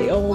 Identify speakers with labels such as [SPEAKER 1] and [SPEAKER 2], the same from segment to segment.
[SPEAKER 1] Et on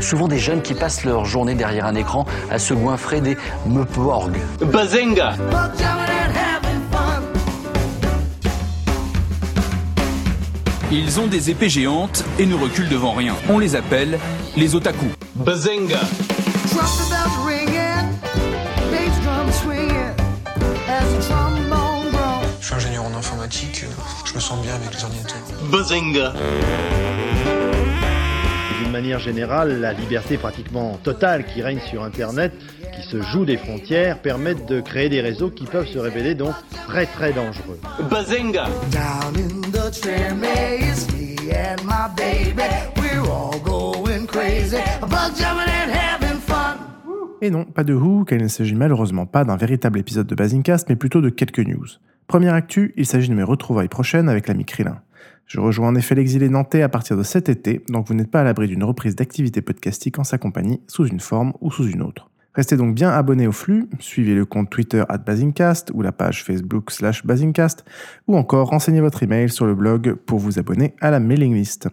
[SPEAKER 2] Souvent des jeunes qui passent leur journée derrière un écran à se goinfrer des meuporgs.
[SPEAKER 3] Bazinga
[SPEAKER 4] Ils ont des épées géantes et ne reculent devant rien. On les appelle les otaku.
[SPEAKER 3] Bazinga
[SPEAKER 5] Je suis ingénieur en informatique, je me sens bien avec les ordinateurs.
[SPEAKER 3] Bazinga
[SPEAKER 6] D'une manière générale, la liberté pratiquement totale qui règne sur Internet, qui se joue des frontières, permettent de créer des réseaux qui peuvent se révéler donc très très dangereux.
[SPEAKER 3] Bazinga
[SPEAKER 7] Down in the tramway, it's me and my baby. We're all going crazy, bug jumping and having fun.
[SPEAKER 8] Et non, pas de Who, car il ne s'agit malheureusement pas d'un véritable épisode de Basincast, mais plutôt de quelques news. Première actu, il s'agit de mes retrouvailles prochaines avec l'ami Krillin. Je rejoins en effet l'exilé nantais à partir de cet été, donc vous n'êtes pas à l'abri d'une reprise d'activité podcastique en sa compagnie, sous une forme ou sous une autre. Restez donc bien abonnés au flux, suivez le compte Twitter at Basincast ou la page Facebook slash Basincast, ou encore renseignez votre email sur le blog pour vous abonner à la mailing list.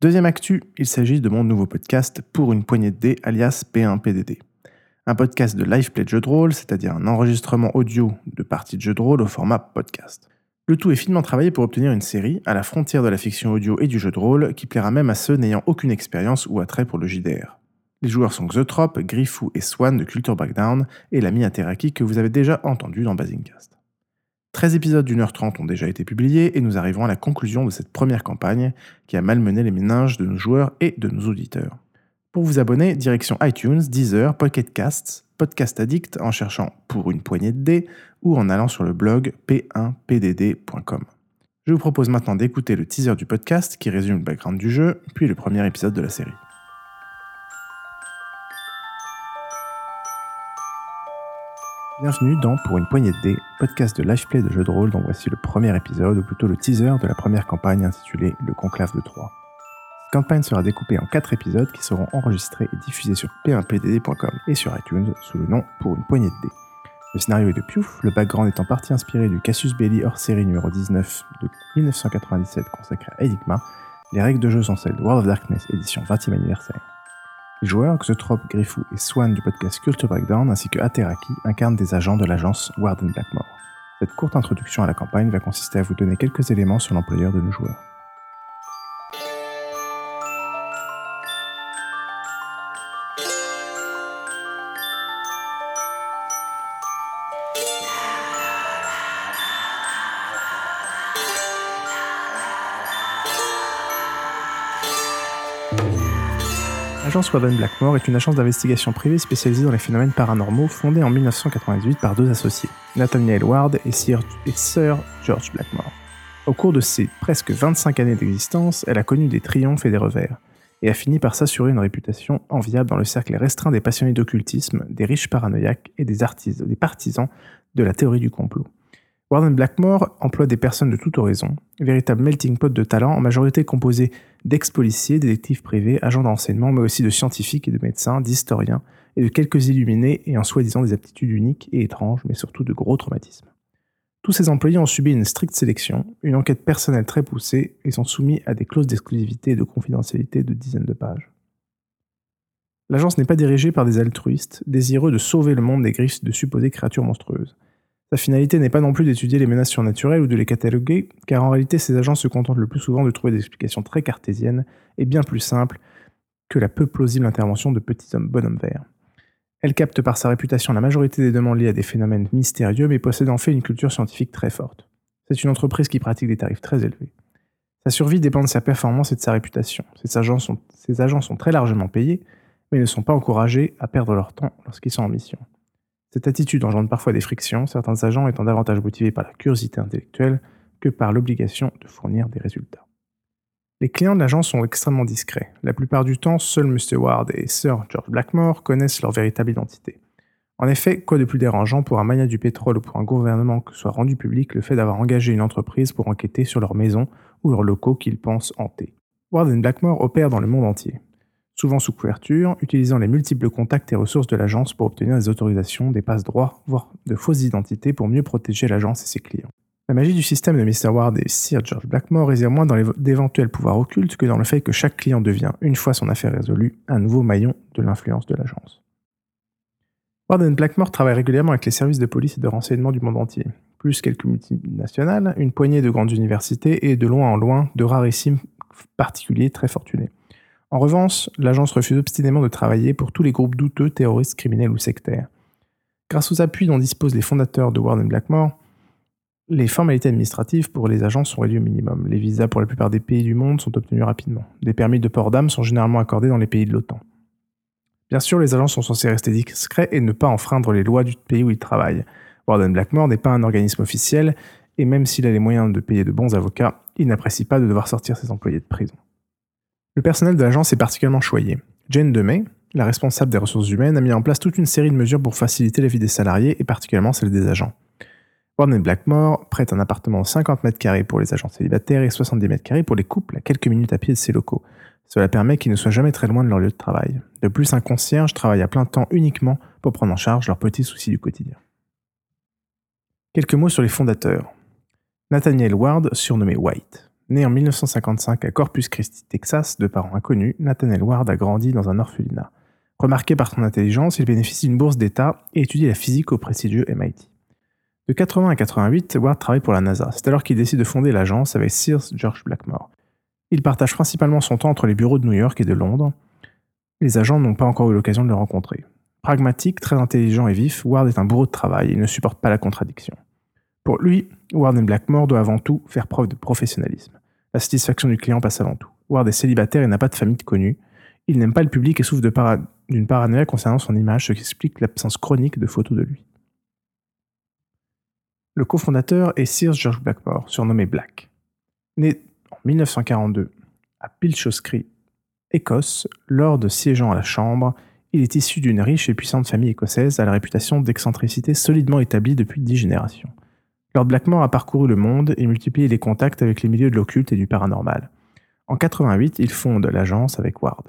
[SPEAKER 8] Deuxième actu, il s'agit de mon nouveau podcast Pour une poignée de dés, alias P1PDD. Un podcast de live play de jeux de rôle, c'est-à-dire un enregistrement audio de parties de jeux de rôle au format podcast. Le tout est finement travaillé pour obtenir une série, à la frontière de la fiction audio et du jeu de rôle, qui plaira même à ceux n'ayant aucune expérience ou attrait pour le JDR. Les joueurs sont Xotrop, Griffou et Swan de Culture Breakdown et l'ami Ateraki que vous avez déjà entendu dans Basingcast. 13 épisodes d'une heure trente ont déjà été publiés et nous arrivons à la conclusion de cette première campagne qui a malmené les méninges de nos joueurs et de nos auditeurs. Pour vous abonner, direction iTunes, Deezer, Pocket Casts, Podcast Addict en cherchant pour une poignée de dés ou en allant sur le blog p1pdd.com. Je vous propose maintenant d'écouter le teaser du podcast qui résume le background du jeu, puis le premier épisode de la série. Bienvenue dans Pour une poignée de dés, podcast de live play de jeux de rôle dont voici le premier épisode, ou plutôt le teaser de la première campagne intitulée Le Conclave de Troyes. Cette campagne sera découpée en quatre épisodes qui seront enregistrés et diffusés sur p1pdd.com et sur iTunes sous le nom Pour une poignée de dés. Le scénario est de Piouf, le background est en partie inspiré du Cassius Belli hors série numéro 19 de 1997 consacré à Enigma. Les règles de jeu sont celles de World of Darkness édition 20e anniversaire. Les joueurs, Xotrop, Griffou et Swan du podcast Culture Breakdown ainsi que Ateraki incarnent des agents de l'agence Warden Blackmore. Cette courte introduction à la campagne va consister à vous donner quelques éléments sur l'employeur de nos joueurs. L'agence Warden Blackmore est une agence d'investigation privée spécialisée dans les phénomènes paranormaux fondée en 1998 par deux associés, Nathaniel Ward et Sir, et Sir George Blackmore. Au cours de ses presque 25 années d'existence, elle a connu des triomphes et des revers, et a fini par s'assurer une réputation enviable dans le cercle restreint des passionnés d'occultisme, des riches paranoïaques et des, artisans, des partisans de la théorie du complot. Warden Blackmore emploie des personnes de tout horizon, véritable melting pot de talents en majorité composé d'ex-policiers, détectives privés, agents d'enseignement, mais aussi de scientifiques et de médecins, d'historiens et de quelques illuminés ayant soi-disant des aptitudes uniques et étranges, mais surtout de gros traumatismes. Tous ces employés ont subi une stricte sélection, une enquête personnelle très poussée et sont soumis à des clauses d'exclusivité et de confidentialité de dizaines de pages. L'agence n'est pas dirigée par des altruistes, désireux de sauver le monde des griffes de supposées créatures monstrueuses. Sa finalité n'est pas non plus d'étudier les menaces surnaturelles ou de les cataloguer, car en réalité ces agents se contentent le plus souvent de trouver des explications très cartésiennes et bien plus simples que la peu plausible intervention de petits hommes bonhommes verts. Elle capte par sa réputation la majorité des demandes liées à des phénomènes mystérieux, mais possède en fait une culture scientifique très forte. C'est une entreprise qui pratique des tarifs très élevés. Sa survie dépend de sa performance et de sa réputation. Ses agents sont, ses agents sont très largement payés, mais ne sont pas encouragés à perdre leur temps lorsqu'ils sont en mission. Cette attitude engendre parfois des frictions, certains agents étant davantage motivés par la curiosité intellectuelle que par l'obligation de fournir des résultats. Les clients de l'agence sont extrêmement discrets. La plupart du temps, seuls Mr. Ward et Sir George Blackmore connaissent leur véritable identité. En effet, quoi de plus dérangeant pour un mania du pétrole ou pour un gouvernement que soit rendu public le fait d'avoir engagé une entreprise pour enquêter sur leur maison ou leurs locaux qu'ils pensent hantés Ward et Blackmore opèrent dans le monde entier, souvent sous couverture, utilisant les multiples contacts et ressources de l'agence pour obtenir des autorisations, des passe-droits, voire de fausses identités pour mieux protéger l'agence et ses clients. La magie du système de Mr. Ward et Sir George Blackmore réside moins dans les- d'éventuels pouvoirs occultes que dans le fait que chaque client devient, une fois son affaire résolue, un nouveau maillon de l'influence de l'agence. Ward et Blackmore travaille régulièrement avec les services de police et de renseignement du monde entier, plus quelques multinationales, une poignée de grandes universités et de loin en loin de rarissimes particuliers très fortunés. En revanche, l'agence refuse obstinément de travailler pour tous les groupes douteux, terroristes, criminels ou sectaires. Grâce aux appuis dont disposent les fondateurs de Warden Blackmore, les formalités administratives pour les agents sont réduites au minimum. Les visas pour la plupart des pays du monde sont obtenus rapidement. Des permis de port d'armes sont généralement accordés dans les pays de l'OTAN. Bien sûr, les agents sont censés rester discrets et ne pas enfreindre les lois du pays où ils travaillent. Warden Blackmore n'est pas un organisme officiel, et même s'il a les moyens de payer de bons avocats, il n'apprécie pas de devoir sortir ses employés de prison. Le personnel de l'agence est particulièrement choyé. Jane Demey, la responsable des ressources humaines, a mis en place toute une série de mesures pour faciliter la vie des salariés et particulièrement celle des agents. Warden Blackmore prête un appartement de 50 mètres carrés pour les agents célibataires et 70 mètres carrés pour les couples à quelques minutes à pied de ses locaux. Cela permet qu'ils ne soient jamais très loin de leur lieu de travail. De plus, un concierge travaille à plein temps uniquement pour prendre en charge leurs petits soucis du quotidien. Quelques mots sur les fondateurs. Nathaniel Ward, surnommé White. Né en 1955 à Corpus Christi, Texas, de parents inconnus, Nathaniel Ward a grandi dans un orphelinat. Remarqué par son intelligence, il bénéficie d'une bourse d'État et étudie la physique au prestigieux MIT. De 80 à 88, Ward travaille pour la NASA. C'est alors qu'il décide de fonder l'agence avec Sir George Blackmore. Il partage principalement son temps entre les bureaux de New York et de Londres. Les agents n'ont pas encore eu l'occasion de le rencontrer. Pragmatique, très intelligent et vif, Ward est un bourreau de travail et ne supporte pas la contradiction. Pour lui, Warden Blackmore doit avant tout faire preuve de professionnalisme. La satisfaction du client passe avant tout. Ward est célibataire et n'a pas de famille connue. Il n'aime pas le public et souffre de para- d'une paranoïa concernant son image, ce qui explique l'absence chronique de photos de lui. Le cofondateur est Sir George Blackmore, surnommé Black. Né en 1942 à Pilchoscree, Écosse, lors de siégeant à la Chambre, il est issu d'une riche et puissante famille écossaise à la réputation d'excentricité solidement établie depuis dix générations. Lord Blackmore a parcouru le monde et multiplié les contacts avec les milieux de l'occulte et du paranormal. En 88, il fonde l'agence avec Ward.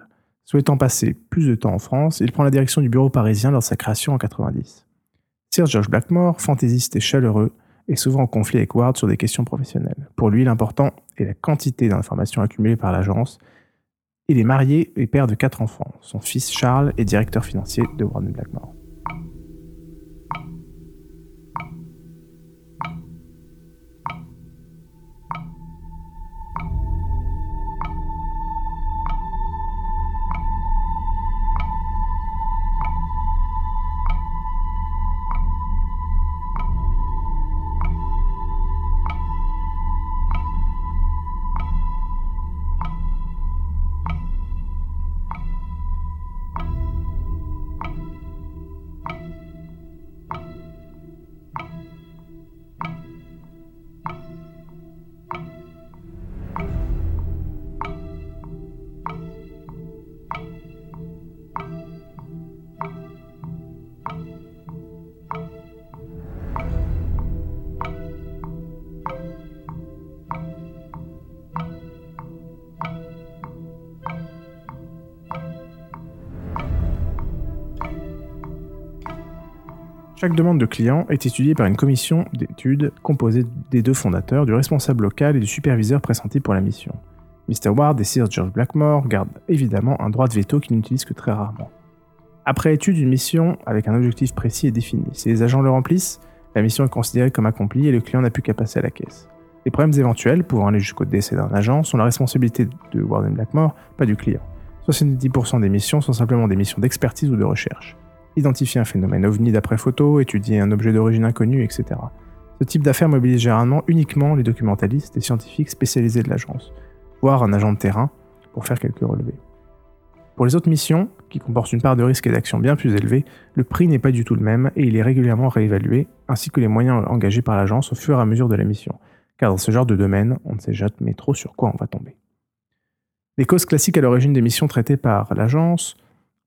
[SPEAKER 8] Souhaitant passer plus de temps en France, il prend la direction du bureau parisien lors de sa création en 90. Sir George Blackmore, fantaisiste et chaleureux, est souvent en conflit avec Ward sur des questions professionnelles. Pour lui, l'important est la quantité d'informations accumulées par l'agence. Il est marié et père de quatre enfants. Son fils Charles est directeur financier de Warden Blackmore. Chaque demande de client est étudiée par une commission d'études composée des deux fondateurs, du responsable local et du superviseur pressenti pour la mission. Mr. Ward et Sir George Blackmore gardent évidemment un droit de veto qu'ils n'utilisent que très rarement. Après étude d'une mission avec un objectif précis et défini, si les agents le remplissent, la mission est considérée comme accomplie et le client n'a plus qu'à passer à la caisse. Les problèmes éventuels, pouvant aller jusqu'au décès d'un agent, sont la responsabilité de Warden Blackmore, pas du client. 70% des missions sont simplement des missions d'expertise ou de recherche. identifier un phénomène ovni d'après photo, étudier un objet d'origine inconnue, etc. Ce type d'affaires mobilise généralement uniquement les documentalistes et scientifiques spécialisés de l'agence, voire un agent de terrain pour faire quelques relevés. Pour les autres missions, qui comportent une part de risque et d'action bien plus élevée, le prix n'est pas du tout le même et il est régulièrement réévalué, ainsi que les moyens engagés par l'agence au fur et à mesure de la mission, car dans ce genre de domaine, on ne sait jamais trop sur quoi on va tomber. Les causes classiques à l'origine des missions traitées par l'agence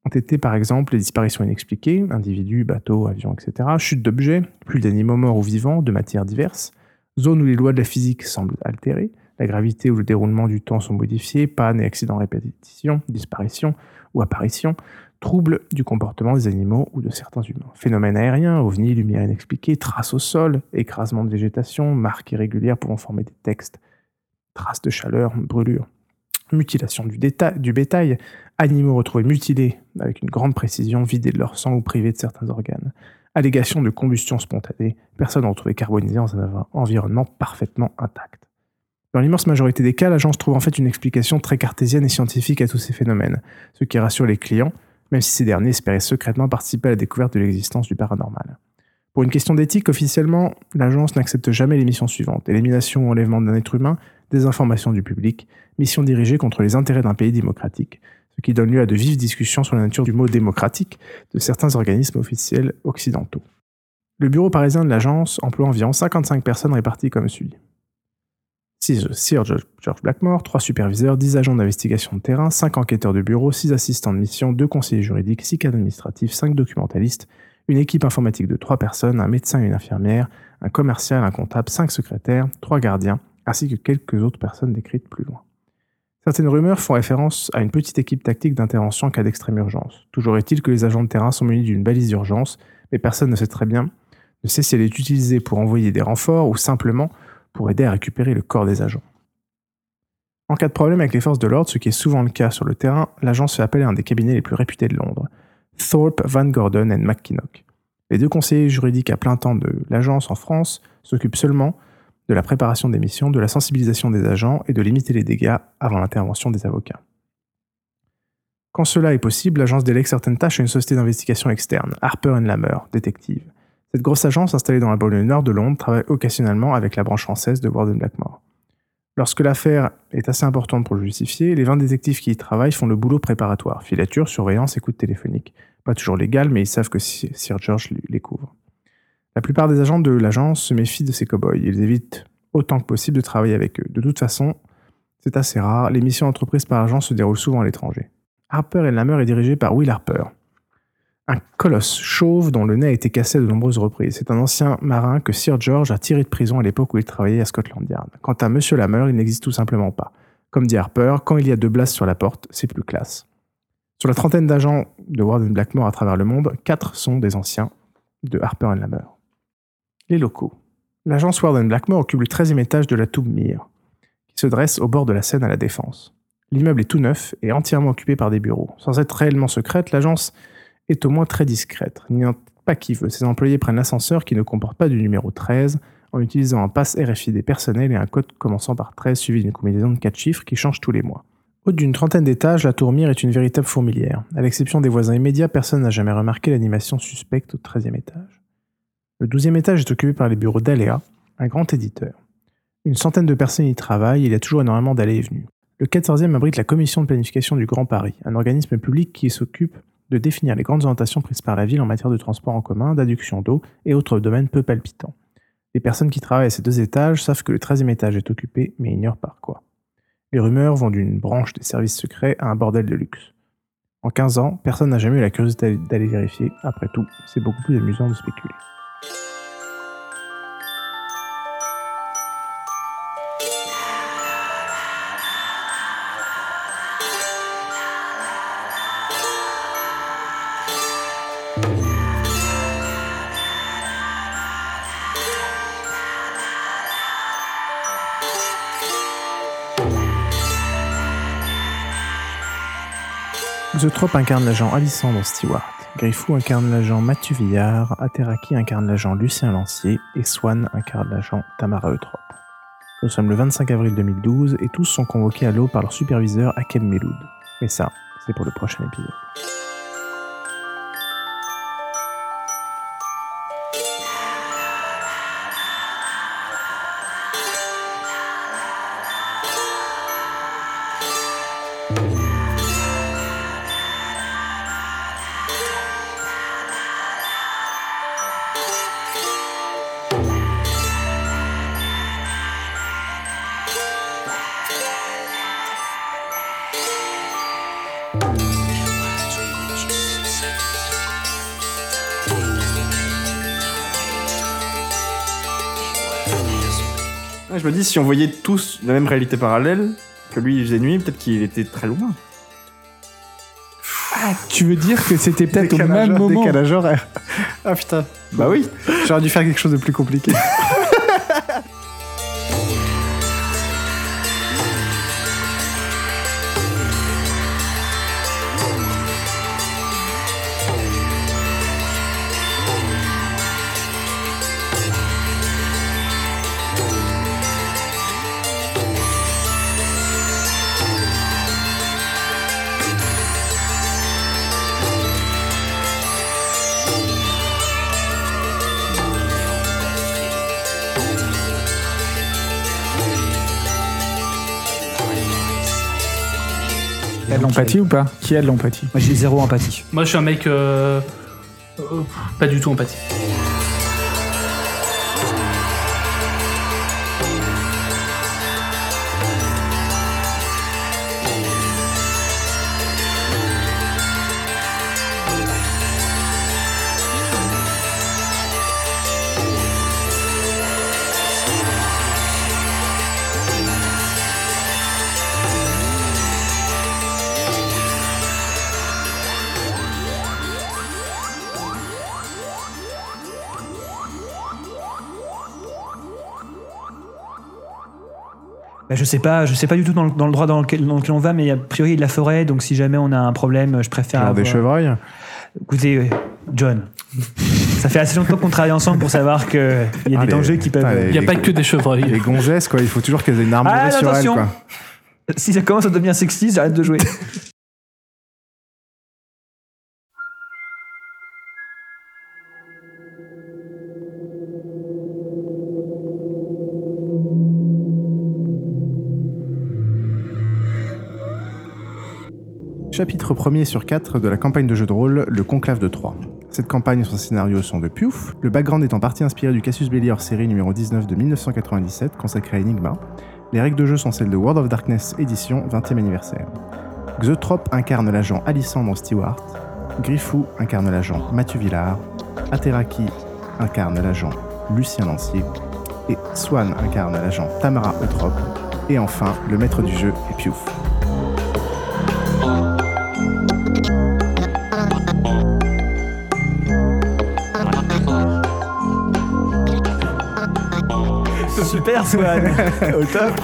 [SPEAKER 8] ont été par exemple les disparitions inexpliquées, individus, bateaux, avions, etc., chutes d'objets, plus d'animaux morts ou vivants, de matières diverses, zones où les lois de la physique semblent altérées, la gravité ou le déroulement du temps sont modifiés, pannes et accidents répétition, disparitions ou apparitions, troubles du comportement des animaux ou de certains humains, phénomènes aériens, ovnis, lumière inexpliquée, traces au sol, écrasement de végétation, marques irrégulières pouvant former des textes, traces de chaleur, brûlures, mutilation du, déta- du bétail, animaux retrouvés mutilés avec une grande précision, vidés de leur sang ou privés de certains organes, allégation de combustion spontanée, personnes retrouvées carbonisées dans un environnement parfaitement intact. Dans l'immense majorité des cas, l'agence trouve en fait une explication très cartésienne et scientifique à tous ces phénomènes, ce qui rassure les clients, même si ces derniers espéraient secrètement participer à la découverte de l'existence du paranormal. Pour une question d'éthique, officiellement, l'agence n'accepte jamais les missions suivantes élimination ou enlèvement d'un être humain, désinformation du public, mission dirigée contre les intérêts d'un pays démocratique, ce qui donne lieu à de vives discussions sur la nature du mot démocratique de certains organismes officiels occidentaux. Le bureau parisien de l'agence emploie environ 55 personnes réparties comme suit. Sir George Blackmore, 3 superviseurs, 10 agents d'investigation de terrain, 5 enquêteurs de bureau, 6 assistants de mission, 2 conseillers juridiques, 6 cadres administratifs, 5 documentalistes, une équipe informatique de 3 personnes, un médecin et une infirmière, un commercial, un comptable, 5 secrétaires, 3 gardiens, ainsi que quelques autres personnes décrites plus loin. Certaines rumeurs font référence à une petite équipe tactique d'intervention en cas d'extrême urgence. Toujours est-il que les agents de terrain sont munis d'une balise d'urgence, mais personne ne sait très bien, ne sait si elle est utilisée pour envoyer des renforts ou simplement pour aider à récupérer le corps des agents. En cas de problème avec les forces de l'ordre, ce qui est souvent le cas sur le terrain, l'agence fait appel à un des cabinets les plus réputés de Londres, Thorpe, Van Gordon and McKinnock. Les deux conseillers juridiques à plein temps de l'agence en France s'occupent seulement de la préparation des missions, de la sensibilisation des agents et de limiter les dégâts avant l'intervention des avocats. Quand cela est possible, l'agence délègue certaines tâches à une société d'investigation externe, Harper Lammer, détective. Cette grosse agence installée dans la banlieue nord de Londres travaille occasionnellement avec la branche française de Warden Blackmore. Lorsque l'affaire est assez importante pour le justifier, les 20 détectives qui y travaillent font le boulot préparatoire, filature, surveillance, écoute téléphonique. Pas toujours légal, mais ils savent que Sir George les couvre. La plupart des agents de l'agence se méfient de ces cow-boys. Ils évitent autant que possible de travailler avec eux. De toute façon, c'est assez rare. Les missions entreprises par l'agence se déroulent souvent à l'étranger. Harper et Lammer est dirigé par Will Harper, un colosse chauve dont le nez a été cassé à de nombreuses reprises. C'est un ancien marin que Sir George a tiré de prison à l'époque où il travaillait à Scotland Yard. Quant à Monsieur Lammer, il n'existe tout simplement pas. Comme dit Harper, quand il y a deux blasts sur la porte, c'est plus classe. Sur la trentaine d'agents de Warden Blackmore à travers le monde, quatre sont des anciens de Harper Lammer. Les locaux. L'agence Warden Blackmore occupe le 13e étage de la Toub Mere, qui se dresse au bord de la Seine à la Défense. L'immeuble est tout neuf et entièrement occupé par des bureaux. Sans être réellement secrète, l'agence est au moins très discrète. Il n'y a pas qui veut. Ses employés prennent l'ascenseur qui ne comporte pas du numéro 13 en utilisant un pass RFID personnel et un code commençant par 13 suivi d'une combinaison de 4 chiffres qui change tous les mois. Haute d'une trentaine d'étages, la tourmire est une véritable fourmilière. À l'exception des voisins immédiats, personne n'a jamais remarqué l'animation suspecte au 13e étage. Le 12e étage est occupé par les bureaux d'Aléa, un grand éditeur. Une centaine de personnes y travaillent et il y a toujours énormément d'allées et venues. Le 14e abrite la commission de planification du Grand Paris, un organisme public qui s'occupe de définir les grandes orientations prises par la ville en matière de transport en commun, d'adduction d'eau et autres domaines peu palpitants. Les personnes qui travaillent à ces deux étages savent que le 13e étage est occupé, mais ignorent par quoi. Les rumeurs vont d'une branche des services secrets à un bordel de luxe. En 15 ans, personne n'a jamais eu la curiosité d'aller vérifier. Après tout, c'est beaucoup plus amusant de spéculer. Zeutrop incarne l'agent Alissandre Stewart, Griffou incarne l'agent Mathieu Villard, Ateraki incarne l'agent Lucien Lancier et Swan incarne l'agent Tamara Eutrop. Nous sommes le 25 avril 2012 et tous sont convoqués à l'eau par leur superviseur Hakem Meloud. Mais ça, c'est pour le prochain épisode.
[SPEAKER 9] Ouais, Ah, je me dis, si on voyait tous la même réalité parallèle, que lui il faisait nuit, peut-être qu'il était très loin.
[SPEAKER 10] Ah, tu veux dire que c'était peut-être au
[SPEAKER 8] Décalage-
[SPEAKER 10] même moment
[SPEAKER 8] Décalage horaire. Ah putain. Bah oui. J'aurais dû faire quelque chose de plus compliqué.
[SPEAKER 10] Il y a de l'empathie ou pas Qui a de l'empathie
[SPEAKER 11] Moi j'ai zéro empathie.
[SPEAKER 12] Moi, je suis un mec euh, euh, pas du tout empathique.
[SPEAKER 11] Bah, je sais pas, je sais pas du tout dans le, dans le droit dans lequel, dans lequel on va, mais a priori il y a de la forêt, donc si jamais on a un problème, je
[SPEAKER 10] Ah,
[SPEAKER 11] préfère.
[SPEAKER 8] Genre des
[SPEAKER 11] avoir-
[SPEAKER 8] chevreuils
[SPEAKER 11] Écoutez, euh, John, ça fait assez longtemps qu'on travaille ensemble pour savoir qu'il y
[SPEAKER 8] Ah,
[SPEAKER 11] a des dangers qui peuvent.
[SPEAKER 8] chevreuils. Les gonzesses, quoi. Il faut toujours qu'elles aient une arme
[SPEAKER 11] Ah,
[SPEAKER 8] sur elles,
[SPEAKER 11] attention
[SPEAKER 8] quoi.
[SPEAKER 11] Si ça commence à devenir sexy, j'arrête de jouer.
[SPEAKER 8] Chapitre 1er sur 4 de la campagne de jeu de rôle Le Conclave de Troyes. Cette campagne et son scénario sont de Piouf, le background est en partie inspiré du Cassius Belli hors série numéro 19 de 1997 consacré à Enigma. Les règles de jeu sont celles de World of Darkness édition 20e anniversaire. Xeutrop incarne l'agent Alissandre Stewart, Griffou incarne l'agent Mathieu Villard, Ateraki incarne l'agent Lucien Lancier, et Swan incarne l'agent Tamara Eutrop, et enfin le maître du jeu est Piouf.
[SPEAKER 11] Super Swan Au top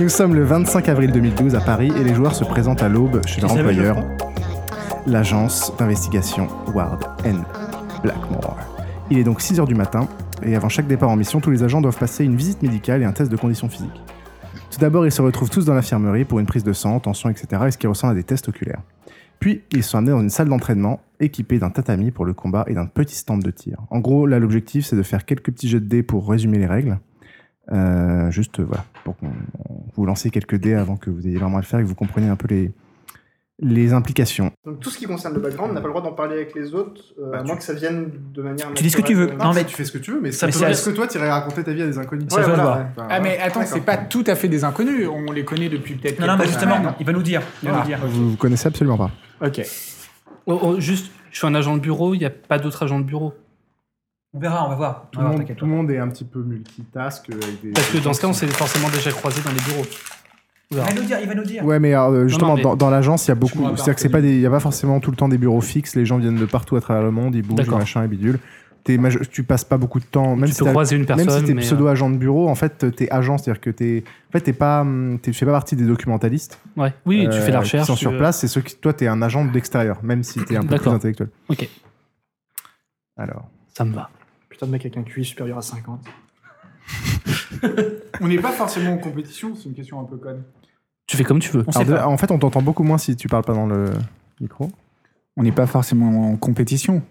[SPEAKER 8] Nous sommes le 25 avril 2012 à Paris et les joueurs se présentent à l'aube chez leur
[SPEAKER 11] Tu savais,
[SPEAKER 8] employeur,
[SPEAKER 11] Geoffroy
[SPEAKER 8] l'agence d'investigation Ward N. Blackmore. Il est donc 6h du matin et avant chaque départ en mission, tous les agents doivent passer une visite médicale et un test de condition physique. Tout d'abord, ils se retrouvent tous dans l'infirmerie pour une prise de sang, tension, etc. et ce qui ressemble à des tests oculaires. Puis, ils sont amenés dans une salle d'entraînement équipée d'un tatami pour le combat et d'un petit stand de tir. En gros, là, l'objectif, c'est de faire quelques petits jets de dés pour résumer les règles. Euh, juste, euh, voilà, pour qu'on on- vous lancez quelques dés avant que vous ayez vraiment à le faire et que vous compreniez un peu les, les implications.
[SPEAKER 6] Donc tout ce qui concerne le background, on n'a pas le droit d'en parler avec les autres, euh, à moins que ça vienne de manière.
[SPEAKER 8] Bah, tu dis ce que tu veux.
[SPEAKER 6] naturelle.
[SPEAKER 8] Non, mais- Tu fais ce que tu veux, mais ça peut- est-ce que toi, tu irais raconter ta vie à des inconnus
[SPEAKER 6] Ouais, voilà.
[SPEAKER 10] Ah, mais attends, c'est pas tout à fait des inconnus. On les connaît depuis peut-être.
[SPEAKER 11] Non, non, mais
[SPEAKER 10] quelques
[SPEAKER 11] justement,
[SPEAKER 10] semaines.
[SPEAKER 11] il va nous dire. Il va
[SPEAKER 10] Ah.
[SPEAKER 11] nous dire.
[SPEAKER 8] Vous, vous connaissez absolument pas.
[SPEAKER 10] Ok.
[SPEAKER 12] Oh, oh, juste, je suis un agent de bureau, il n'y a pas d'autre agent de bureau.
[SPEAKER 11] On verra, on va voir.
[SPEAKER 8] Tout le, monde, tout le monde est un petit peu multitask. euh, Avec des,
[SPEAKER 12] Parce que
[SPEAKER 8] des
[SPEAKER 12] dans ce cas, on
[SPEAKER 8] gens
[SPEAKER 12] s'est forcément déjà croisés dans les bureaux.
[SPEAKER 11] Il va nous dire, il va nous dire.
[SPEAKER 8] qui- Ouais, mais alors, euh, justement,
[SPEAKER 12] mais-
[SPEAKER 8] dans, dans l'agence, il y a
[SPEAKER 12] Je me
[SPEAKER 8] beaucoup.
[SPEAKER 12] rappelle
[SPEAKER 8] C'est-à-dire que c'est
[SPEAKER 12] que
[SPEAKER 8] pas des- il y a pas forcément tout le temps des bureaux fixes. Les gens viennent de partout à travers le monde, ils bougent,
[SPEAKER 12] D'accord.
[SPEAKER 8] machin et bidule. T'es maje- tu passes pas beaucoup de temps. Même
[SPEAKER 12] Tu
[SPEAKER 8] si
[SPEAKER 12] peux
[SPEAKER 8] t'as-
[SPEAKER 12] croiser une
[SPEAKER 8] Même
[SPEAKER 12] personne,
[SPEAKER 8] si t'es
[SPEAKER 12] mais, euh,
[SPEAKER 8] pseudo agent de bureau, en fait, t'es agent, c'est-à-dire que t'es. En fait, t'es pas, hum, t'es- tu fais pas partie des documentalistes.
[SPEAKER 12] euh, Ouais. Oui, tu fais la
[SPEAKER 8] Euh, qui
[SPEAKER 12] recherche, euh,
[SPEAKER 8] sont
[SPEAKER 12] tu-
[SPEAKER 8] sur place, c'est ceux qui. Toi, t'es un agent de l'extérieur, même si t'es un peu plus
[SPEAKER 12] D'accord.
[SPEAKER 8] intellectuel.
[SPEAKER 12] Ok.
[SPEAKER 8] Alors.
[SPEAKER 12] Ça me va.
[SPEAKER 10] Putain de mec avec un QI supérieur à 50. on n'est pas forcément en compétition, c'est une question un peu conne.
[SPEAKER 12] Tu fais comme tu veux.
[SPEAKER 8] Alors, de- en fait, on t'entend beaucoup moins si tu parles pas dans le micro.
[SPEAKER 10] On n'est pas forcément en compétition.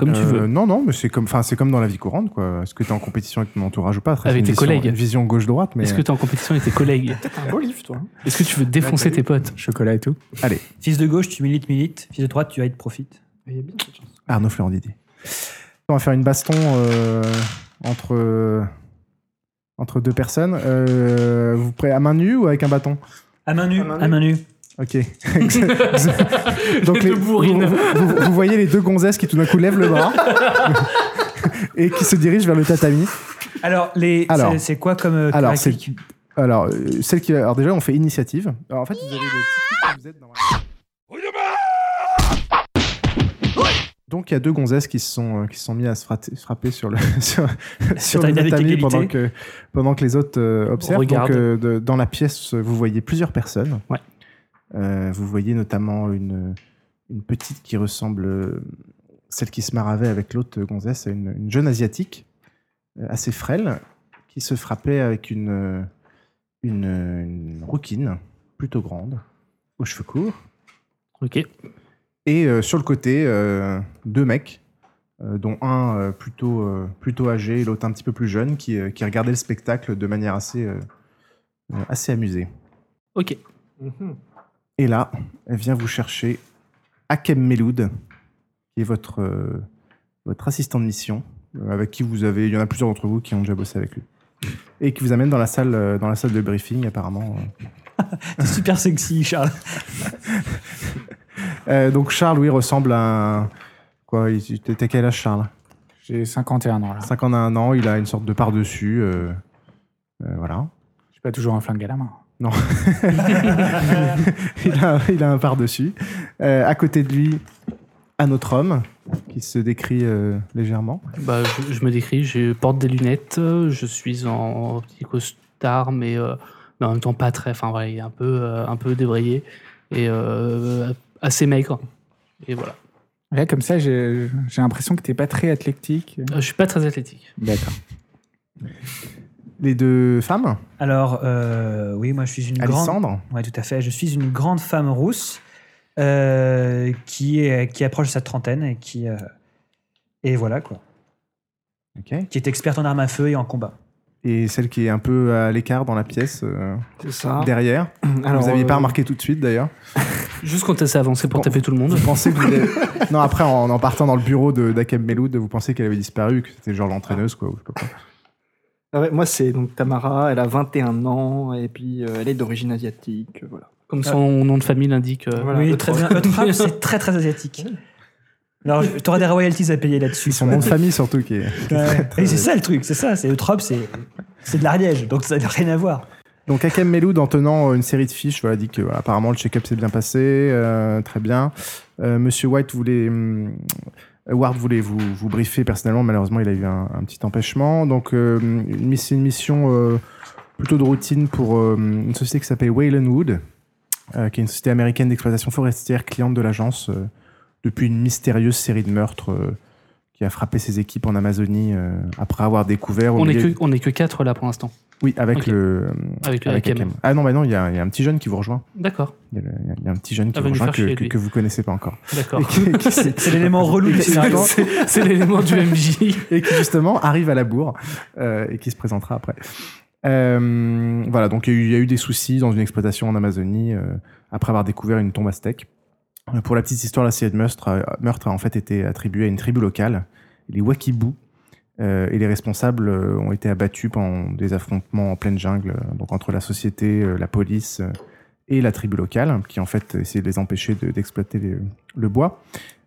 [SPEAKER 8] Euh, Non, non, mais c'est comme, enfin, c'est comme dans la vie courante, quoi. Est-ce que t'es en compétition avec ton entourage ou pas Après, c'est
[SPEAKER 12] Avec
[SPEAKER 8] une
[SPEAKER 12] tes
[SPEAKER 8] vision-
[SPEAKER 12] collègues.
[SPEAKER 8] Une vision gauche-droite, mais. euh,
[SPEAKER 12] Est-ce que tu es en compétition avec tes collègues
[SPEAKER 10] un beau livre,
[SPEAKER 8] hein.
[SPEAKER 10] toi.
[SPEAKER 12] Est-ce que tu veux défoncer
[SPEAKER 8] Bah,
[SPEAKER 12] tes potes
[SPEAKER 10] Chocolat et tout.
[SPEAKER 8] Allez.
[SPEAKER 11] Fils de gauche, tu milites, milites. Fils de droite, tu aides, profite.
[SPEAKER 8] Arnaud Florent Didier. On va faire une baston euh, entre entre deux personnes. Euh, vous prêt à main nue ou avec un bâton
[SPEAKER 11] À main nue, à main nue.
[SPEAKER 8] Ok. Donc les- vous, vous- vous- vous voyez les deux gonzesses qui tout d'un coup lèvent le bras et qui se dirigent vers le tatami.
[SPEAKER 11] Alors, les,
[SPEAKER 8] Alors.
[SPEAKER 11] c'est- c'est quoi comme euh,
[SPEAKER 8] Alors, c'est-
[SPEAKER 11] caractéristiques
[SPEAKER 8] Alors, euh, celle qui. Alors, déjà, on fait initiative. Alors, en fait, vous avez le- vous êtes dans- Donc, il y a deux gonzesses qui se sont, euh, qui se sont mis à se fratter- frapper sur le, sur, sur
[SPEAKER 11] ta
[SPEAKER 8] le
[SPEAKER 11] dynamique
[SPEAKER 8] tatami
[SPEAKER 11] d'égalité.
[SPEAKER 8] pendant que, pendant que les autres euh, observent.
[SPEAKER 11] Regarde.
[SPEAKER 8] Donc, euh, de- dans la pièce, vous voyez plusieurs personnes. Euh, vous voyez notamment une, une petite qui ressemble, euh, celle qui se maravait avec l'autre gonzesse, à une, une jeune asiatique, euh, assez frêle, qui se frappait avec une, euh, une, euh, une rouquine plutôt grande, aux cheveux courts.
[SPEAKER 13] Ok.
[SPEAKER 8] Et euh, sur le côté, euh, deux mecs, euh, dont un euh, plutôt, euh, plutôt âgé et l'autre un petit peu plus jeune, qui, euh, qui regardaient le spectacle de manière assez, euh, euh, assez amusée.
[SPEAKER 13] Ok.
[SPEAKER 8] Et là, elle vient vous chercher Hakem Meloud, qui est votre, euh, votre assistant de mission, euh, avec qui vous avez. Il y en a plusieurs d'entre vous qui ont déjà bossé avec lui. Et qui vous amène dans la salle, euh, dans la salle de briefing, apparemment. euh.
[SPEAKER 11] C'est super sexy, Charles.
[SPEAKER 8] Euh, donc, Charles, oui, ressemble à. un- Quoi il- il- T'as quel âge, Charles
[SPEAKER 10] J'ai 51 ans là.
[SPEAKER 8] 51 ans, il a une sorte de par-dessus. euh, euh, voilà.
[SPEAKER 10] J'ai pas toujours un flingue à la main.
[SPEAKER 8] Non. il, a, il a un par-dessus. Euh, à côté de lui, un autre homme qui se décrit euh, légèrement.
[SPEAKER 13] Bah, je, je me décris, je porte des lunettes, euh, je suis en petit costard, mais, euh, mais en même temps pas très. Enfin, voilà, il est un peu, euh, un peu débraillé et euh, assez maigre. Et voilà.
[SPEAKER 10] Là, comme ça, j'ai j'ai l'impression que t'es pas très athlétique.
[SPEAKER 13] Euh, je suis pas très athlétique.
[SPEAKER 10] D'accord.
[SPEAKER 8] Les deux femmes
[SPEAKER 11] Alors, euh, oui, moi je suis une grande.
[SPEAKER 8] Alessandre
[SPEAKER 11] Oui, tout à fait. Je suis une grande femme rousse euh, qui, est, qui approche sa trentaine et qui. euh, et voilà quoi. Qui est experte en armes à feu et en combat.
[SPEAKER 8] Et celle qui est un peu à l'écart dans la pièce. euh,
[SPEAKER 13] C'est ça.
[SPEAKER 8] Derrière.
[SPEAKER 13] Alors,
[SPEAKER 8] vous n'aviez pas
[SPEAKER 13] euh,
[SPEAKER 8] remarqué tout de suite d'ailleurs.
[SPEAKER 13] Juste quand elle s'est avancée pour taper tout le monde.
[SPEAKER 8] Vous pensez que vous l'avez- Non, après, en, en partant dans le bureau de- d'Akem Meloud, vous pensez qu'elle avait disparu, que c'était genre l'entraîneuse, quoi. ou je sais pas quoi.
[SPEAKER 14] Ah ouais, moi, c'est donc Tamara, elle a 21 ans et puis euh, elle est d'origine asiatique. euh, Voilà.
[SPEAKER 13] Comme son nom de famille l'indique. euh,
[SPEAKER 14] Voilà,
[SPEAKER 11] oui,
[SPEAKER 14] le
[SPEAKER 11] très
[SPEAKER 14] troll.
[SPEAKER 11] bien. Le troll, c'est très très asiatique. Alors, je- t'auras des royalties à payer là-dessus.
[SPEAKER 8] Son nom de famille surtout qui est. qui est
[SPEAKER 11] Ouais.
[SPEAKER 8] très, très-
[SPEAKER 11] Et c'est ça le truc, c'est ça. C'est Eutrope, c'est c'est de l'Ariège, donc ça n'a rien à voir.
[SPEAKER 8] Donc Hakem Meloud, en tenant euh, une série de fiches, voilà, dit que voilà, apparemment le check-up s'est bien passé, euh, très bien. Euh, Monsieur White voulait, hum, Ward voulait vous, vous briefer personnellement, malheureusement il a eu un, un petit empêchement. Donc euh, une miss- une mission euh, plutôt de routine pour euh, une société qui s'appelle Wayland Wood, euh, qui est une société américaine d'exploitation forestière, cliente de l'agence euh, depuis une mystérieuse série de meurtres. euh, qui a frappé ses équipes en Amazonie euh, après avoir découvert. au
[SPEAKER 13] on, est
[SPEAKER 8] milieu-
[SPEAKER 13] que, on est que 4 là pour l'instant.
[SPEAKER 8] oui, avec
[SPEAKER 13] Ok.
[SPEAKER 8] le.
[SPEAKER 13] Avec le Hakem.
[SPEAKER 8] Hakem. Ah non, bah non, il y, a il y a un petit jeune qui vous rejoint.
[SPEAKER 13] D'accord.
[SPEAKER 8] Il y, a le- il y a- il y a un petit jeune qui
[SPEAKER 13] Ah, va
[SPEAKER 8] vous
[SPEAKER 13] nous
[SPEAKER 8] rejoint
[SPEAKER 13] faire
[SPEAKER 8] que,
[SPEAKER 13] chier,
[SPEAKER 8] que,
[SPEAKER 13] lui.
[SPEAKER 8] que vous connaissez pas encore.
[SPEAKER 13] D'accord.
[SPEAKER 8] Et qui- qui-
[SPEAKER 11] C'est- c'est l'élément relou de
[SPEAKER 8] Et qui-
[SPEAKER 11] scénario.
[SPEAKER 13] C'est- c'est l'élément du MJ.
[SPEAKER 8] Et qui justement arrive à la bourre euh, et qui se présentera après. Euh, voilà, donc il y, a eu- il y a eu des soucis dans une exploitation en Amazonie euh, après avoir découvert une tombe aztèque. Euh, Pour la petite histoire, la série de meurtre a, meurtre a en fait été attribuée à une tribu locale, les Wakibou, euh, et les responsables euh, ont été abattus pendant des affrontements en pleine jungle, euh, donc entre la société, euh, la police euh, et la tribu locale, qui en fait essayait de les empêcher de- d'exploiter les- le bois.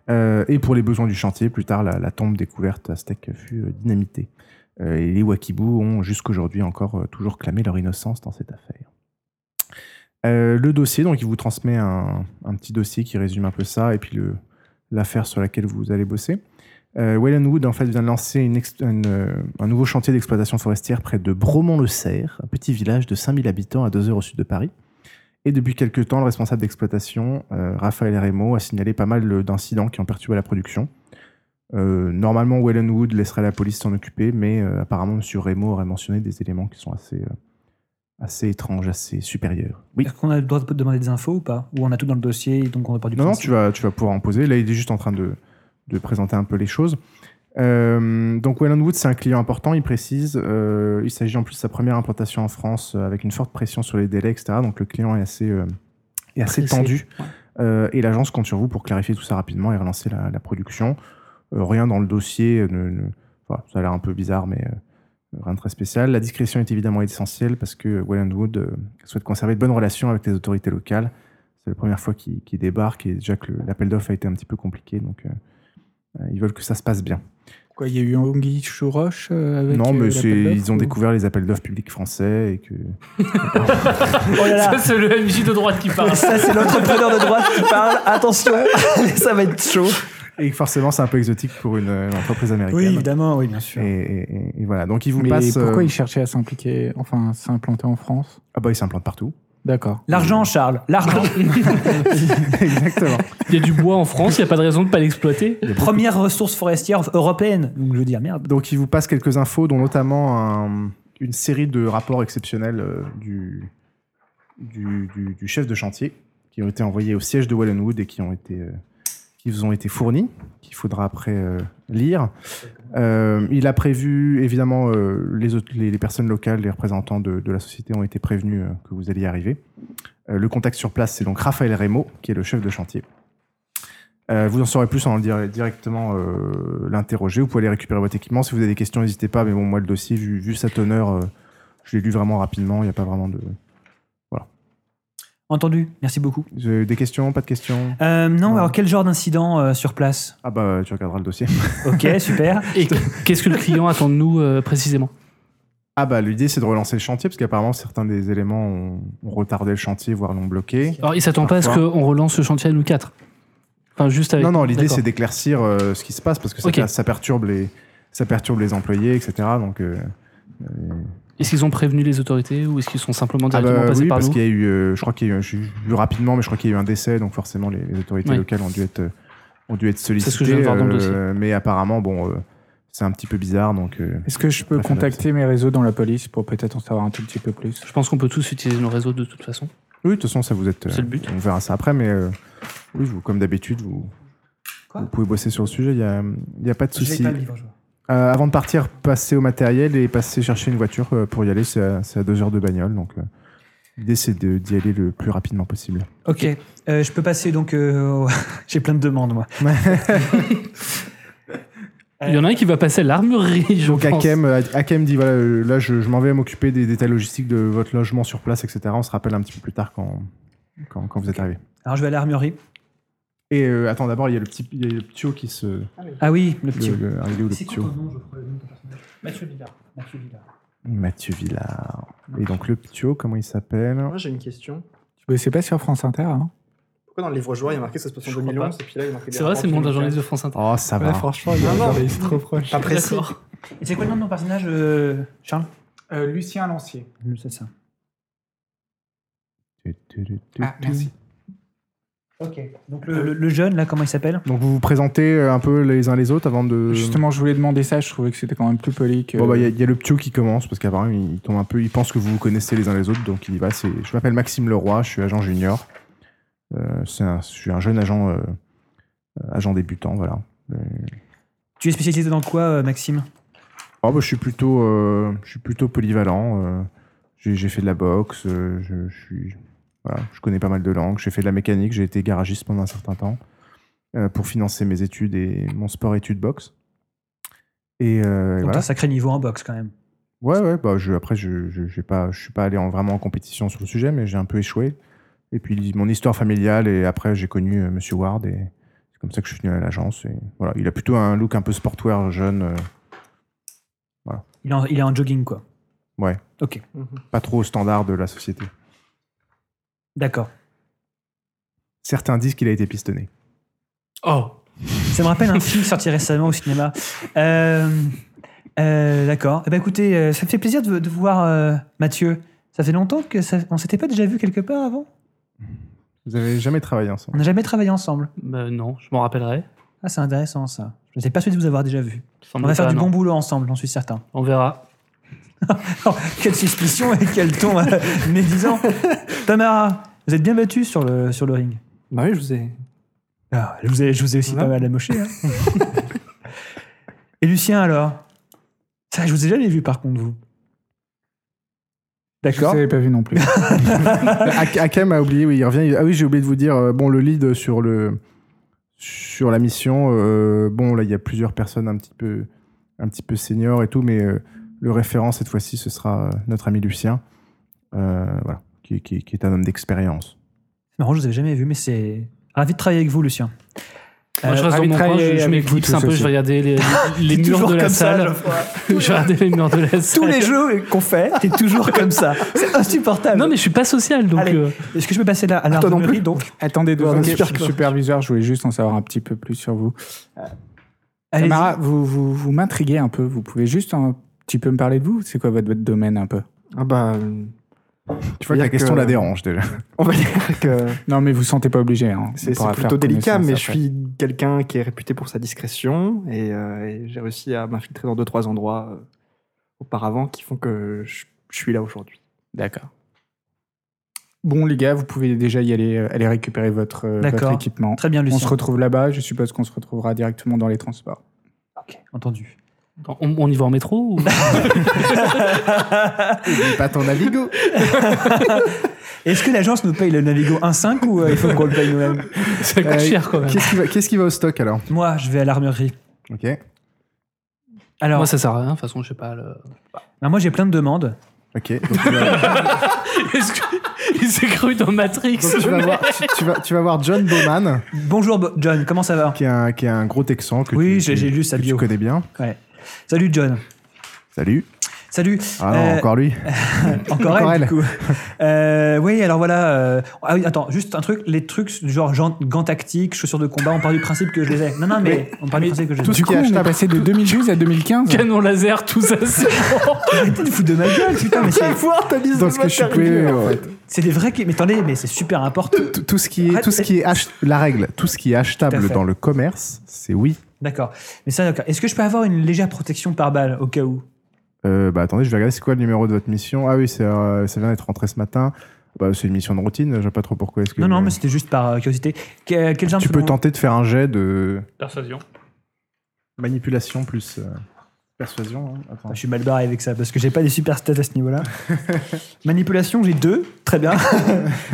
[SPEAKER 8] Euh, et pour les besoins du chantier, plus tard, la, la tombe découverte aztèque fut euh, dynamitée. Euh, et les Wakibou ont jusqu'aujourd'hui encore euh, toujours clamé leur innocence dans cette affaire. Euh, le dossier, donc il vous transmet un, un petit dossier qui résume un peu ça et puis le- l'affaire sur laquelle vous allez bosser. Euh, Wayland Wood en fait vient de lancer une ex- une, euh, un nouveau chantier d'exploitation forestière près de Bromont-le-Cerf, un petit village de 5000 habitants à 2 heures au sud de Paris. Et depuis quelques temps, le responsable d'exploitation, euh, Raphaël Remo, a signalé pas mal euh, d'incidents qui ont perturbé la production. Euh, normalement, Wayland Wood laisserait la police s'en occuper, mais euh, apparemment, M. Remo aurait mentionné des éléments qui sont assez, euh, assez étranges, assez supérieurs.
[SPEAKER 11] Est-ce qu'on a le droit de demander des infos ou pas Ou on a tout dans le dossier, donc on n'a pas du
[SPEAKER 8] Non, non,
[SPEAKER 11] principe
[SPEAKER 8] tu vas, tu vas pouvoir en poser. Là, il est juste en train de, de présenter un peu les choses. Euh, donc, Wayland Wood, c'est un client important, il précise. Euh, il s'agit en plus de sa première implantation en France euh, avec une forte pression sur les délais, etc. Donc, le client est assez, euh, est assez
[SPEAKER 13] Pressé.
[SPEAKER 8] tendu. Euh, et l'agence compte sur vous pour clarifier tout ça rapidement et relancer la, la production. Euh, rien dans le dossier, euh, ne- ne- enfin, ça a l'air un peu bizarre, mais euh, rien de très spécial. La discrétion est évidemment essentielle parce que Wayland Wood euh, souhaite conserver de bonnes relations avec les autorités locales. C'est la première fois qu'ils qu'ils débarquent et déjà que le- l'appel d'offres a été un petit peu compliqué, donc euh, euh, ils veulent que ça se passe bien.
[SPEAKER 10] Quoi, il y a eu Anguille Chouroche euh, avec
[SPEAKER 8] non,
[SPEAKER 10] euh,
[SPEAKER 8] mais
[SPEAKER 10] l'appel
[SPEAKER 8] c'est-
[SPEAKER 10] d'offres
[SPEAKER 8] ils ont
[SPEAKER 10] ou-
[SPEAKER 8] découvert les appels d'offres publics français et que.
[SPEAKER 11] Ah.
[SPEAKER 13] Ça, c'est le MJ de droite qui parle.
[SPEAKER 8] Ça, c'est
[SPEAKER 13] l'entrepreneur
[SPEAKER 8] de
[SPEAKER 13] droite qui parle. Attention,
[SPEAKER 8] ça va être chaud. Et forcément, c'est un peu exotique pour une, euh, entreprise américaine.
[SPEAKER 10] Oui, évidemment, Ah, oui, bien sûr.
[SPEAKER 8] Et, et- et voilà, donc ils vous
[SPEAKER 10] Mais
[SPEAKER 8] passent.
[SPEAKER 10] pourquoi
[SPEAKER 8] euh,
[SPEAKER 10] ils cherchaient à s'impliquer, enfin, à s'implanter en France
[SPEAKER 8] Ah bah, ils s'implantent partout.
[SPEAKER 10] D'accord.
[SPEAKER 11] L'argent, Charles, l'argent.
[SPEAKER 8] Exactement.
[SPEAKER 11] Il y a du bois en France,
[SPEAKER 13] il n'y a pas de raison de ne pas l'exploiter.
[SPEAKER 11] Première ressource forestière européenne. Donc je veux dire, merde.
[SPEAKER 8] Donc il vous passe quelques infos, dont notamment un- une série de rapports exceptionnels euh, du, du, du- du chef de chantier qui ont été envoyés au siège de Wallenwood et qui ont été euh, qui vous ont été fournis, qu'il faudra après euh, lire. Euh, il a prévu, évidemment, euh, les, autres- les, les personnes locales, les représentants de, de la société ont été prévenus euh, que vous alliez y arriver. Euh, le contact sur place, c'est donc Raphaël Rémo, qui est le chef de chantier. Euh, vous en saurez plus en dire- directement euh, l'interroger. Vous pouvez aller récupérer votre équipement. Si vous avez des questions, n'hésitez pas. Mais bon, moi, le dossier, vu, vu sa teneur, euh, je l'ai lu vraiment rapidement. Il n'y a pas vraiment de. Voilà.
[SPEAKER 11] Entendu, merci beaucoup.
[SPEAKER 8] Vous avez Des questions Pas de questions
[SPEAKER 11] Euh, non, alors quel genre d'incident euh, sur place
[SPEAKER 8] Ah bah, tu regarderas le dossier.
[SPEAKER 11] Ok, super.
[SPEAKER 13] Et qu'est-ce que le client attend de nous euh, précisément
[SPEAKER 8] Ah bah, l'idée, c'est de relancer le chantier, parce qu'apparemment, certains des éléments ont, ont retardé le chantier, voire l'ont bloqué.
[SPEAKER 13] Alors, il s'attend pas à ce
[SPEAKER 8] Parfois.
[SPEAKER 13] qu'on relance le chantier à nous quatre. Enfin, juste avec.
[SPEAKER 8] Non, non, l'idée
[SPEAKER 13] D'accord.
[SPEAKER 8] c'est d'éclaircir euh, ce qui se passe parce que ça,
[SPEAKER 13] Ok.
[SPEAKER 8] ça perturbe les, ça perturbe les employés, etc. Donc, euh, euh,
[SPEAKER 13] Est-ce qu'ils ont prévenu les autorités ou est-ce qu'ils sont simplement
[SPEAKER 8] ah bah,
[SPEAKER 13] directement passés
[SPEAKER 8] oui,
[SPEAKER 13] par
[SPEAKER 8] parce
[SPEAKER 13] nous
[SPEAKER 8] qu'il y a eu, euh, je crois qu'il y a eu, j'ai vu rapidement, mais je crois qu'il y a eu un décès, donc forcément les, les autorités
[SPEAKER 13] Oui.
[SPEAKER 8] locales ont dû être, euh, ont dû être
[SPEAKER 13] C'est
[SPEAKER 8] sollicitées.
[SPEAKER 13] ce que je viens de voir dans le dossier.
[SPEAKER 8] euh, mais apparemment, bon, euh, c'est un petit peu bizarre, donc. euh,
[SPEAKER 10] Est-ce que je peux
[SPEAKER 8] Pas fait
[SPEAKER 10] contacter mes réseaux dans la police pour peut-être en savoir un tout petit peu plus
[SPEAKER 13] Je pense qu'on peut tous utiliser nos réseaux de toute façon.
[SPEAKER 8] Oui, de toute façon, ça vous êtes. euh,
[SPEAKER 13] C'est le but.
[SPEAKER 8] On verra ça après, mais euh, oui, vous, comme d'habitude, vous, vous pouvez bosser sur le sujet, il n'y a, il y a pas de
[SPEAKER 11] Je l'ai
[SPEAKER 8] souci.
[SPEAKER 11] pas mis, bonjour.
[SPEAKER 8] Euh, avant de partir, passer au matériel et passer chercher une voiture euh, pour y aller, c'est à, c'est à deux heures de bagnole, donc euh, l'idée c'est de- d'y aller le plus rapidement possible.
[SPEAKER 11] Ok, Euh, je peux passer donc. euh, au- J'ai plein de demandes, moi.
[SPEAKER 13] Il y en a un qui va passer à l'armurerie, je
[SPEAKER 8] Donc
[SPEAKER 13] pense.
[SPEAKER 8] Hakem, euh, Hakem dit voilà, euh, là je, je m'en vais m'occuper des détails logistiques de votre logement sur place, etc. On se rappelle un petit peu plus tard quand, quand, quand vous êtes arrivé.
[SPEAKER 11] Alors je vais à l'armurerie.
[SPEAKER 8] Et euh, attends, d'abord il y a le petit il y a le tuyau qui se.
[SPEAKER 11] Ah oui, le petit.
[SPEAKER 8] Le, il est où, le
[SPEAKER 11] C'est
[SPEAKER 8] petit
[SPEAKER 11] quoi
[SPEAKER 8] tuyau
[SPEAKER 11] ton nom, Geoffroy, le nom de ton personnage Mathieu Villard. Mathieu Villard.
[SPEAKER 8] Mathieu Villard. Et donc le petit tuyau, comment il s'appelle
[SPEAKER 14] Moi, j'ai une question.
[SPEAKER 10] Mais c'est pas sur France Inter, hein
[SPEAKER 14] Pourquoi dans le livre joueur, il y a marqué ça se passe en
[SPEAKER 13] Je crois
[SPEAKER 14] 2011
[SPEAKER 13] pas.
[SPEAKER 14] et puis là, il y a marqué
[SPEAKER 13] C'est vrai, c'est le nom d'un journaliste de France Inter.
[SPEAKER 8] Oh, ça va.
[SPEAKER 14] Ouais, franchement, il y a-
[SPEAKER 10] Non, non.
[SPEAKER 14] regardez, c'est trop proche.
[SPEAKER 10] Pas
[SPEAKER 14] Ah précis.
[SPEAKER 13] D'accord. Euh,
[SPEAKER 11] Et c'est quoi le nom de mon personnage, euh, Charles
[SPEAKER 10] Lucien Lancier.
[SPEAKER 11] C'est ça.
[SPEAKER 10] Ah, merci.
[SPEAKER 11] Ok, donc le, le- le jeune, là, comment il s'appelle
[SPEAKER 8] Donc vous vous présentez euh, un peu les uns les autres avant de.
[SPEAKER 10] Euh, Justement, je voulais demander ça, je trouvais que c'était quand même plus poli que.
[SPEAKER 8] Bon, bah, il y, a- il y a le ptio qui commence parce qu'apparemment, il tombe un peu. Il pense que vous vous connaissez les uns les autres, donc il dit bah, c'est, Je m'appelle Maxime Leroy, je suis agent junior. Euh, c'est un- je suis un jeune agent, euh, euh, agent débutant, voilà. Euh,
[SPEAKER 11] Tu es spécialisé dans quoi, euh, Maxime
[SPEAKER 8] oh, bah, je, suis plutôt, euh, je suis plutôt polyvalent. euh, j'ai, j'ai fait de la boxe, euh, je, je suis, voilà, je connais pas mal de langues. J'ai fait de la mécanique, j'ai été garagiste pendant un certain temps euh, pour financer mes études et mon sport études boxe. Et, euh, et
[SPEAKER 11] Donc
[SPEAKER 8] voilà.
[SPEAKER 11] un sacré niveau en boxe, quand même.
[SPEAKER 8] Ouais, ouais, bah je, après, je, je, j'ai pas, je suis pas allé en, vraiment en compétition sur le sujet, mais j'ai un peu échoué. Et puis, mon histoire familiale, et après, j'ai connu euh, Monsieur Ward, et c'est comme ça que je suis venu à l'agence. Et voilà, il a plutôt un look un peu sportwear jeune. euh, voilà.
[SPEAKER 11] Il est, en, il est en jogging, quoi.
[SPEAKER 8] Ouais.
[SPEAKER 11] Ok.
[SPEAKER 8] Pas trop au standard de la société.
[SPEAKER 11] D'accord.
[SPEAKER 8] Certains disent qu'il a été pistonné.
[SPEAKER 13] Oh
[SPEAKER 11] Ça me rappelle un film sorti récemment au cinéma. Euh, euh, D'accord. Eh ben, écoutez, euh, ça me fait plaisir de, de vous voir euh, Mathieu. Ça fait longtemps que ça, on s'était pas déjà vu quelque part avant.
[SPEAKER 8] Vous avez jamais travaillé
[SPEAKER 11] On
[SPEAKER 8] ensemble
[SPEAKER 11] n'a jamais travaillé ensemble.
[SPEAKER 13] Bah, non, je m'en rappellerai.
[SPEAKER 11] Ah, c'est intéressant ça. Je n'étais pas sûr de vous avoir déjà vu. On
[SPEAKER 13] Semble
[SPEAKER 11] va faire
[SPEAKER 13] pas,
[SPEAKER 11] du
[SPEAKER 13] non.
[SPEAKER 11] bon boulot ensemble, j'en suis certain.
[SPEAKER 13] On verra.
[SPEAKER 11] Oh, quelle suspicion et quel ton euh, médisant. Tamara, vous êtes bien battue sur le, sur le ring.
[SPEAKER 14] Bah oui, je vous ai.
[SPEAKER 11] Ah, je, vous ai, je vous ai aussi pas mal amoché. hein. et Lucien alors Ça, je vous ai jamais vu par contre, vous.
[SPEAKER 10] Je
[SPEAKER 8] D'accord.
[SPEAKER 10] ne pas vu non plus.
[SPEAKER 8] Euh, Ak- Hakem a oublié, oui, il revient. il- Ah oui, j'ai oublié de vous dire, euh, bon, le lead sur, le, sur la mission, euh, bon, là, il y a plusieurs personnes un petit peu, un petit peu seniors et tout, mais euh, le référent, cette fois-ci, ce sera euh, notre ami Lucien, euh, voilà, qui, qui- qui est un homme d'expérience.
[SPEAKER 11] C'est marrant, je vous avais jamais vu, mais c'est. euh, Ravi de travailler avec vous, Lucien.
[SPEAKER 13] Moi, je reste dans mon coin, je, je m'éclipse un peu, je vais regarder les, les- les murs
[SPEAKER 14] toujours
[SPEAKER 13] de la
[SPEAKER 14] comme ça,
[SPEAKER 13] salle.
[SPEAKER 14] Geoffroy.
[SPEAKER 13] je vais regarder les murs de la salle.
[SPEAKER 14] Tous les jeux qu'on fait, t'es toujours comme ça. C'est insupportable.
[SPEAKER 13] Non, mais je suis pas social, donc. euh,
[SPEAKER 11] Est-ce que je peux passer là à
[SPEAKER 10] Toi non
[SPEAKER 11] l'armurerie
[SPEAKER 10] plus.
[SPEAKER 11] donc
[SPEAKER 10] Attendez deux
[SPEAKER 11] Voir
[SPEAKER 10] secondes,
[SPEAKER 11] le
[SPEAKER 10] je suis
[SPEAKER 11] supercore.
[SPEAKER 10] superviseur, je voulais juste en savoir un petit peu plus sur vous. Euh,
[SPEAKER 11] Allez-y.
[SPEAKER 10] Tamara, vous, vous, vous m'intriguez un peu, vous pouvez juste un petit peu me parler de vous C'est quoi votre, votre domaine un peu
[SPEAKER 14] Ah bah...
[SPEAKER 10] Tu
[SPEAKER 8] vois que la question la dérange déjà.
[SPEAKER 14] On va dire que
[SPEAKER 10] Non mais vous sentez pas obligé. hein. On
[SPEAKER 14] euh, c'est c'est
[SPEAKER 10] pourra faire
[SPEAKER 14] plutôt délicat,
[SPEAKER 10] connaissance
[SPEAKER 14] mais je
[SPEAKER 10] après.
[SPEAKER 14] suis quelqu'un qui est réputé pour sa discrétion et, euh, et j'ai réussi à m'infiltrer dans deux trois endroits euh, auparavant qui font que je, je suis là aujourd'hui.
[SPEAKER 10] D'accord. Bon les gars, vous pouvez déjà y aller, euh, aller récupérer votre, euh, votre
[SPEAKER 11] D'accord.
[SPEAKER 10] équipement.
[SPEAKER 11] Très bien, Lucien.
[SPEAKER 10] On se retrouve là-bas, je suppose qu'on se retrouvera directement dans les transports.
[SPEAKER 11] Entendu.
[SPEAKER 13] On, on y va en métro ou...
[SPEAKER 10] pas ton Navigo.
[SPEAKER 11] Est-ce que l'agence nous paye le Navigo 1.5 ou euh, il faut qu'on le paye nous-mêmes
[SPEAKER 13] Ça
[SPEAKER 8] Euh, Qu'est-ce qui, va- qu'est-ce qui va au stock alors
[SPEAKER 11] Moi, je vais à l'armurerie.
[SPEAKER 8] Ok.
[SPEAKER 11] Alors,
[SPEAKER 13] Moi, ça sert à rien. De toute façon, je sais pas. Le...
[SPEAKER 11] Ben, moi, j'ai plein de demandes.
[SPEAKER 8] Ok. donc tu vas-
[SPEAKER 13] Est-ce que- Il s'est cru dans Matrix.
[SPEAKER 8] Donc tu vas, voir, tu, tu vas, tu vas voir John Bowman.
[SPEAKER 11] Bonjour Bo- John, comment ça va
[SPEAKER 8] qui est, un, qui est un gros Texan que
[SPEAKER 11] Oui,
[SPEAKER 8] tu-
[SPEAKER 11] j'ai-
[SPEAKER 8] que-
[SPEAKER 11] j'ai lu sa
[SPEAKER 8] que
[SPEAKER 11] bio.
[SPEAKER 8] Tu connais bien.
[SPEAKER 11] Ouais. Salut John.
[SPEAKER 8] Salut.
[SPEAKER 11] Salut.
[SPEAKER 8] Ah non,
[SPEAKER 11] Euh,
[SPEAKER 8] encore lui.
[SPEAKER 11] Encore
[SPEAKER 8] Encore
[SPEAKER 11] elle,
[SPEAKER 8] elle.
[SPEAKER 11] du coup. Euh, oui, alors voilà. euh, Ah oui, attends, juste un truc. Les trucs du genre gen- gants tactiques, chaussures de combat, on part du principe que je les ai. Non, non, mais, on part du principe que je les ai.
[SPEAKER 10] Tout ce qui est achetable- passé de 2012 à 2015.
[SPEAKER 13] Canon laser, tout ça, c'est
[SPEAKER 11] Arrêtez de foutre de ma gueule, putain, mais c'est...
[SPEAKER 14] voir ta liste
[SPEAKER 8] Donc, ce que je pouvais, euh,
[SPEAKER 11] C'est des vrais... qui- Mais attendez, mais c'est super important.
[SPEAKER 8] tout- tout ce qui est, tout ce qui est ach- la règle, tout ce qui est
[SPEAKER 11] Tout à
[SPEAKER 8] achetable
[SPEAKER 11] fait.
[SPEAKER 8] dans le commerce, c'est oui.
[SPEAKER 11] D'accord. Mais ça, d'accord. Est-ce que je peux avoir une légère protection par balle, au cas où
[SPEAKER 8] Euh, bah attendez, je vais regarder c'est quoi le numéro de votre mission. Ah oui, c'est, euh, ça vient d'être rentré ce matin. Bah, c'est une mission de routine. Je sais pas trop pourquoi. Est-ce que
[SPEAKER 11] Non, non, mais c'était juste par euh, curiosité. Que- quelles armes
[SPEAKER 8] tu peux tenter de faire un jet de
[SPEAKER 13] Persuasion.
[SPEAKER 8] manipulation plus euh, persuasion. hein. Attends.
[SPEAKER 11] Je suis mal barré avec ça parce que j'ai pas des super stats à ce niveau-là. Manipulation, j'ai deux, très bien.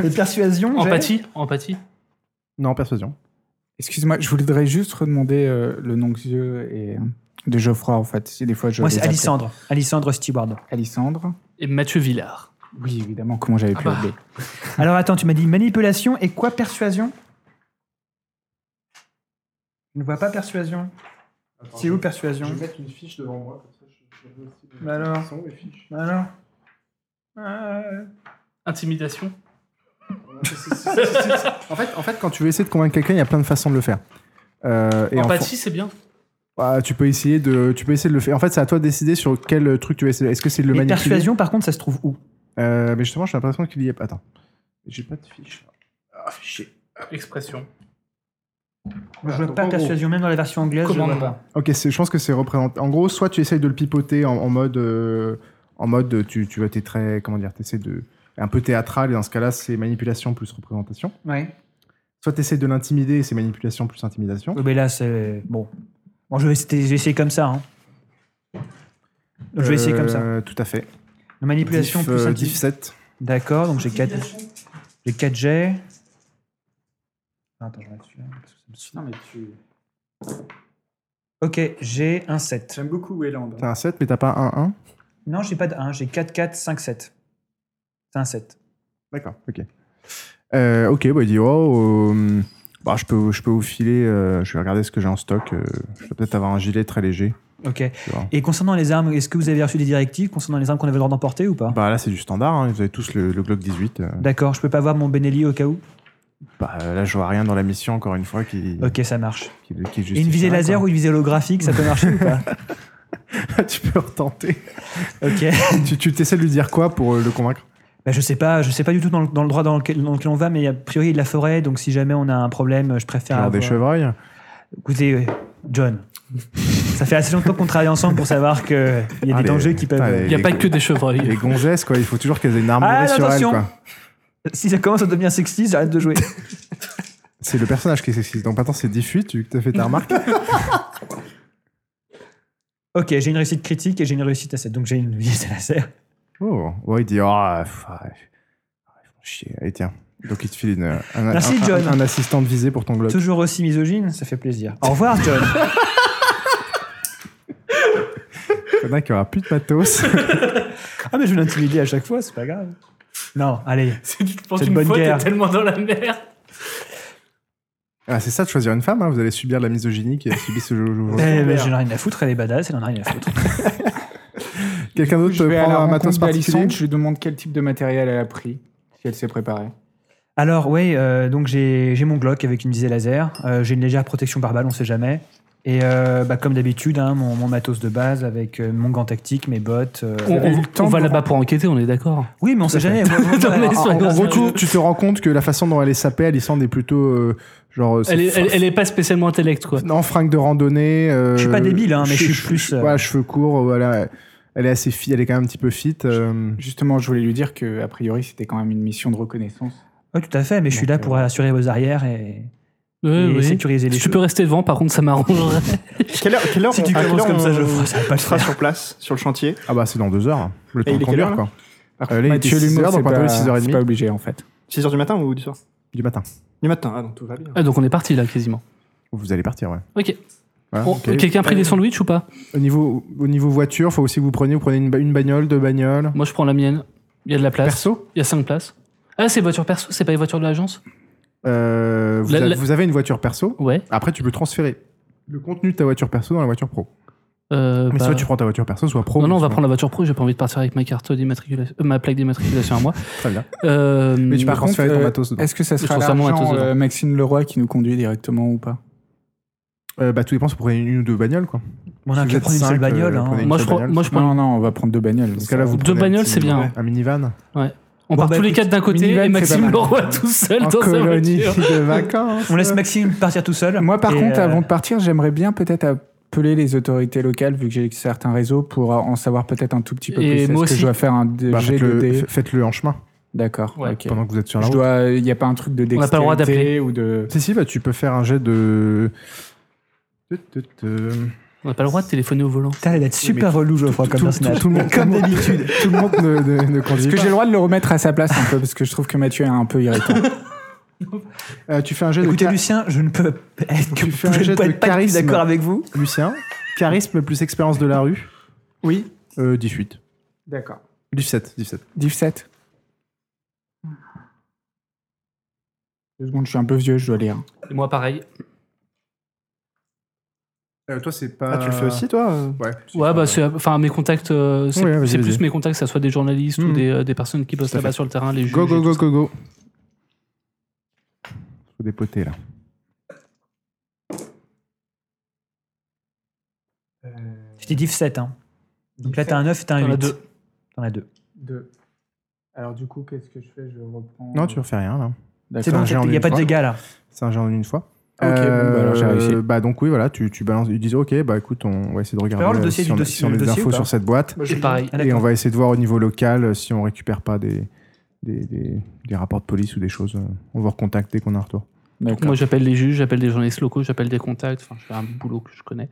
[SPEAKER 11] Et persuasion, j'ai-
[SPEAKER 13] Empathie Empathie
[SPEAKER 8] Non, persuasion.
[SPEAKER 10] Excusez-moi, je voudrais juste redemander euh, le nom que j'ai et euh, de Geoffroy en fait. Si des fois je
[SPEAKER 11] Moi,
[SPEAKER 10] les
[SPEAKER 11] c'est
[SPEAKER 10] appelle.
[SPEAKER 11] Alissandre. Alissandre Steward.
[SPEAKER 10] Alissandre.
[SPEAKER 13] Et Mathieu Villard.
[SPEAKER 10] Oui, évidemment. Comment j'avais
[SPEAKER 13] Ah
[SPEAKER 10] pu
[SPEAKER 13] bah.
[SPEAKER 10] oublier
[SPEAKER 11] Alors attends, tu m'as dit manipulation et quoi persuasion Je ne vois pas persuasion. C'est où persuasion
[SPEAKER 8] mettre une fiche devant moi.
[SPEAKER 11] Mais alors Mais Alors
[SPEAKER 13] Intimidation
[SPEAKER 8] En fait, en fait, quand tu veux essayer de convaincre quelqu'un, il y a plein de façons de le faire. Euh, et en fon-
[SPEAKER 13] Empathie, c'est bien.
[SPEAKER 8] Ah, tu peux essayer de, tu peux essayer de le faire. En fait, c'est à toi de décider sur quel euh, truc tu veux essayer. Est-ce que c'est de le
[SPEAKER 11] Mais
[SPEAKER 8] manipuler
[SPEAKER 11] persuasion, par contre, ça se trouve où
[SPEAKER 8] Euh, Mais justement, j'ai l'impression qu'il y a. Attends, j'ai pas de fiche. Ah, chier.
[SPEAKER 13] Expression.
[SPEAKER 11] Moi, Je
[SPEAKER 8] Ah,
[SPEAKER 11] vois
[SPEAKER 8] donc,
[SPEAKER 11] pas
[SPEAKER 8] en gros.
[SPEAKER 11] persuasion, même dans la version anglaise, je
[SPEAKER 13] Commande.
[SPEAKER 11] vois pas.
[SPEAKER 8] Ok, c'est- je pense que c'est représenté. En gros, soit tu essayes de le pipoter en, en mode, euh, en mode, euh, tu, tu vas t'es très, comment dire, t'essaies de, un peu théâtral. Et dans ce cas-là, c'est manipulation plus représentation.
[SPEAKER 11] Ouais.
[SPEAKER 8] Soit t'essayes de l'intimider, et c'est manipulation plus intimidation.
[SPEAKER 11] Oh, Mais là, c'est bon. Bon, je vais essayer, je vais essayer comme ça. hein. Je vais essayer comme ça.
[SPEAKER 8] Euh, Tout à fait.
[SPEAKER 11] Manipulation
[SPEAKER 8] Diff,
[SPEAKER 11] plus
[SPEAKER 8] euh,
[SPEAKER 11] intim-
[SPEAKER 8] diff 7.
[SPEAKER 11] D'accord, donc j'ai 4 j'ai quatre jets. Attends, je regarde celui-là, parce que ça me saoule.
[SPEAKER 10] Non mais tu.
[SPEAKER 11] Ok, j'ai un 7.
[SPEAKER 10] J'aime beaucoup Wayland.
[SPEAKER 8] T'as un 7, mais t'as pas un 1.
[SPEAKER 11] Non, j'ai pas de 1, j'ai 4, 4, 5, 7. C'est un 7.
[SPEAKER 8] D'accord, ok. Euh, ok, bah, il dit Oh, euh, bah, je, peux, je peux vous filer, euh, je vais regarder ce que j'ai en stock. euh, je vais peut-être avoir un gilet très léger.
[SPEAKER 11] Ok.
[SPEAKER 8] tu vois.
[SPEAKER 11] Et concernant les armes, est-ce que vous avez reçu des directives concernant les armes qu'on avait le droit d'emporter ou pas
[SPEAKER 8] Bah, là, c'est du standard, hein, vous avez tous le, le Glock 18. euh,
[SPEAKER 11] D'accord, je peux pas voir mon Benelli au cas où
[SPEAKER 8] bah, là, je vois rien dans la mission, encore une fois, qui,
[SPEAKER 11] Ok, ça marche.
[SPEAKER 8] qui,
[SPEAKER 11] Et
[SPEAKER 8] qui
[SPEAKER 11] une visée
[SPEAKER 8] justifiera,
[SPEAKER 11] laser
[SPEAKER 8] quoi.
[SPEAKER 11] ou une visée holographique, ça peut marcher ou pas
[SPEAKER 8] Tu peux retenter.
[SPEAKER 11] Ok.
[SPEAKER 8] tu tu t'essaies de lui dire quoi pour euh, le convaincre
[SPEAKER 11] Bah, je sais pas, je sais pas du tout dans le, dans le droit dans lequel, dans lequel on va, mais a priori il y a de la forêt, donc si jamais on a un problème, je préfère.
[SPEAKER 8] Genre des
[SPEAKER 11] avoir-
[SPEAKER 8] chevreuils
[SPEAKER 11] Ah, bah. Écoutez, euh, John, ça fait assez longtemps qu'on travaille ensemble pour savoir qu'il y a
[SPEAKER 8] Ah,
[SPEAKER 11] des
[SPEAKER 8] les-
[SPEAKER 11] dangers qui peuvent.
[SPEAKER 8] putain,
[SPEAKER 13] Il n'y a
[SPEAKER 8] les-
[SPEAKER 13] pas que des chevreuils.
[SPEAKER 8] Les gonzesses, quoi, il faut toujours qu'elles aient une armurerie
[SPEAKER 11] Ah,
[SPEAKER 8] sur elles,
[SPEAKER 11] attention.
[SPEAKER 8] quoi.
[SPEAKER 11] Si ça commence à devenir sexiste, j'arrête de jouer.
[SPEAKER 8] C'est le personnage qui est sexiste. Donc maintenant, c'est 18, vu que t'as fait ta remarque.
[SPEAKER 11] ok, j'ai une réussite critique et j'ai une réussite à 7, donc j'ai une vie à laser.
[SPEAKER 8] Oh, ouais, il dit, ah, pff, ah, ils font chier. Allez, tiens. Donc, il te file une, euh, un,
[SPEAKER 11] Merci,
[SPEAKER 8] un- un-
[SPEAKER 11] John.
[SPEAKER 8] un assistant de visée pour ton globe.
[SPEAKER 11] Toujours aussi misogyne, ça fait plaisir. Au revoir, John.
[SPEAKER 8] Il y en a qui aura plus de matos.
[SPEAKER 11] ah, mais je vais l'intimider à chaque fois, c'est pas grave. Non, allez.
[SPEAKER 13] C'est tu te penses
[SPEAKER 11] Cette
[SPEAKER 13] une
[SPEAKER 11] bonne
[SPEAKER 13] fois, t'es
[SPEAKER 11] guerre.
[SPEAKER 13] tellement dans la merde.
[SPEAKER 8] Ah, c'est ça de choisir une femme, hein, vous allez subir la misogynie qui a subi ce jeu aujourd'hui.
[SPEAKER 11] Eh ben, j'en ai rien à foutre, elle est badass, elle en a rien à foutre.
[SPEAKER 8] Quelqu'un d'autre
[SPEAKER 10] Je vais à
[SPEAKER 8] prend
[SPEAKER 10] la
[SPEAKER 8] un
[SPEAKER 10] rencontre
[SPEAKER 8] matos particulier
[SPEAKER 10] d'Alison, je lui demande quel type de matériel elle a pris, si elle s'est préparée.
[SPEAKER 11] Alors, ouais, euh, donc j'ai j'ai mon Glock avec une visée laser, euh, j'ai une légère protection par balle, on sait jamais. Et euh, bah, comme d'habitude, hein, mon, mon matos de base avec euh, mon gant tactique, mes bottes. euh,
[SPEAKER 13] On, on- on va là-bas pour enquêter, on est d'accord
[SPEAKER 11] Oui, mais on sait jamais. Ouais, ouais,
[SPEAKER 10] Ah,
[SPEAKER 11] ouais.
[SPEAKER 8] En- en, retour, tu te rends compte que la façon dont elle est sapée, Alison est plutôt euh, genre. euh, c'est
[SPEAKER 13] Elle est, elle-
[SPEAKER 8] fr-
[SPEAKER 13] elle est pas spécialement intellect, quoi.
[SPEAKER 8] Non, fringue de randonnée. euh,
[SPEAKER 11] Je suis pas débile, hein, mais je suis
[SPEAKER 8] che-
[SPEAKER 11] plus,
[SPEAKER 8] che-
[SPEAKER 11] euh,
[SPEAKER 8] voilà, cheveux courts, voilà. Elle est assez fine, elle est quand même un petit peu fit. euh,
[SPEAKER 10] Justement, je voulais lui dire que a priori, c'était quand même une mission de reconnaissance.
[SPEAKER 11] Ouais, tout à fait, mais je suis là pour assurer vos arrières et,
[SPEAKER 13] Ouais,
[SPEAKER 11] et
[SPEAKER 13] ouais.
[SPEAKER 11] sécuriser les
[SPEAKER 13] Si tu
[SPEAKER 11] choses.
[SPEAKER 13] peux rester devant, par contre, ça m'arrangerait.
[SPEAKER 14] Quelle heure, quelle heure
[SPEAKER 11] Si
[SPEAKER 14] on-
[SPEAKER 11] tu
[SPEAKER 14] à quelle
[SPEAKER 11] commences
[SPEAKER 14] heure
[SPEAKER 11] comme ça,
[SPEAKER 14] on-
[SPEAKER 11] Geoffroy, ça va pas
[SPEAKER 14] on
[SPEAKER 11] le
[SPEAKER 14] sera
[SPEAKER 11] faire.
[SPEAKER 14] sur place, sur le chantier.
[SPEAKER 8] Ah bah c'est dans deux heures. Le temps
[SPEAKER 14] Et il
[SPEAKER 8] de
[SPEAKER 14] est quelle
[SPEAKER 8] conduire,
[SPEAKER 14] heure
[SPEAKER 8] quoi.
[SPEAKER 10] Par
[SPEAKER 8] Euh,
[SPEAKER 10] contre,
[SPEAKER 8] là, il était
[SPEAKER 10] Mathieu
[SPEAKER 8] 6
[SPEAKER 10] Lumeau,
[SPEAKER 8] heures, donc
[SPEAKER 10] c'est
[SPEAKER 8] maintenant il est
[SPEAKER 10] pas-
[SPEAKER 8] 6h30.
[SPEAKER 10] c'est pas obligé, en fait.
[SPEAKER 14] 6h du matin ou du soir
[SPEAKER 8] Du matin.
[SPEAKER 14] Du matin, ah donc tout va bien.
[SPEAKER 13] Ah, donc on est parti là, quasiment.
[SPEAKER 8] Vous allez partir, ouais.
[SPEAKER 13] Ok.
[SPEAKER 8] Ouais,
[SPEAKER 13] On-
[SPEAKER 8] ok.
[SPEAKER 13] Quelqu'un a pris des sandwichs ou pas
[SPEAKER 8] Au niveau, au niveau voiture, faut aussi que vous preniez, vous prenez une, ba- une bagnole, deux bagnoles.
[SPEAKER 13] Moi, je prends la mienne. Il y a de la place.
[SPEAKER 8] Perso
[SPEAKER 13] Il y a 5 places. Ah, c'est voiture perso, c'est pas les voitures de l'agence
[SPEAKER 8] Euh, vous,
[SPEAKER 13] La-
[SPEAKER 8] avez,
[SPEAKER 13] la-
[SPEAKER 8] vous avez une voiture perso.
[SPEAKER 13] Ouais.
[SPEAKER 8] Après, tu peux transférer le contenu de ta voiture perso dans la voiture pro.
[SPEAKER 13] Euh,
[SPEAKER 8] Mais
[SPEAKER 13] bah-
[SPEAKER 8] soit tu prends ta voiture perso, soit pro.
[SPEAKER 13] non, non, on va
[SPEAKER 8] justement.
[SPEAKER 13] prendre la voiture pro, j'ai pas envie de partir avec ma carte d'immatriculation, euh, ma plaque d'immatriculation à moi.
[SPEAKER 8] Très bien.
[SPEAKER 13] Euh,
[SPEAKER 8] Mais tu peux transférer ton
[SPEAKER 10] euh,
[SPEAKER 8] matos dedans.
[SPEAKER 10] Est-ce que ça
[SPEAKER 13] Je
[SPEAKER 10] sera
[SPEAKER 13] trouve ça moins
[SPEAKER 10] l'argent,
[SPEAKER 13] matos dedans.
[SPEAKER 10] euh, Maxime Leroy qui nous conduit directement ou pas
[SPEAKER 8] Euh, bah, tout dépend si vous prenez une ou deux bagnoles, quoi.
[SPEAKER 11] On a
[SPEAKER 8] Si
[SPEAKER 11] qu'à
[SPEAKER 8] vous êtes
[SPEAKER 11] prendre une seule
[SPEAKER 8] cinq,
[SPEAKER 11] bagnole.
[SPEAKER 8] euh,
[SPEAKER 11] hein.
[SPEAKER 8] prenez une
[SPEAKER 13] Moi,
[SPEAKER 8] seule
[SPEAKER 13] je prends-
[SPEAKER 8] bagnole.
[SPEAKER 13] moi, je prends-
[SPEAKER 10] Non, non, on va prendre deux bagnoles.
[SPEAKER 8] Parce que là, vous
[SPEAKER 13] Deux
[SPEAKER 8] prenez un
[SPEAKER 13] bagnoles,
[SPEAKER 8] petit-
[SPEAKER 13] c'est bien.
[SPEAKER 8] Un minivan.
[SPEAKER 13] Ouais. On
[SPEAKER 8] Bon,
[SPEAKER 13] part
[SPEAKER 8] bah,
[SPEAKER 13] tous les
[SPEAKER 8] écoute,
[SPEAKER 13] quatre d'un côté
[SPEAKER 8] minivan,
[SPEAKER 13] et
[SPEAKER 8] c'est pas
[SPEAKER 13] Maxime
[SPEAKER 8] mal.
[SPEAKER 13] Leroy tout seul
[SPEAKER 8] En
[SPEAKER 13] dans sa
[SPEAKER 8] colonie
[SPEAKER 13] voiture.
[SPEAKER 8] de vacances.
[SPEAKER 11] On laisse Maxime partir tout seul.
[SPEAKER 10] Euh, Moi, par
[SPEAKER 11] Et,
[SPEAKER 10] contre,
[SPEAKER 11] euh,
[SPEAKER 10] avant de partir, j'aimerais bien peut-être appeler les autorités locales, vu que j'ai certains réseaux, pour euh, en savoir peut-être un tout petit peu
[SPEAKER 13] Et
[SPEAKER 10] plus. Est-ce
[SPEAKER 13] moi
[SPEAKER 10] que
[SPEAKER 13] aussi.
[SPEAKER 10] je dois faire un dé-
[SPEAKER 8] Bah,
[SPEAKER 10] jet de
[SPEAKER 8] faites-le,
[SPEAKER 10] dés
[SPEAKER 8] fa- faites-le en chemin
[SPEAKER 10] D'accord,
[SPEAKER 13] Ouais.
[SPEAKER 10] ok.
[SPEAKER 8] pendant que vous êtes sur la
[SPEAKER 10] Je
[SPEAKER 8] route.
[SPEAKER 10] dois... Il n'y a pas un truc de
[SPEAKER 13] On n'a pas le droit
[SPEAKER 10] dextérité ou de...
[SPEAKER 8] Si, si, bah, tu peux faire un jet de. de- de- de-
[SPEAKER 13] On n'a pas le droit de téléphoner au volant.
[SPEAKER 11] Putain, elle va être super relou, Geoffroy, comme
[SPEAKER 8] Tout, tout-
[SPEAKER 11] personnage.
[SPEAKER 8] tout le monde, comme d'habitude, tout le monde ne, ne, ne conduit
[SPEAKER 10] Est-ce que
[SPEAKER 8] pas.
[SPEAKER 10] j'ai le droit de le remettre à sa place un peu Parce que je trouve que Mathieu est un peu irritant.
[SPEAKER 8] Euh, tu fais un jet de
[SPEAKER 11] Écoutez,
[SPEAKER 8] char-
[SPEAKER 11] Lucien, je ne peux être que
[SPEAKER 8] Tu fais un
[SPEAKER 11] je
[SPEAKER 8] jet
[SPEAKER 11] ne peux
[SPEAKER 8] de
[SPEAKER 11] être pas du tout
[SPEAKER 8] charisme.
[SPEAKER 11] d'accord avec vous.
[SPEAKER 8] Lucien, charisme plus expérience de la rue.
[SPEAKER 10] Oui
[SPEAKER 8] Euh, 18.
[SPEAKER 10] D'accord.
[SPEAKER 8] 17, 17.
[SPEAKER 10] 17. Deux secondes, je suis un peu vieux, je dois lire.
[SPEAKER 13] Et moi, pareil.
[SPEAKER 8] Euh, toi, c'est pas.
[SPEAKER 14] Ah, tu le fais aussi, toi euh
[SPEAKER 8] Ouais.
[SPEAKER 13] Ouais, bah, c'est, enfin, mes contacts, euh, c'est,
[SPEAKER 8] Ouais, vas-y,
[SPEAKER 13] c'est
[SPEAKER 8] vas-y.
[SPEAKER 13] plus mes contacts, que ça soit des journalistes ou
[SPEAKER 11] Hmm.
[SPEAKER 8] Mhm.
[SPEAKER 13] des, euh, des personnes qui bossent
[SPEAKER 8] Tout à
[SPEAKER 13] là-bas
[SPEAKER 8] fait.
[SPEAKER 13] sur le terrain, les juges.
[SPEAKER 8] Go, go,
[SPEAKER 13] et
[SPEAKER 8] go,
[SPEAKER 13] tout ça.
[SPEAKER 8] go, go. Faut dépoter, là.
[SPEAKER 10] Euh,
[SPEAKER 11] J'étais 17, hein. Donc là, t'as un 9 et t'as un
[SPEAKER 13] T'en as
[SPEAKER 11] 8.
[SPEAKER 13] deux.
[SPEAKER 11] T'en as deux.
[SPEAKER 10] Deux. Alors du coup, qu'est-ce que je fais Je reprends...
[SPEAKER 8] Non, tu refais rien, là.
[SPEAKER 11] C'est bon,
[SPEAKER 8] un jet en
[SPEAKER 11] il n'y a
[SPEAKER 8] une
[SPEAKER 11] pas de
[SPEAKER 8] fois.
[SPEAKER 11] dégâts là.
[SPEAKER 8] C'est un jet en une fois.
[SPEAKER 10] Ok, bon, bah, alors j'ai réussi.
[SPEAKER 8] bah donc oui voilà tu, tu balances ils disent ok bah écoute on va essayer de regarder
[SPEAKER 11] Alors, le
[SPEAKER 8] euh,
[SPEAKER 11] dossier
[SPEAKER 8] si
[SPEAKER 11] du
[SPEAKER 8] on a,
[SPEAKER 11] dossier-
[SPEAKER 8] si on a
[SPEAKER 11] le
[SPEAKER 8] des
[SPEAKER 11] dossier ou
[SPEAKER 8] infos
[SPEAKER 11] pas
[SPEAKER 8] sur cette boîte
[SPEAKER 13] Et pareil.
[SPEAKER 11] Ah,
[SPEAKER 8] et on
[SPEAKER 11] d'accord.
[SPEAKER 8] va essayer de voir au niveau local euh, si on récupère pas des des, des- des rapports de police ou des choses euh, on va recontacter dès qu'on a un retour
[SPEAKER 10] D'accord.
[SPEAKER 13] Moi, j'appelle les juges, j'appelle des journalistes locaux, j'appelle des contacts. Enfin, je fais un boulot que je connais.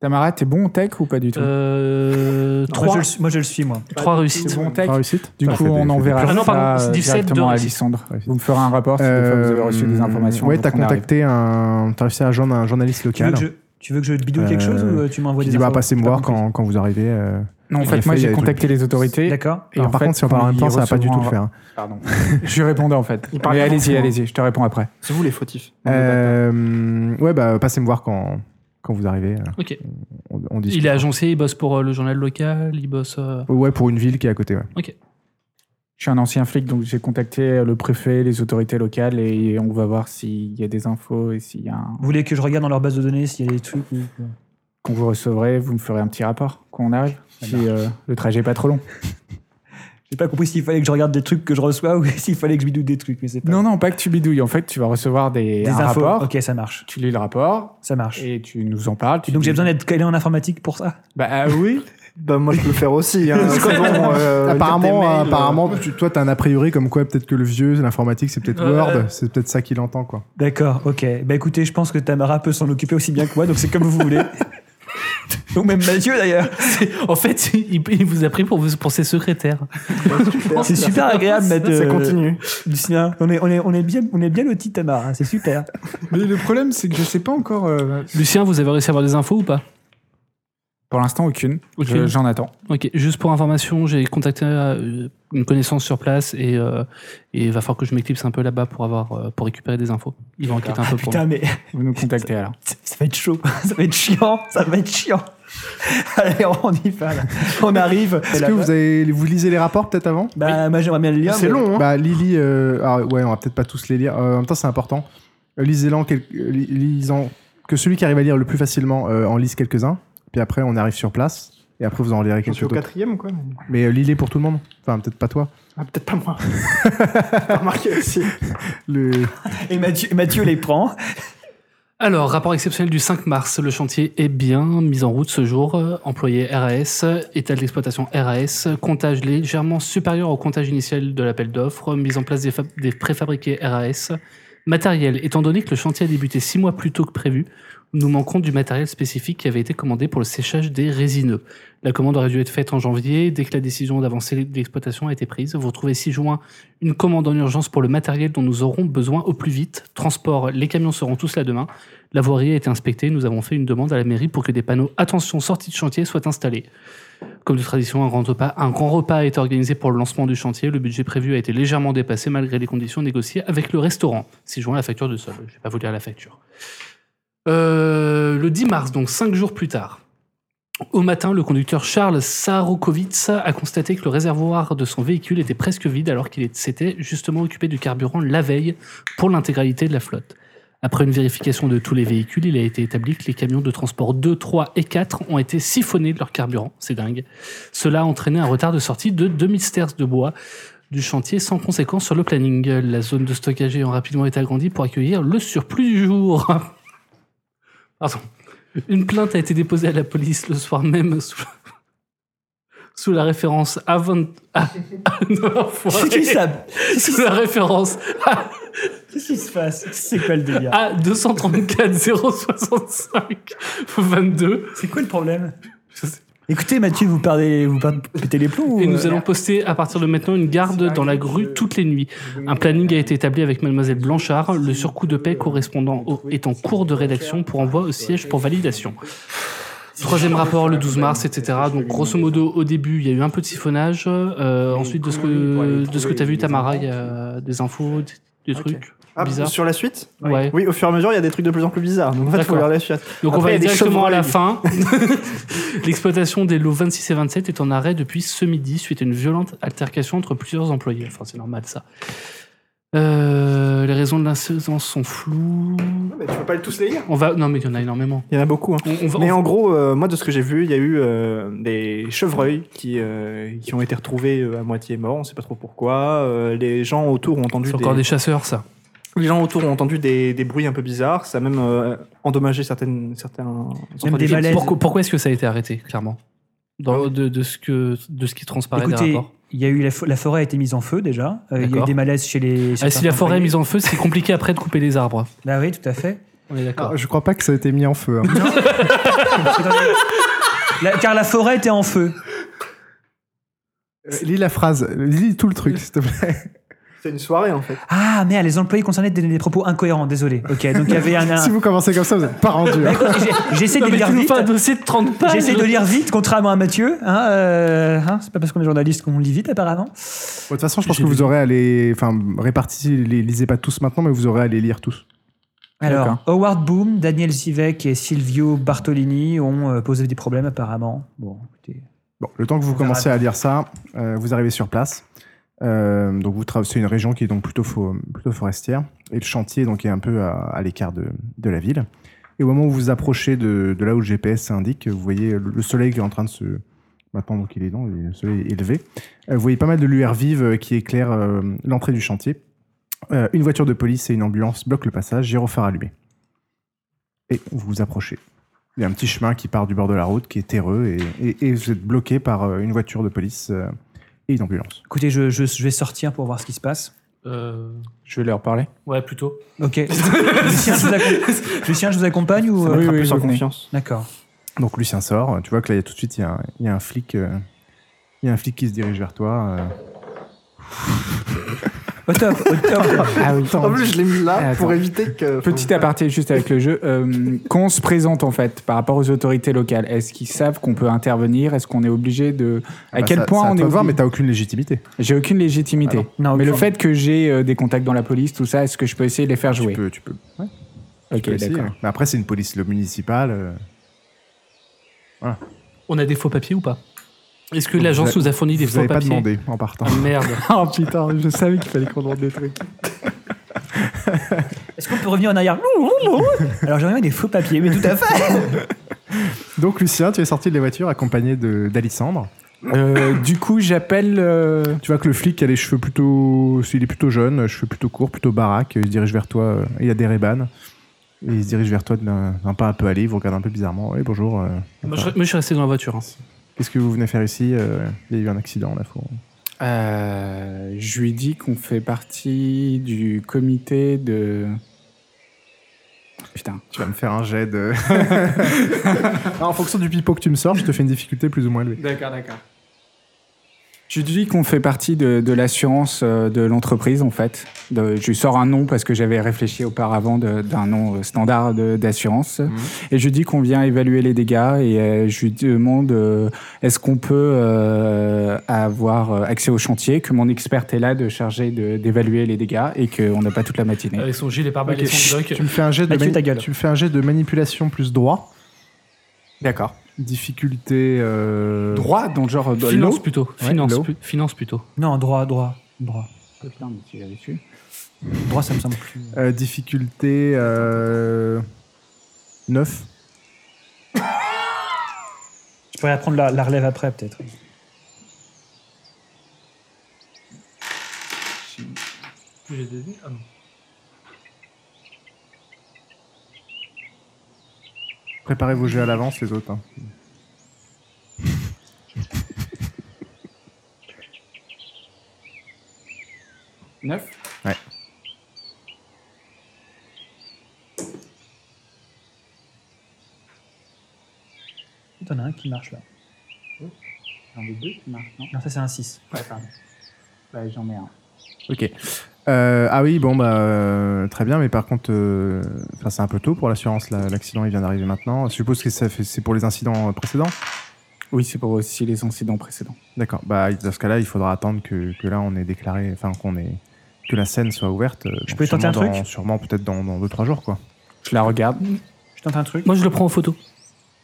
[SPEAKER 10] Tamara, t'es bon en tech ou pas du tout
[SPEAKER 13] Euh,
[SPEAKER 11] Moi, je
[SPEAKER 13] trois,
[SPEAKER 11] le suis- Moi, je le suis, moi.
[SPEAKER 13] trois réussites.
[SPEAKER 10] T'es bon en tech
[SPEAKER 8] Pas réussite
[SPEAKER 10] Du
[SPEAKER 8] Enfin,
[SPEAKER 10] coup,
[SPEAKER 8] fais des- fais
[SPEAKER 10] on
[SPEAKER 8] des-
[SPEAKER 10] enverra
[SPEAKER 13] Ah non, pardon,
[SPEAKER 10] ça
[SPEAKER 13] 17
[SPEAKER 10] euh,
[SPEAKER 13] de
[SPEAKER 10] directement à
[SPEAKER 13] réussite.
[SPEAKER 10] Alissandre.
[SPEAKER 8] Réussite.
[SPEAKER 10] Vous me ferez un rapport si des fois vous avez reçu des Euh, informations.
[SPEAKER 8] Euh, ouais
[SPEAKER 10] dont
[SPEAKER 8] t'as
[SPEAKER 10] on arrive.
[SPEAKER 8] contacté un t'as réussi à joindre un journaliste
[SPEAKER 11] Tu veux,
[SPEAKER 8] local
[SPEAKER 11] que je, tu veux que je bidouille quelque chose
[SPEAKER 8] Euh,
[SPEAKER 11] ou euh, tu m'envoies
[SPEAKER 8] qui
[SPEAKER 11] des
[SPEAKER 8] dit bah
[SPEAKER 11] infos
[SPEAKER 8] passez me
[SPEAKER 11] J'ai pas
[SPEAKER 8] voir
[SPEAKER 11] compris.
[SPEAKER 8] quand, quand vous arrivez euh.
[SPEAKER 10] Non, en
[SPEAKER 8] Il a
[SPEAKER 10] fait,
[SPEAKER 8] fait-
[SPEAKER 10] moi,
[SPEAKER 8] il y a
[SPEAKER 10] j'ai
[SPEAKER 8] des
[SPEAKER 10] contacté les autorités.
[SPEAKER 11] D'accord.
[SPEAKER 10] Et
[SPEAKER 8] Alors,
[SPEAKER 10] en
[SPEAKER 8] par
[SPEAKER 10] fait,
[SPEAKER 8] contre si on parle en même
[SPEAKER 10] ils
[SPEAKER 8] temps ça va pas du tout le
[SPEAKER 10] recevront
[SPEAKER 8] faire
[SPEAKER 10] un-
[SPEAKER 8] hein.
[SPEAKER 10] Pardon. Je lui répondais en fait.
[SPEAKER 14] Il parle
[SPEAKER 10] Mais
[SPEAKER 14] pas
[SPEAKER 10] allez-y,
[SPEAKER 14] forcément.
[SPEAKER 10] allez-y, je te réponds après.
[SPEAKER 14] C'est vous les fautifs.
[SPEAKER 8] Euh, ouais bah passez me voir quand quand vous arrivez euh,
[SPEAKER 13] Ok.
[SPEAKER 8] on, on discute
[SPEAKER 13] Il est agencé, il bosse pour euh, le journal local, il bosse. euh,
[SPEAKER 8] ouais pour une ville qui est à côté ouais.
[SPEAKER 10] Je suis un ancien flic, donc j'ai contacté le préfet, les autorités locales, et on va voir s'il y a des infos et s'il y a un...
[SPEAKER 11] Vous voulez que je regarde dans leur base de données s'il y a des trucs ou...
[SPEAKER 10] qu'on vous recevrez, vous me ferez un petit rapport quand on arrive, si euh, le trajet est pas trop long.
[SPEAKER 11] J'ai pas compris s'il fallait que je regarde des trucs que je reçois ou s'il fallait que je bidouille des trucs, mais c'est pas.
[SPEAKER 10] Non, non, pas que tu bidouilles. En fait, tu vas recevoir des,
[SPEAKER 11] Des
[SPEAKER 10] un
[SPEAKER 11] infos.
[SPEAKER 10] rapport,
[SPEAKER 11] Ok, ça marche.
[SPEAKER 10] tu lis le rapport
[SPEAKER 11] Ça marche.
[SPEAKER 10] et tu nous en parles. Tu
[SPEAKER 11] Et donc
[SPEAKER 10] dis-
[SPEAKER 11] j'ai besoin d'être calé en informatique pour ça.
[SPEAKER 10] Bah ah oui.
[SPEAKER 14] Bah, moi, je peux le faire aussi. Hein. C'est bon, euh, lire
[SPEAKER 8] apparemment,
[SPEAKER 14] tes mails, euh.
[SPEAKER 8] apparemment tu, toi, t'as un a priori comme quoi peut-être que le vieux, l'informatique, c'est peut-être
[SPEAKER 13] Ouais.
[SPEAKER 8] Word, c'est peut-être ça qu'il entend, quoi.
[SPEAKER 11] D'accord, ok. Bah écoutez, je pense que Tamara peut s'en occuper aussi bien que moi, donc c'est comme vous voulez. ou même Mathieu d'ailleurs.
[SPEAKER 13] En fait, il, il vous a pris pour, vous- pour ses secrétaires.
[SPEAKER 11] C'est super agréable, Matt.
[SPEAKER 14] Ça
[SPEAKER 11] euh,
[SPEAKER 14] continue.
[SPEAKER 11] Lucien, on est, on est, on est bien, on est bien lotis, Tamara. hein, C'est super.
[SPEAKER 9] euh,
[SPEAKER 10] Mais le problème, c'est que je sais pas encore.
[SPEAKER 13] Lucien, vous avez réussi à avoir des infos ou pas
[SPEAKER 10] Pour l'instant, aucune.
[SPEAKER 13] Aucune.
[SPEAKER 10] Je- J'en attends.
[SPEAKER 13] Ok, juste pour information, j'ai contacté euh, une connaissance sur place et, euh, et il va falloir que je m'éclipse un peu là-bas pour, avoir, euh, pour récupérer des infos. Il va enquêter un peu
[SPEAKER 10] Ah,
[SPEAKER 13] pour
[SPEAKER 10] putain,
[SPEAKER 13] moi.
[SPEAKER 10] mais- Vous nous contactez alors.
[SPEAKER 11] Ça va être chaud, ça va être chiant, ça va être chiant. Allez, on y va. là. On arrive.
[SPEAKER 8] Est-ce que vous, avez, vous lisez les rapports peut-être avant
[SPEAKER 11] Bah, moi j'aimerais bien le lire.
[SPEAKER 8] C'est
[SPEAKER 11] mais-
[SPEAKER 8] long, hein Bah, Lily, euh, ah ouais, on va peut-être pas tous les lire. Euh, en même temps, c'est important. Euh, Lisez-en, quel- euh, li- lisant- que celui qui arrive à lire le plus facilement euh, en lise quelques-uns. Puis après, on arrive sur place. Et après, vous en lirez
[SPEAKER 9] Je suis
[SPEAKER 8] quelques-uns.
[SPEAKER 9] au quatrième ou quoi mais-
[SPEAKER 8] Mais euh, lisez pour tout le monde. Enfin, peut-être pas toi.
[SPEAKER 9] Ah, peut-être pas moi. T'as remarqué aussi.
[SPEAKER 8] Le...
[SPEAKER 11] Et Mathieu, Mathieu les prend.
[SPEAKER 13] Alors, rapport exceptionnel du 5 mars. Le chantier est bien mis en route ce jour. Euh, Employé RAS, état de l'exploitation RAS, comptage légèrement supérieur au comptage initial de l'appel d'offres, mise en place des, fa- des préfabriqués RAS. Matériel, étant donné que le chantier a débuté six mois plus tôt que prévu, nous manquons du matériel spécifique qui avait été commandé pour le séchage des résineux. La commande aurait dû être faite en janvier. Dès que la décision d'avancer l'exploitation a été prise, vous retrouvez 6 juin une commande en urgence pour le matériel dont nous aurons besoin au plus vite. Transport, les camions seront tous là demain. La voirie a été inspectée. Nous avons fait une demande à la mairie pour que des panneaux attention sortie de chantier soient installés. Comme de tradition, un grand, repas, un grand repas a été organisé pour le lancement du chantier. Le budget prévu a été légèrement dépassé malgré les conditions négociées avec le restaurant. 6 juin, la facture de sol. Je vais pas vous lire la facture. Euh, le 10 mars, donc 5 jours plus tard, au matin, le conducteur Charles Sarokowitz a constaté que le réservoir de son véhicule était presque vide alors qu'il est- s'était justement occupé du carburant la veille pour l'intégralité de la flotte. Après une vérification de tous les véhicules, il a été établi que les camions de transport 2, 3 et 4 ont été siphonnés de leur carburant. C'est dingue. Cela a entraîné un retard de sortie de 2000 sters de bois du chantier sans conséquence sur le planning. La zone de stockage ayant rapidement été agrandie pour accueillir le surplus du jour. Pardon. Une plainte a été déposée à la police le soir même sous, sous la référence avant. Ah, ah, non, enfoiré.
[SPEAKER 11] C'est qui ça
[SPEAKER 13] Sous la référence
[SPEAKER 11] Qu'est-ce qui se passe C'est quoi le délire
[SPEAKER 13] a 234 065 22.
[SPEAKER 11] C'est quoi le problème Écoutez, Mathieu, vous perdez, vous perdez, pétez les plombs.
[SPEAKER 13] Et
[SPEAKER 11] ou, euh,
[SPEAKER 13] nous allons poster à partir de maintenant une garde dans la grue toutes les nuits. Un planning a été établi avec Mademoiselle Blanchard, le surcoût de paix correspondant au, est en cours de rédaction pour envoi au siège pour validation. Troisième rapport le 12 mars, etc. Donc grosso modo, au début, il y a eu un peu de siphonnage. euh, ensuite, de ce que, de ce que tu as vu, Tamara, il y a euh, des infos, des, des trucs
[SPEAKER 9] Ah,
[SPEAKER 13] bizarres.
[SPEAKER 9] sur la suite
[SPEAKER 13] Ouais.
[SPEAKER 9] Oui, au fur et à mesure, il y a des trucs de plus en plus bizarres. Donc en fait, faut lire
[SPEAKER 13] D'accord.
[SPEAKER 9] la suite.
[SPEAKER 13] Donc on
[SPEAKER 9] Après,
[SPEAKER 13] va
[SPEAKER 9] il y a des
[SPEAKER 13] directement à la
[SPEAKER 9] chevreuils.
[SPEAKER 13] fin. L'exploitation des lots 26 et 27 est en arrêt depuis ce midi suite à une violente altercation entre plusieurs employés. Enfin, c'est normal ça. Euh, les raisons de l'incendie sont floues.
[SPEAKER 9] Mais tu peux pas tous les lire
[SPEAKER 13] On va... Non, mais il y en a énormément.
[SPEAKER 9] Il y en a beaucoup. hein.
[SPEAKER 13] On- on va-
[SPEAKER 9] Mais
[SPEAKER 13] on-
[SPEAKER 9] en gros, euh, moi, de ce que j'ai vu, il y a eu euh, des chevreuils qui, euh, qui ont été retrouvés euh, à moitié morts, on sait pas trop pourquoi. Euh, les gens autour ont entendu
[SPEAKER 13] C'est encore des chasseurs, ça.
[SPEAKER 9] Les gens autour ont entendu des, des bruits un peu bizarres. Ça a même euh, endommagé certaines, certains. certains
[SPEAKER 13] Pourquoi-
[SPEAKER 9] objets.
[SPEAKER 13] Pourquoi, pourquoi est-ce que ça a été arrêté, clairement Dans- de, de ce que, de ce qui transparaît des
[SPEAKER 11] Écoutez,
[SPEAKER 13] rapports.
[SPEAKER 11] il y a eu la, fo- la forêt a été mise en feu déjà. Euh, il y a eu
[SPEAKER 13] D'accord.
[SPEAKER 11] des malaises chez les. chez
[SPEAKER 13] Ah, si la
[SPEAKER 11] certains
[SPEAKER 13] forêt est
[SPEAKER 11] employés.
[SPEAKER 13] mise en feu, c'est compliqué après de couper les arbres.
[SPEAKER 11] Bah oui, tout à fait.
[SPEAKER 13] On est d'accord.
[SPEAKER 8] Ah, je crois pas que ça a été mis en feu. hein.
[SPEAKER 11] La- car la forêt était en feu.
[SPEAKER 8] Euh, Lis la phrase, lis tout le truc, s'il te plaît.
[SPEAKER 9] C'est une soirée, en fait.
[SPEAKER 11] Ah merde, les employés concernés donnaient des propos incohérents. Désolé. Ok, donc il y avait un. un-
[SPEAKER 8] Si vous commencez comme ça, vous n'êtes pas rendu.
[SPEAKER 11] Bah,
[SPEAKER 8] hein.
[SPEAKER 11] écoute, j'ai- J'essaie de
[SPEAKER 13] Non, mais
[SPEAKER 11] lire
[SPEAKER 13] tu nous
[SPEAKER 11] vite.
[SPEAKER 13] fais un dossier de 30 pages.
[SPEAKER 11] J'essaie de lire vite, contrairement à Mathieu. hein, euh, hein, c'est pas parce qu'on est journaliste qu'on lit vite, apparemment.
[SPEAKER 8] Bon, De toute façon, je pense que vous aurez à les. Enfin, répartis, les lisez pas tous maintenant, mais vous aurez à les lire tous.
[SPEAKER 11] Alors,
[SPEAKER 8] D'accord.
[SPEAKER 11] Howard Boom, Daniel Sivek et Silvio Bartolini ont euh, posé des problèmes, apparemment. Bon, écoutez.
[SPEAKER 8] Bon, le temps que vous commencez à lire ça, euh, vous arrivez sur place. Euh, donc, vous traversez une région qui est donc plutôt, fo- plutôt forestière. Et le chantier donc, est un peu à, à l'écart de, de la ville. Et au moment où vous approchez de, de là où le GPS indique, vous voyez le le soleil qui est en train de se. Maintenant, donc, il est dans, le soleil est élevé. Euh, vous voyez pas mal de lueurs vives euh, qui éclairent euh, l'entrée du chantier. Euh, une voiture de police et une ambulance bloquent le passage, gyrophare allumé. Et vous vous approchez. Il y a un petit chemin qui part du bord de la route, qui est terreux, et, et- et vous êtes bloqué par euh, une voiture de police euh, et une ambulance.
[SPEAKER 11] Écoutez, je, je- je vais sortir pour voir ce qui se passe.
[SPEAKER 13] Euh,
[SPEAKER 8] Je vais leur parler.
[SPEAKER 13] ouais, plutôt.
[SPEAKER 11] Ok. Lucien, je vous accom- Lucien, je vous accompagne ou
[SPEAKER 9] Ça
[SPEAKER 11] euh,
[SPEAKER 9] mettra
[SPEAKER 11] oui,
[SPEAKER 9] plus
[SPEAKER 11] oui,
[SPEAKER 9] en
[SPEAKER 11] vous venez.
[SPEAKER 9] confiance.
[SPEAKER 11] D'accord.
[SPEAKER 8] Donc Lucien sort. Tu vois que là, il y a tout de suite, il y a, un- il y a un flic. euh, il y a un flic qui se dirige vers toi. euh.
[SPEAKER 11] Au top, au top.
[SPEAKER 10] Ah oui.
[SPEAKER 14] En plus, je l'ai mis là
[SPEAKER 10] Attends.
[SPEAKER 14] pour éviter que.
[SPEAKER 10] Petit aparté juste avec le jeu. euh, quand on se présente en fait par rapport aux autorités locales, est-ce qu'ils savent qu'on peut intervenir Est-ce qu'on est obligé de À
[SPEAKER 8] Bah,
[SPEAKER 10] quel
[SPEAKER 8] ça-
[SPEAKER 10] point
[SPEAKER 8] ça
[SPEAKER 10] on est
[SPEAKER 8] attend de voir,
[SPEAKER 10] obligé-
[SPEAKER 8] mais t'as aucune légitimité.
[SPEAKER 10] J'ai aucune légitimité.
[SPEAKER 8] Ah non. Non,
[SPEAKER 10] mais le
[SPEAKER 8] aucune.
[SPEAKER 10] fait que j'ai euh, des contacts dans la police, tout ça, est-ce que je peux essayer de les faire jouer Tu
[SPEAKER 8] peux, tu peux. Tu
[SPEAKER 10] Ok,
[SPEAKER 8] peux essayer,
[SPEAKER 10] d'accord.
[SPEAKER 8] hein. Mais après, c'est une police le municipale. euh, Voilà.
[SPEAKER 13] On a des faux papiers ou pas Est-ce que
[SPEAKER 8] Vous
[SPEAKER 13] l'agence
[SPEAKER 8] avez-
[SPEAKER 13] nous a fourni des
[SPEAKER 8] vous
[SPEAKER 13] faux
[SPEAKER 8] avez pas
[SPEAKER 13] papiers
[SPEAKER 8] demandé en partant.
[SPEAKER 13] Ah, merde.
[SPEAKER 10] oh putain, je savais qu'il fallait qu'on demande des trucs.
[SPEAKER 11] Est-ce qu'on peut revenir en arrière Alors j'aurais mis des faux papiers, mais tout à fait.
[SPEAKER 8] Donc, Lucien, tu es sorti de la voiture accompagné de- d'Alissandre.
[SPEAKER 10] Euh, du coup, j'appelle. euh,
[SPEAKER 8] Tu vois que le flic a les cheveux plutôt. Il est plutôt jeune, cheveux plutôt courts, plutôt baraque. Il se dirige vers toi. euh, Il a des rébanes. Et il se dirige vers toi d'un d'un pas un peu allé. Il vous regarde un peu bizarrement. Oui, bonjour. euh,
[SPEAKER 13] Moi, je, moi, je suis resté dans la voiture. hein.
[SPEAKER 8] Qu'est-ce que vous venez faire ici Euh, Il y a eu un accident, là. Faut...
[SPEAKER 10] Euh, je lui dis qu'on fait partie du comité de. Putain.
[SPEAKER 8] Tu vas me faire un jet de. Non, en fonction du pipeau que tu me sors, je te fais une difficulté plus ou moins élevée.
[SPEAKER 10] D'accord, d'accord. Je lui dis qu'on fait partie de, de l'assurance euh, de l'entreprise, en fait. De- je lui sors un nom parce que j'avais réfléchi auparavant de- d'un nom euh, standard de- d'assurance. Et je lui dis qu'on vient évaluer les dégâts et euh, je lui demande euh, est-ce qu'on peut euh, avoir euh, accès au chantier, que mon experte est là de charger de- d'évaluer les dégâts et qu'on n'a pas toute la matinée.
[SPEAKER 13] Avec son gilet pare-balles
[SPEAKER 8] Ok,
[SPEAKER 13] et son
[SPEAKER 8] chut,
[SPEAKER 13] bloc.
[SPEAKER 8] Tu me fais un jet de,
[SPEAKER 10] Mathieu,
[SPEAKER 8] mani-
[SPEAKER 10] ta gueule.
[SPEAKER 8] tu me fais un jet de manipulation plus droit.
[SPEAKER 10] D'accord.
[SPEAKER 8] Difficulté. euh,
[SPEAKER 10] Droit, dans le genre. de
[SPEAKER 13] Finance
[SPEAKER 10] l'eau
[SPEAKER 13] plutôt.
[SPEAKER 10] Ouais,
[SPEAKER 13] Finance,
[SPEAKER 10] l'eau.
[SPEAKER 13] pu- finance plutôt.
[SPEAKER 11] Non, droit, droit, droit.
[SPEAKER 10] Putain, mais si j'avais su.
[SPEAKER 11] Droit, ça me semble plus.
[SPEAKER 8] euh, difficulté. euh, 9.
[SPEAKER 11] Je pourrais apprendre la, la relève après, peut-être.
[SPEAKER 13] J'ai des dés Ah non.
[SPEAKER 8] Préparez vos jets à l'avance, les autres. hein.
[SPEAKER 10] Neuf
[SPEAKER 8] Ouais.
[SPEAKER 11] T'en as un qui marche là.
[SPEAKER 10] J'en ai deux qui marchent, non
[SPEAKER 11] Non, ça c'est un 6.
[SPEAKER 10] Ouais, pardon. Bah, j'en ai un.
[SPEAKER 8] Ok. Euh, ah oui, bon, bah, euh, très bien, mais par contre, euh, enfin, c'est un peu tôt pour l'assurance, là, l'accident il vient d'arriver maintenant. Je suppose que ça fait- c'est pour les incidents euh, précédents
[SPEAKER 10] Oui, c'est pour aussi les incidents précédents.
[SPEAKER 8] D'accord, bah, dans ce cas-là, il faudra attendre que, que là on ait déclaré, enfin, qu'on ait, que la scène soit ouverte. euh,
[SPEAKER 11] Je peux tenter un truc
[SPEAKER 8] Sûrement, peut-être dans 2-3 jours, quoi.
[SPEAKER 10] Je la regarde.
[SPEAKER 11] Je tente un truc.
[SPEAKER 13] Moi, je le prends en photo.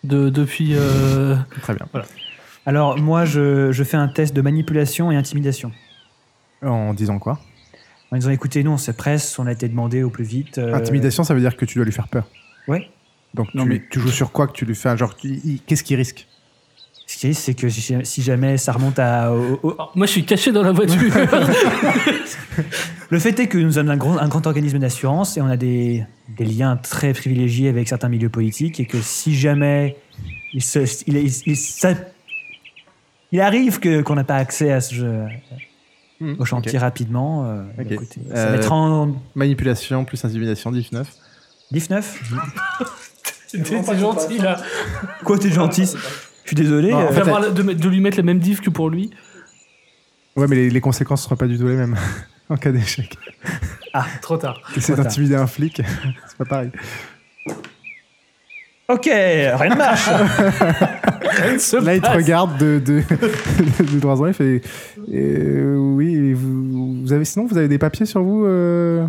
[SPEAKER 13] De, depuis. euh,
[SPEAKER 8] Très bien.
[SPEAKER 11] Alors, moi, je, je fais un test de manipulation et intimidation.
[SPEAKER 8] En disant quoi
[SPEAKER 11] En disant, écoutez, nous, on se presse, on a été demandé au plus vite. euh,
[SPEAKER 8] Intimidation, ça veut dire que tu dois lui faire peur.
[SPEAKER 11] Ouais.
[SPEAKER 8] Donc,
[SPEAKER 11] Non,
[SPEAKER 8] tu,
[SPEAKER 11] mais-
[SPEAKER 8] tu joues sur quoi que tu lui fais un Genre, tu- il- qu'est-ce qu'il risque
[SPEAKER 11] Ce qui est, c'est que si si jamais ça remonte à. au- au-
[SPEAKER 13] Moi, je suis caché dans la voiture.
[SPEAKER 11] Le fait est que nous sommes un grand, un grand organisme d'assurance et on a des, des liens très privilégiés avec certains milieux politiques et que si jamais il, se, il, il- il- ça- il arrive que- qu'on n'a pas accès à ce jeu, au chantier rapidement, euh,
[SPEAKER 8] Ok.
[SPEAKER 11] écoutez, ça
[SPEAKER 8] Euh,
[SPEAKER 11] mettra en
[SPEAKER 8] Manipulation plus intimidation, 19.
[SPEAKER 11] 19
[SPEAKER 13] T'es t'es gentil là.
[SPEAKER 11] Quoi, t'es gentil Je suis désolé.
[SPEAKER 8] Non, en
[SPEAKER 11] euh,
[SPEAKER 8] fait,
[SPEAKER 13] D'avoir la- de, mettre- de lui mettre la même diff que pour lui.
[SPEAKER 8] Ouais, mais les, les conséquences ne seront pas du tout les mêmes en cas d'échec.
[SPEAKER 13] Ah, trop tard.
[SPEAKER 8] T'essaies
[SPEAKER 13] Trop tard.
[SPEAKER 8] d'intimider un flic, c'est pas pareil.
[SPEAKER 11] Ok, rien ne marche
[SPEAKER 8] Là, il te regarde de, de, de trois ans, il fait euh, Oui, et vous, vous avez, sinon, vous avez des papiers sur vous euh,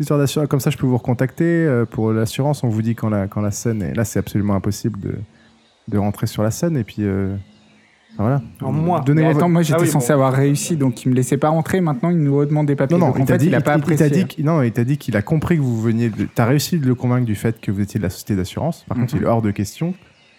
[SPEAKER 8] histoire d'assurance Comme ça, je peux vous recontacter euh, pour l'assurance. On vous dit quand la, quand la scène est. Là, c'est absolument impossible de, de rentrer sur la scène. Et puis, euh, enfin, voilà.
[SPEAKER 10] Mais
[SPEAKER 8] Donnez-moi
[SPEAKER 10] attends,
[SPEAKER 8] votre-
[SPEAKER 10] moi j'étais censé avoir réussi, donc il me laissait pas rentrer. Maintenant, il nous redemande des papiers.
[SPEAKER 8] Non, non,
[SPEAKER 10] donc, en
[SPEAKER 8] il t'a
[SPEAKER 10] fait,
[SPEAKER 8] dit,
[SPEAKER 10] il a
[SPEAKER 8] il-
[SPEAKER 10] pas
[SPEAKER 8] il t'a
[SPEAKER 10] apprécié.
[SPEAKER 8] dit qu'- non, il t'a dit qu'il a compris que vous veniez. De, t'as réussi de le convaincre du fait que vous étiez de la société d'assurance. Par contre,
[SPEAKER 10] Mhm.
[SPEAKER 8] il est hors de question.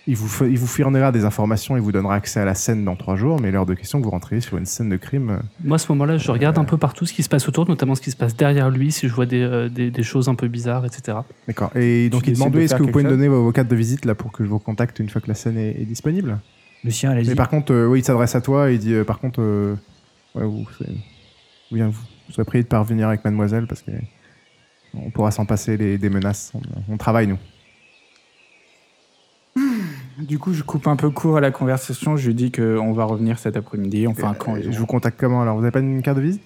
[SPEAKER 8] Il vous, fe- il vous fournira des informations, il vous donnera accès à la scène dans trois jours, mais il est hors de question que vous rentriez sur une scène de crime. euh,
[SPEAKER 13] Moi, à ce moment-là, je regarde un peu partout ce qui se passe autour, notamment ce qui se passe derrière lui, si je vois des, euh, des, des choses un peu bizarres, etc.
[SPEAKER 8] D'accord. Et donc, il
[SPEAKER 10] décides
[SPEAKER 8] demande
[SPEAKER 10] de
[SPEAKER 8] est-ce
[SPEAKER 10] faire
[SPEAKER 8] que vous pouvez me
[SPEAKER 10] quelque
[SPEAKER 8] donner vos, vos cartes de visite là pour que je vous contacte une fois que la scène est, est disponible
[SPEAKER 11] Lucien, allez-y.
[SPEAKER 8] Mais par contre, euh, oui, il s'adresse à toi et il dit euh, par contre, euh, ouais, vous, c'est- vous, bien, vous, vous serez prié de parvenir avec mademoiselle parce que on pourra s'en passer les- des menaces. On- on travaille, nous.
[SPEAKER 10] Du coup, je coupe un peu court à la conversation. Je lui dis qu'on va revenir cet après-midi. Enfin, quand
[SPEAKER 8] Euh, je vous contacte comment alors Vous n'avez pas une carte de visite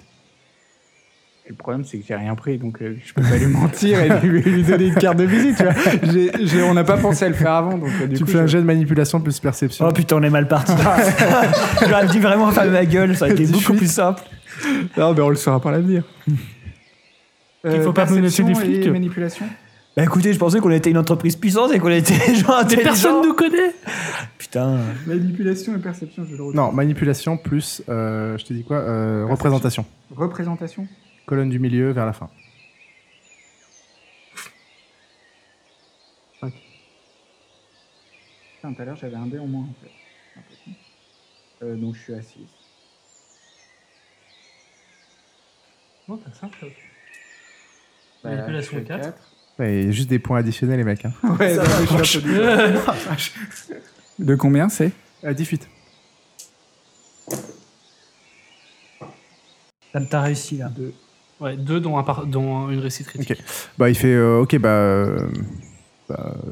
[SPEAKER 10] Et Le problème, c'est que j'ai rien pris, donc euh, je peux pas lui mentir et lui, lui donner une carte de visite. Tu vois. J'ai- j'ai- on n'a pas pensé à le faire avant. Donc, euh, du
[SPEAKER 8] Tu me
[SPEAKER 10] coup,
[SPEAKER 8] fais un
[SPEAKER 10] je-
[SPEAKER 8] jet de manipulation plus perception.
[SPEAKER 11] Oh putain, on est mal parti. J'aurais dû vraiment faire ma gueule, ça aurait été beaucoup plus simple.
[SPEAKER 10] Ah, Non, mais on le saura par l'avenir.
[SPEAKER 11] Il faut pas menacer des flics.
[SPEAKER 10] manipulation
[SPEAKER 11] Bah écoutez, je pensais qu'on était une entreprise puissante et qu'on était des gens
[SPEAKER 10] Mais
[SPEAKER 11] intelligents.
[SPEAKER 10] personne
[SPEAKER 11] nous connaît Putain.
[SPEAKER 10] Manipulation et perception, je le retrouve.
[SPEAKER 8] Non, manipulation plus, euh, je te dis quoi euh, Représentation.
[SPEAKER 10] Représentation
[SPEAKER 8] Colonne du milieu vers la fin.
[SPEAKER 10] Putain, tout à l'heure, j'avais un dé en moins, en fait. C'est impossible. Euh, donc, je suis à 6. Comment t'as ça, toi
[SPEAKER 12] Manipulation
[SPEAKER 10] je fais
[SPEAKER 12] 4.
[SPEAKER 8] Ouais, il y a juste des points additionnels, les mecs. hein.
[SPEAKER 10] Ouais, bah, je suis un peu désolé. De combien c'est
[SPEAKER 8] Euh, 18.
[SPEAKER 11] T'as réussi là.
[SPEAKER 10] Deux.
[SPEAKER 13] Ouais, deux dont, un par- dont une réussite critique.
[SPEAKER 8] Bah, il fait euh, Ok, bah, euh, bah, euh,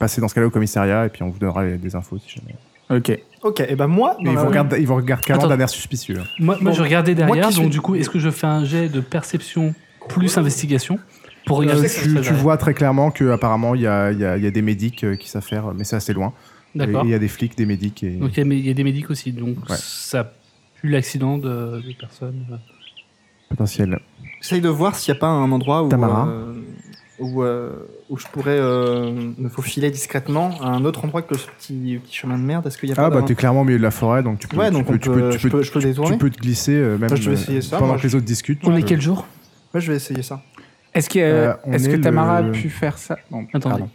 [SPEAKER 8] Passez dans ce cas-là au commissariat et puis on vous donnera les- des infos si jamais.
[SPEAKER 10] Ok.
[SPEAKER 9] Ok, et ben moi.
[SPEAKER 8] Mais ils vous regardent ils vous regardent quand même
[SPEAKER 13] Attends.
[SPEAKER 8] d'un air suspicieux. hein.
[SPEAKER 13] Moi, moi,
[SPEAKER 9] Bon,
[SPEAKER 13] je regardais
[SPEAKER 9] moi qui
[SPEAKER 13] derrière, donc
[SPEAKER 9] suis-
[SPEAKER 13] du coup, est-ce que je fais un jet de perception plus investigation pour
[SPEAKER 8] Euh,
[SPEAKER 13] regarder ce qui se
[SPEAKER 8] tu,
[SPEAKER 13] passe
[SPEAKER 8] tu
[SPEAKER 13] derrière
[SPEAKER 8] vois très clairement que apparemment il y a, il y a- il y a des médics euh, qui savent faire, mais c'est assez loin. Et- et
[SPEAKER 13] D'accord.
[SPEAKER 8] Il y a des flics, des médics. Et...
[SPEAKER 13] Donc il y a- mais il y, a des médics aussi, donc
[SPEAKER 8] Ouais.
[SPEAKER 13] ça pue l'accident de, de personnes. euh,
[SPEAKER 8] potentiel.
[SPEAKER 9] J'essaye de voir s'il n'y a pas un endroit où,
[SPEAKER 8] Tamara.
[SPEAKER 9] euh, où, euh, où je pourrais euh, me faufiler discrètement à un autre endroit que ce petit, petit chemin de merde. Est-ce qu'il y a
[SPEAKER 8] Ah
[SPEAKER 9] pas
[SPEAKER 8] bah
[SPEAKER 9] d'un-
[SPEAKER 8] t'es clairement au milieu de la forêt, donc tu peux,
[SPEAKER 9] Ouais,
[SPEAKER 8] tu
[SPEAKER 9] donc
[SPEAKER 8] peux,
[SPEAKER 9] on
[SPEAKER 8] tu
[SPEAKER 9] peut-
[SPEAKER 8] peux, tu
[SPEAKER 9] je peux- je peux
[SPEAKER 8] tu-
[SPEAKER 9] détourner.
[SPEAKER 8] tu peux te glisser euh, même
[SPEAKER 9] Moi, je vais
[SPEAKER 8] euh,
[SPEAKER 9] essayer ça,
[SPEAKER 8] pendant
[SPEAKER 9] moi,
[SPEAKER 8] que
[SPEAKER 9] je-
[SPEAKER 8] les autres discutent.
[SPEAKER 9] On est quel
[SPEAKER 13] jour
[SPEAKER 9] Ouais, je vais essayer ça.
[SPEAKER 10] Est-ce que,
[SPEAKER 8] Euh, on
[SPEAKER 10] est-ce
[SPEAKER 8] est
[SPEAKER 10] que
[SPEAKER 8] le-
[SPEAKER 10] Tamara a pu faire ça Non,
[SPEAKER 13] Attendez.
[SPEAKER 10] pardon.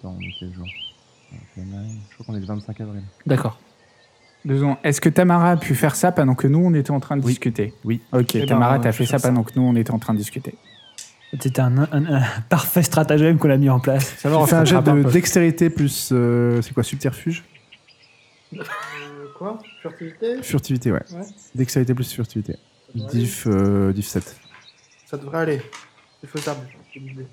[SPEAKER 8] Attends, on est quel jour Je crois qu'on est le 25 avril.
[SPEAKER 13] D'accord.
[SPEAKER 10] Deux secondes. Est-ce que Tamara a pu faire ça pendant que nous, on était en train de discuter
[SPEAKER 8] Oui.
[SPEAKER 10] Ok,
[SPEAKER 11] Eh ben,
[SPEAKER 10] Tamara,
[SPEAKER 11] euh,
[SPEAKER 10] t'as
[SPEAKER 11] je
[SPEAKER 10] fait
[SPEAKER 11] fais
[SPEAKER 10] ça
[SPEAKER 11] ça.
[SPEAKER 10] pendant que nous, on était en train de discuter.
[SPEAKER 11] C'était un, un- un parfait stratagème qu'on a mis en place.
[SPEAKER 8] Ça va, on fait un jet de dextérité plus euh, c'est quoi subterfuge,
[SPEAKER 9] Euh, Quoi Furtivité
[SPEAKER 8] furtivité ouais.
[SPEAKER 9] Ouais.
[SPEAKER 8] Dextérité plus furtivité.
[SPEAKER 9] Ça doit
[SPEAKER 8] Diff euh, diff 7.
[SPEAKER 9] Ça devrait aller. C'est faisable. c'est l'idée.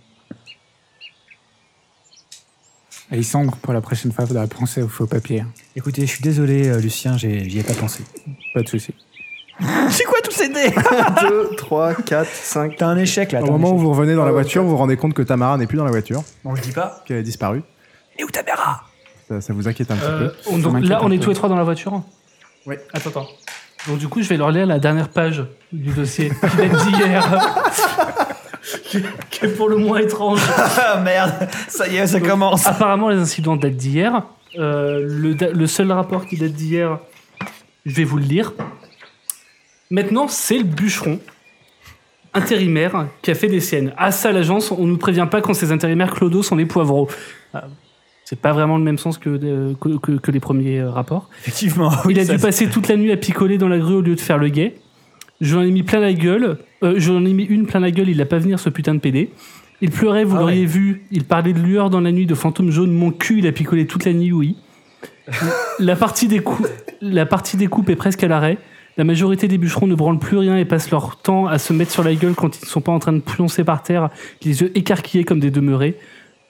[SPEAKER 10] Alexandre, pour la prochaine fois, faudra penser aux faux papiers.
[SPEAKER 11] Écoutez, je suis désolé, euh, Lucien, j'ai- j'y ai pas pensé.
[SPEAKER 10] Pas de souci.
[SPEAKER 11] C'est quoi tous ces dés
[SPEAKER 9] 2, 3, 4, 5.
[SPEAKER 11] T'as un échec là.
[SPEAKER 8] Au
[SPEAKER 11] t'as un
[SPEAKER 8] moment où
[SPEAKER 11] échec.
[SPEAKER 8] vous revenez
[SPEAKER 9] Ah,
[SPEAKER 8] dans la voiture, vous vous rendez compte que Tamara n'est plus dans la voiture,
[SPEAKER 11] Non, je dis pas.
[SPEAKER 8] qu'elle a disparu.
[SPEAKER 11] Et où Tamara
[SPEAKER 8] Ça, ça vous inquiète un petit
[SPEAKER 13] Euh,
[SPEAKER 8] peu.
[SPEAKER 13] on- donc là, on est tous les trois dans la voiture hein
[SPEAKER 8] Oui.
[SPEAKER 13] Attends, attends. Donc du coup, je vais leur lire la dernière page du dossier qui date d'hier, qui qui est pour le moins étrange.
[SPEAKER 11] Ah merde, ça y est, ça
[SPEAKER 13] Donc,
[SPEAKER 11] commence.
[SPEAKER 13] Apparemment, les incidents datent d'hier. Euh, le, da- le seul rapport qui date d'hier, je vais vous le lire. Maintenant, c'est le bûcheron intérimaire qui a fait des siennes. À ça, l'agence, on ne nous prévient pas quand ces intérimaires clodos sont des poivreaux. Ah, C'est pas vraiment le même sens que, euh, que, que- que les premiers euh, rapports.
[SPEAKER 11] Effectivement.
[SPEAKER 13] Il a
[SPEAKER 11] ça-
[SPEAKER 13] dû passer toute la nuit à picoler dans la grue au lieu de faire le guet. Je lui en ai mis plein la gueule. Euh, je lui en ai mis une plein la gueule, il l'a pas venir ce putain de PD. Il pleurait, vous
[SPEAKER 11] Ah
[SPEAKER 13] l'auriez vu. Il parlait de lueur dans la nuit, de fantômes jaunes. Mon cul, il a picolé toute la nuit, oui. la, partie des cou- la partie des coupes est presque à l'arrêt. La majorité des bûcherons ne branlent plus rien et passent leur temps à se mettre sur la gueule quand ils ne sont pas en train de pioncer par terre, les yeux écarquillés comme des demeurés.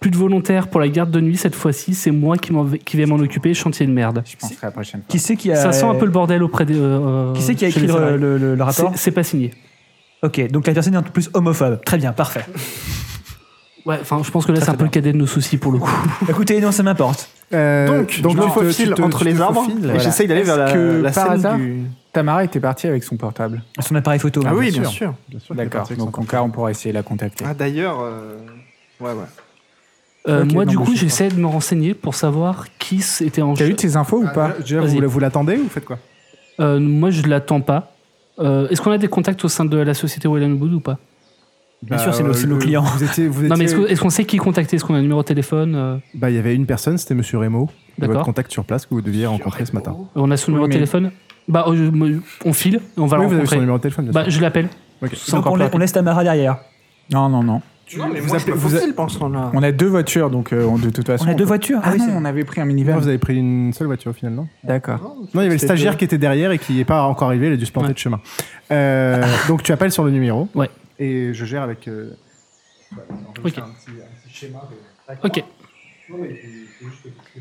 [SPEAKER 13] Plus de volontaires pour la garde de nuit cette fois-ci, c'est moi qui, m'en vais, qui vais m'en occuper, chantier de merde.
[SPEAKER 10] Je penserai la prochaine fois.
[SPEAKER 11] Qui c'est qui a.
[SPEAKER 13] Ça sent un peu le bordel auprès des. euh,
[SPEAKER 11] Qui c'est qui a
[SPEAKER 13] chez
[SPEAKER 11] écrit
[SPEAKER 13] les
[SPEAKER 11] le,
[SPEAKER 13] salariés.
[SPEAKER 11] le- le- le rapport
[SPEAKER 13] C'est- C'est pas signé.
[SPEAKER 11] Ok, donc la personne est un peu plus homophobe. Très bien, parfait.
[SPEAKER 13] Ouais, enfin, je pense que là, c'est un peu le cadet de nos soucis pour le coup.
[SPEAKER 11] Écoutez, non, ça m'importe.
[SPEAKER 8] Euh,
[SPEAKER 9] Donc, je me
[SPEAKER 8] tu te-
[SPEAKER 9] faufile
[SPEAKER 8] tu te-
[SPEAKER 9] entre
[SPEAKER 8] tu
[SPEAKER 9] les
[SPEAKER 8] te
[SPEAKER 9] arbres
[SPEAKER 8] faufiles.
[SPEAKER 9] et
[SPEAKER 8] Voilà.
[SPEAKER 9] j'essaye d'aller vers la,
[SPEAKER 10] que
[SPEAKER 9] la
[SPEAKER 10] par
[SPEAKER 9] scène
[SPEAKER 10] hasard
[SPEAKER 9] du.
[SPEAKER 10] Tamara était partie avec son portable.
[SPEAKER 11] Son appareil photo.
[SPEAKER 9] Ah
[SPEAKER 13] Euh,
[SPEAKER 11] hein,
[SPEAKER 9] oui,
[SPEAKER 11] bien
[SPEAKER 9] bien
[SPEAKER 11] sûr.
[SPEAKER 9] sûr.
[SPEAKER 8] Bien sûr qu'il est
[SPEAKER 10] D'accord,
[SPEAKER 8] parti avec son
[SPEAKER 10] donc en
[SPEAKER 8] compte.
[SPEAKER 10] cas, on pourra essayer de la contacter.
[SPEAKER 9] Ah, d'ailleurs. euh, Ouais, ouais.
[SPEAKER 11] Ah,
[SPEAKER 13] Euh,
[SPEAKER 10] Ok,
[SPEAKER 13] moi,
[SPEAKER 10] non,
[SPEAKER 13] du
[SPEAKER 11] bah,
[SPEAKER 10] mais
[SPEAKER 13] coup,
[SPEAKER 10] je sais
[SPEAKER 13] j'essaie de me renseigner pour savoir qui était en
[SPEAKER 10] T'as
[SPEAKER 13] jeu.
[SPEAKER 10] eu tes infos ou pas
[SPEAKER 8] Ah, déjà,
[SPEAKER 13] Vas-y.
[SPEAKER 8] vous, vous l'attendez ou vous faites quoi
[SPEAKER 13] Euh, moi, je l'attends pas. Euh, Est-ce qu'on a des contacts au sein de la société Wayland Wood ou pas
[SPEAKER 11] Bien sûr, c'est nos, c'est nos clients.
[SPEAKER 8] Vous étiez, vous
[SPEAKER 13] Non, mais
[SPEAKER 8] étiez-
[SPEAKER 13] est-ce que- est-ce qu'on sait qui contacter Est-ce qu'on a un numéro de téléphone Euh,
[SPEAKER 8] Bah, il y avait une personne, c'était Monsieur Remo, votre
[SPEAKER 13] D'accord.
[SPEAKER 8] contact sur place que vous deviez rencontrer ce matin.
[SPEAKER 13] On a son numéro de
[SPEAKER 10] mais-
[SPEAKER 13] téléphone Bah, euh, je- moi, on file, et on va
[SPEAKER 8] oui,
[SPEAKER 13] le
[SPEAKER 8] vous avez son
[SPEAKER 13] rencontrer.
[SPEAKER 8] numéro de téléphone. bien
[SPEAKER 13] Bah,
[SPEAKER 8] sûr.
[SPEAKER 13] je l'appelle.
[SPEAKER 8] Ok.
[SPEAKER 13] C'est
[SPEAKER 11] Donc
[SPEAKER 13] encore
[SPEAKER 11] on,
[SPEAKER 13] plus
[SPEAKER 11] la- on
[SPEAKER 13] rapide.
[SPEAKER 11] laisse Tamara derrière.
[SPEAKER 10] Non, non, non.
[SPEAKER 9] Non, mais
[SPEAKER 10] vous
[SPEAKER 9] moi,
[SPEAKER 10] appelez-
[SPEAKER 9] je me
[SPEAKER 10] vous
[SPEAKER 9] faufile pendant ce temps-là.
[SPEAKER 10] On a deux voitures, donc euh, on- de toute façon.
[SPEAKER 11] On a deux
[SPEAKER 10] peut-
[SPEAKER 11] voitures.
[SPEAKER 10] Ah
[SPEAKER 11] oui,
[SPEAKER 10] non,
[SPEAKER 11] c'est-
[SPEAKER 10] on avait pris un
[SPEAKER 8] Non,
[SPEAKER 10] minivan.
[SPEAKER 8] vous avez pris une seule voiture au final, non
[SPEAKER 10] D'accord.
[SPEAKER 8] Bah, Non, il y avait le
[SPEAKER 9] C'était
[SPEAKER 8] stagiaire
[SPEAKER 9] deux.
[SPEAKER 8] qui était derrière et qui n'est pas encore arrivé, il a dû se planter
[SPEAKER 13] Ouais.
[SPEAKER 8] de chemin. Euh, donc tu appelles sur le numéro.
[SPEAKER 13] Ouais.
[SPEAKER 8] Et je gère avec. euh, bah, on
[SPEAKER 13] Ok.
[SPEAKER 8] fait un petit- un petit schéma de-
[SPEAKER 13] Ok.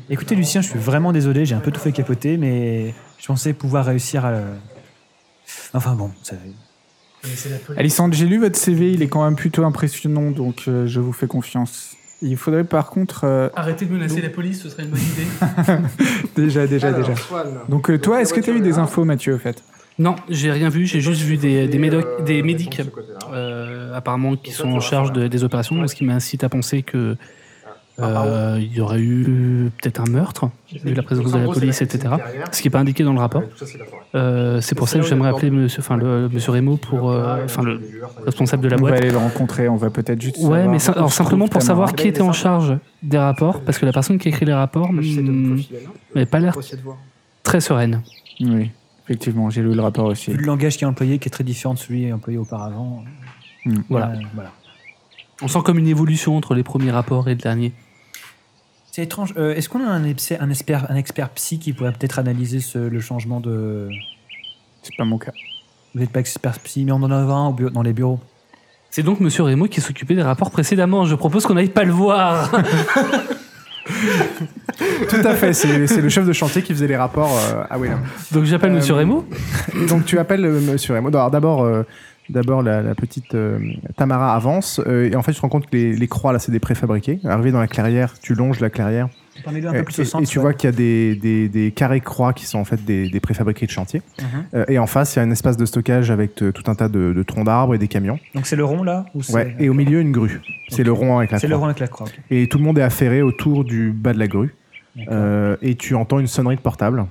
[SPEAKER 11] Écoutez, Lucien, je suis vraiment désolé, j'ai un peu tout fait capoter, mais je pensais pouvoir réussir à. le- Enfin bon, ça-
[SPEAKER 8] Alissandre, j'ai lu votre CV, il est quand même plutôt impressionnant, donc euh, je vous fais confiance. Il faudrait par contre... euh,
[SPEAKER 15] Arrêtez de menacer la police, ce serait une bonne idée.
[SPEAKER 8] déjà, déjà,
[SPEAKER 15] Alors,
[SPEAKER 8] déjà.
[SPEAKER 15] Swan.
[SPEAKER 8] Donc euh, toi, est-ce que tu as eu des infos, Mathieu, au fait
[SPEAKER 13] Non, j'ai rien vu, j'ai juste vu des,
[SPEAKER 15] euh,
[SPEAKER 13] des, médoc- des médics
[SPEAKER 15] hein,
[SPEAKER 13] euh, apparemment qui sont en charge de- des opérations, ce qui m'incite à penser que euh, il y aurait eu peut-être un meurtre, vu la présence de la police, etc. Ce qui n'est pas indiqué dans le rapport. Euh, c'est pour ça que j'aimerais appeler monsieur, enfin, le, monsieur Remo pour, euh, enfin, le responsable de la
[SPEAKER 8] On va
[SPEAKER 13] boîte.
[SPEAKER 8] aller le rencontrer, on va peut-être juste...
[SPEAKER 13] Ouais,
[SPEAKER 8] savoir
[SPEAKER 13] mais ça-
[SPEAKER 8] où
[SPEAKER 13] alors
[SPEAKER 8] se
[SPEAKER 13] simplement
[SPEAKER 8] trouve
[SPEAKER 13] pour
[SPEAKER 8] ta
[SPEAKER 13] savoir
[SPEAKER 8] main.
[SPEAKER 13] qui était en charge des rapports, parce que la personne qui a écrit les rapports hmm, n'avait pas l'air très sereine.
[SPEAKER 8] Oui, effectivement, j'ai lu le rapport aussi.
[SPEAKER 11] Vu le langage qui est employé, qui est très différent de celui employé auparavant.
[SPEAKER 8] Hmm.
[SPEAKER 13] Voilà.
[SPEAKER 11] Euh, voilà.
[SPEAKER 13] On sent comme une évolution entre les premiers rapports et le dernier.
[SPEAKER 11] C'est étrange. Euh, Est-ce qu'on a un, epsé- un, expert, un expert psy qui pourrait peut-être analyser ce- le changement de.
[SPEAKER 8] C'est pas mon cas.
[SPEAKER 11] Vous n'êtes pas expert psy, mais on en a un au bureau- dans les bureaux.
[SPEAKER 13] C'est donc Monsieur Remo qui s'occupait des rapports précédemment. Je propose qu'on n'aille pas le voir.
[SPEAKER 8] Tout à fait, c'est c'est le chef de chantier qui faisait les rapports euh, à Willem.
[SPEAKER 13] Donc j'appelle Monsieur Remo
[SPEAKER 8] Donc tu appelles euh, Monsieur Remo. Alors d'abord, euh, d'abord la, la petite euh, Tamara avance euh, et en fait tu te rends compte que les, les croix là c'est des préfabriqués. Arrivé dans la clairière, tu longes la clairière.
[SPEAKER 11] Parmi-le un peu
[SPEAKER 8] Et-
[SPEAKER 11] plus au
[SPEAKER 8] et-
[SPEAKER 11] centre,
[SPEAKER 8] Et tu
[SPEAKER 11] ouais.
[SPEAKER 8] vois qu'il y a des, des, des carrés croix qui sont en fait des, des préfabriqués de chantier.
[SPEAKER 11] Mhm.
[SPEAKER 8] Euh, et en face, il y a un espace de stockage avec euh, tout un tas de, de troncs d'arbres et des camions.
[SPEAKER 11] Donc c'est le rond là ou c'est-
[SPEAKER 8] Ouais, et au milieu, une grue. C'est le rond avec la
[SPEAKER 11] C'est
[SPEAKER 8] croix.
[SPEAKER 11] le rond avec la croix. ok.
[SPEAKER 8] Et tout le monde est affairé autour du bas de la grue. Euh, et tu entends une sonnerie de portable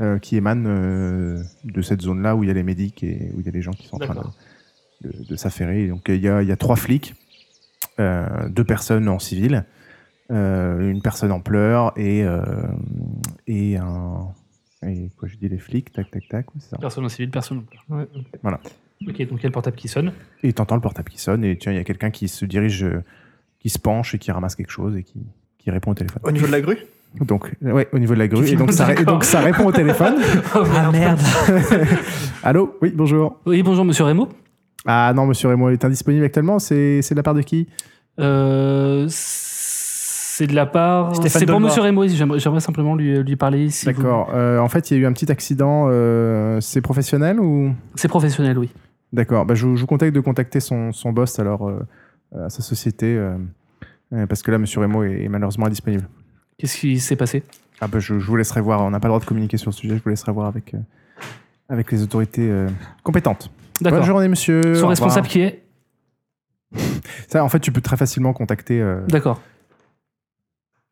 [SPEAKER 8] euh, qui émane euh, de cette zone-là où il y a les médics et où il y a les gens qui sont en train
[SPEAKER 16] D'accord.
[SPEAKER 8] de, de- de s'affairer. Et Donc euh, il y, a, il y a trois flics, euh, deux personnes en civil, euh, une personne en pleurs et, euh, et un. Et quoi, je dis les flics, tac, tac, tac, oui, c'est ça.
[SPEAKER 13] Personne en civil, personne. en pleurs.
[SPEAKER 8] Voilà.
[SPEAKER 13] Ok, donc il y a le portable qui sonne.
[SPEAKER 8] Et t'entends le portable qui sonne, et tiens, il y a quelqu'un qui se dirige, euh, qui se penche et qui ramasse quelque chose et qui, qui répond au téléphone.
[SPEAKER 10] Au niveau de la grue
[SPEAKER 8] Donc, euh, ouais, au niveau de la grue.
[SPEAKER 10] Qui
[SPEAKER 8] Et donc, ça, ré- et
[SPEAKER 10] D'accord.
[SPEAKER 8] donc, ça répond au téléphone.
[SPEAKER 10] Oh,
[SPEAKER 11] ah merde
[SPEAKER 8] Allô Oui, bonjour.
[SPEAKER 13] Oui, bonjour, monsieur Remo.
[SPEAKER 8] Ah non, monsieur Remo est indisponible actuellement. C'est c'est de la part de qui
[SPEAKER 13] Euh, c'est de la part.
[SPEAKER 8] Stéphane
[SPEAKER 13] C'est pour
[SPEAKER 8] Delmore.
[SPEAKER 13] Monsieur Remo. J'aimerais j'aimerais simplement lui, lui parler. si vous-
[SPEAKER 8] D'accord. Euh, en fait, il y a eu un petit accident. euh, c'est professionnel ou
[SPEAKER 13] C'est professionnel, oui.
[SPEAKER 8] D'accord. Bah, je, vous- je vous conseille de contacter son, son boss, alors, euh, euh, sa société, euh, euh, parce que là, monsieur Remo est, est malheureusement indisponible.
[SPEAKER 13] Qu'est-ce qui s'est passé
[SPEAKER 8] Ah bah, je, je vous laisserai voir. On n'a pas le droit de communiquer sur le sujet. Je vous laisserai voir avec, euh, avec les autorités euh, compétentes.
[SPEAKER 13] D'accord.
[SPEAKER 8] Bonne journée, monsieur. Au
[SPEAKER 13] Son
[SPEAKER 8] revoir.
[SPEAKER 13] responsable qui est
[SPEAKER 8] Ça, en fait, tu peux très facilement contacter. euh,
[SPEAKER 13] D'accord.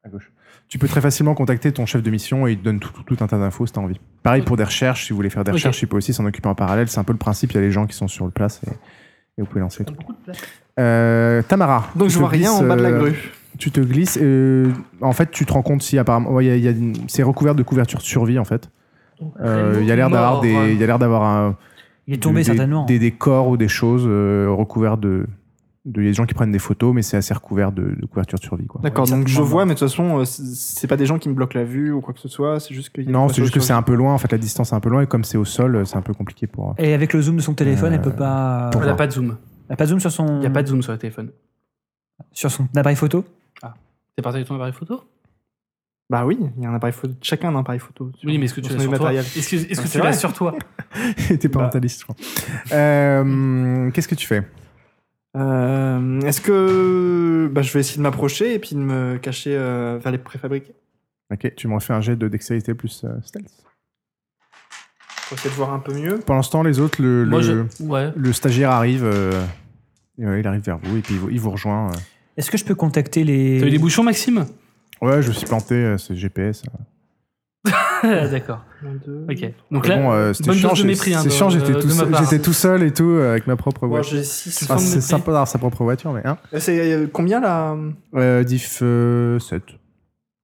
[SPEAKER 8] À gauche. Tu peux très facilement contacter ton chef de mission et il te donne tout, tout- tout un tas d'infos si t'as envie. Pareil pour des recherches, si vous voulez faire des
[SPEAKER 13] Ok.
[SPEAKER 8] recherches, il peut aussi s'en occuper en parallèle. C'est un peu le principe, il y a les gens qui sont sur le place et, et vous pouvez lancer. les trucs. Euh, Tamara.
[SPEAKER 10] Donc,
[SPEAKER 8] tu
[SPEAKER 10] je
[SPEAKER 8] te
[SPEAKER 10] vois rien
[SPEAKER 8] glisses,
[SPEAKER 10] en bas de la
[SPEAKER 8] euh,
[SPEAKER 10] grue.
[SPEAKER 8] Tu te glisses. euh, en fait, tu te rends compte si apparemment. ouais, il y a- il y a une- c'est recouvert de couverture de survie en fait. Euh, Il y a l'air d'avoir
[SPEAKER 11] mort,
[SPEAKER 8] des.
[SPEAKER 11] hein.
[SPEAKER 8] Il y a l'air d'avoir un.
[SPEAKER 11] Il est tombé,
[SPEAKER 8] des-
[SPEAKER 11] certainement.
[SPEAKER 8] Des, des corps ou des choses euh, recouverts de. de- Il y a des gens qui prennent des photos, mais c'est assez recouvert de, de couverture de survie. quoi.
[SPEAKER 10] D'accord, donc je vois, mais de toute façon, euh, c'est- c'est pas des gens qui me bloquent la vue ou quoi que ce soit, c'est juste qu'il y a une
[SPEAKER 8] Non, c'est juste que
[SPEAKER 10] façon
[SPEAKER 8] c'est un peu loin. En fait, la distance est un peu loin et comme c'est au sol, euh, c'est un peu compliqué pour.
[SPEAKER 11] Et avec le zoom de son téléphone,
[SPEAKER 8] Euh,
[SPEAKER 11] elle peut pas.
[SPEAKER 8] pour Elle a voir.
[SPEAKER 13] pas de zoom.
[SPEAKER 11] Elle a pas de zoom sur son. Il n'y a pas
[SPEAKER 13] de zoom sur le téléphone.
[SPEAKER 11] Sur son appareil photo
[SPEAKER 13] T'es parti avec ton appareil photo
[SPEAKER 10] Bah oui, il y a un appareil photo, chacun a un appareil photo. sur-
[SPEAKER 13] Oui, mais est-ce que
[SPEAKER 10] dans
[SPEAKER 13] tu
[SPEAKER 10] son
[SPEAKER 13] l'as sur toi
[SPEAKER 10] matériel.
[SPEAKER 13] Est-ce que, est-ce
[SPEAKER 10] Ah,
[SPEAKER 13] que
[SPEAKER 10] c'est
[SPEAKER 13] tu l'as
[SPEAKER 10] vrai.
[SPEAKER 13] sur toi
[SPEAKER 8] T'es
[SPEAKER 10] Bah.
[SPEAKER 8] parentaliste, je crois. Euh, Qu'est-ce que tu fais
[SPEAKER 10] Euh, Est-ce que bah, je vais essayer de m'approcher et puis de me cacher euh, vers les préfabriqués
[SPEAKER 8] Ok, tu m'en fais un jet de dextérité plus euh, stealth.
[SPEAKER 10] pour essayer de voir un peu mieux
[SPEAKER 8] Pendant ce temps, les autres, le,
[SPEAKER 10] Moi,
[SPEAKER 8] le,
[SPEAKER 10] je- ouais.
[SPEAKER 8] le stagiaire arrive. euh, et ouais, il arrive vers vous et puis il vous, il vous rejoint. euh.
[SPEAKER 11] Est-ce que je peux contacter les.
[SPEAKER 8] T'as eu des
[SPEAKER 13] bouchons, Maxime
[SPEAKER 8] Ouais, je me suis planté, euh, c'est GPS. euh.
[SPEAKER 13] D'accord. Ok. Donc
[SPEAKER 8] Mais
[SPEAKER 13] là,
[SPEAKER 8] bon, euh, c'était
[SPEAKER 13] bonne
[SPEAKER 8] chiant,
[SPEAKER 13] dose de
[SPEAKER 8] j'ai-
[SPEAKER 13] mépris. hein,
[SPEAKER 10] Ah,
[SPEAKER 8] C'est
[SPEAKER 10] bah,
[SPEAKER 13] de-
[SPEAKER 8] chiant, j'étais
[SPEAKER 13] de
[SPEAKER 8] tout,
[SPEAKER 13] ma
[SPEAKER 8] seul-
[SPEAKER 13] part.
[SPEAKER 8] j'étais tout seul et tout euh, avec ma propre
[SPEAKER 10] Moi,
[SPEAKER 8] voiture.
[SPEAKER 10] j'ai six
[SPEAKER 8] Enfin,
[SPEAKER 10] cents de
[SPEAKER 8] c'est
[SPEAKER 10] mépris.
[SPEAKER 8] sympa d'avoir sa propre voiture, mais hein.
[SPEAKER 10] Euh, C'est euh, combien là
[SPEAKER 8] Euh, diff euh, 7.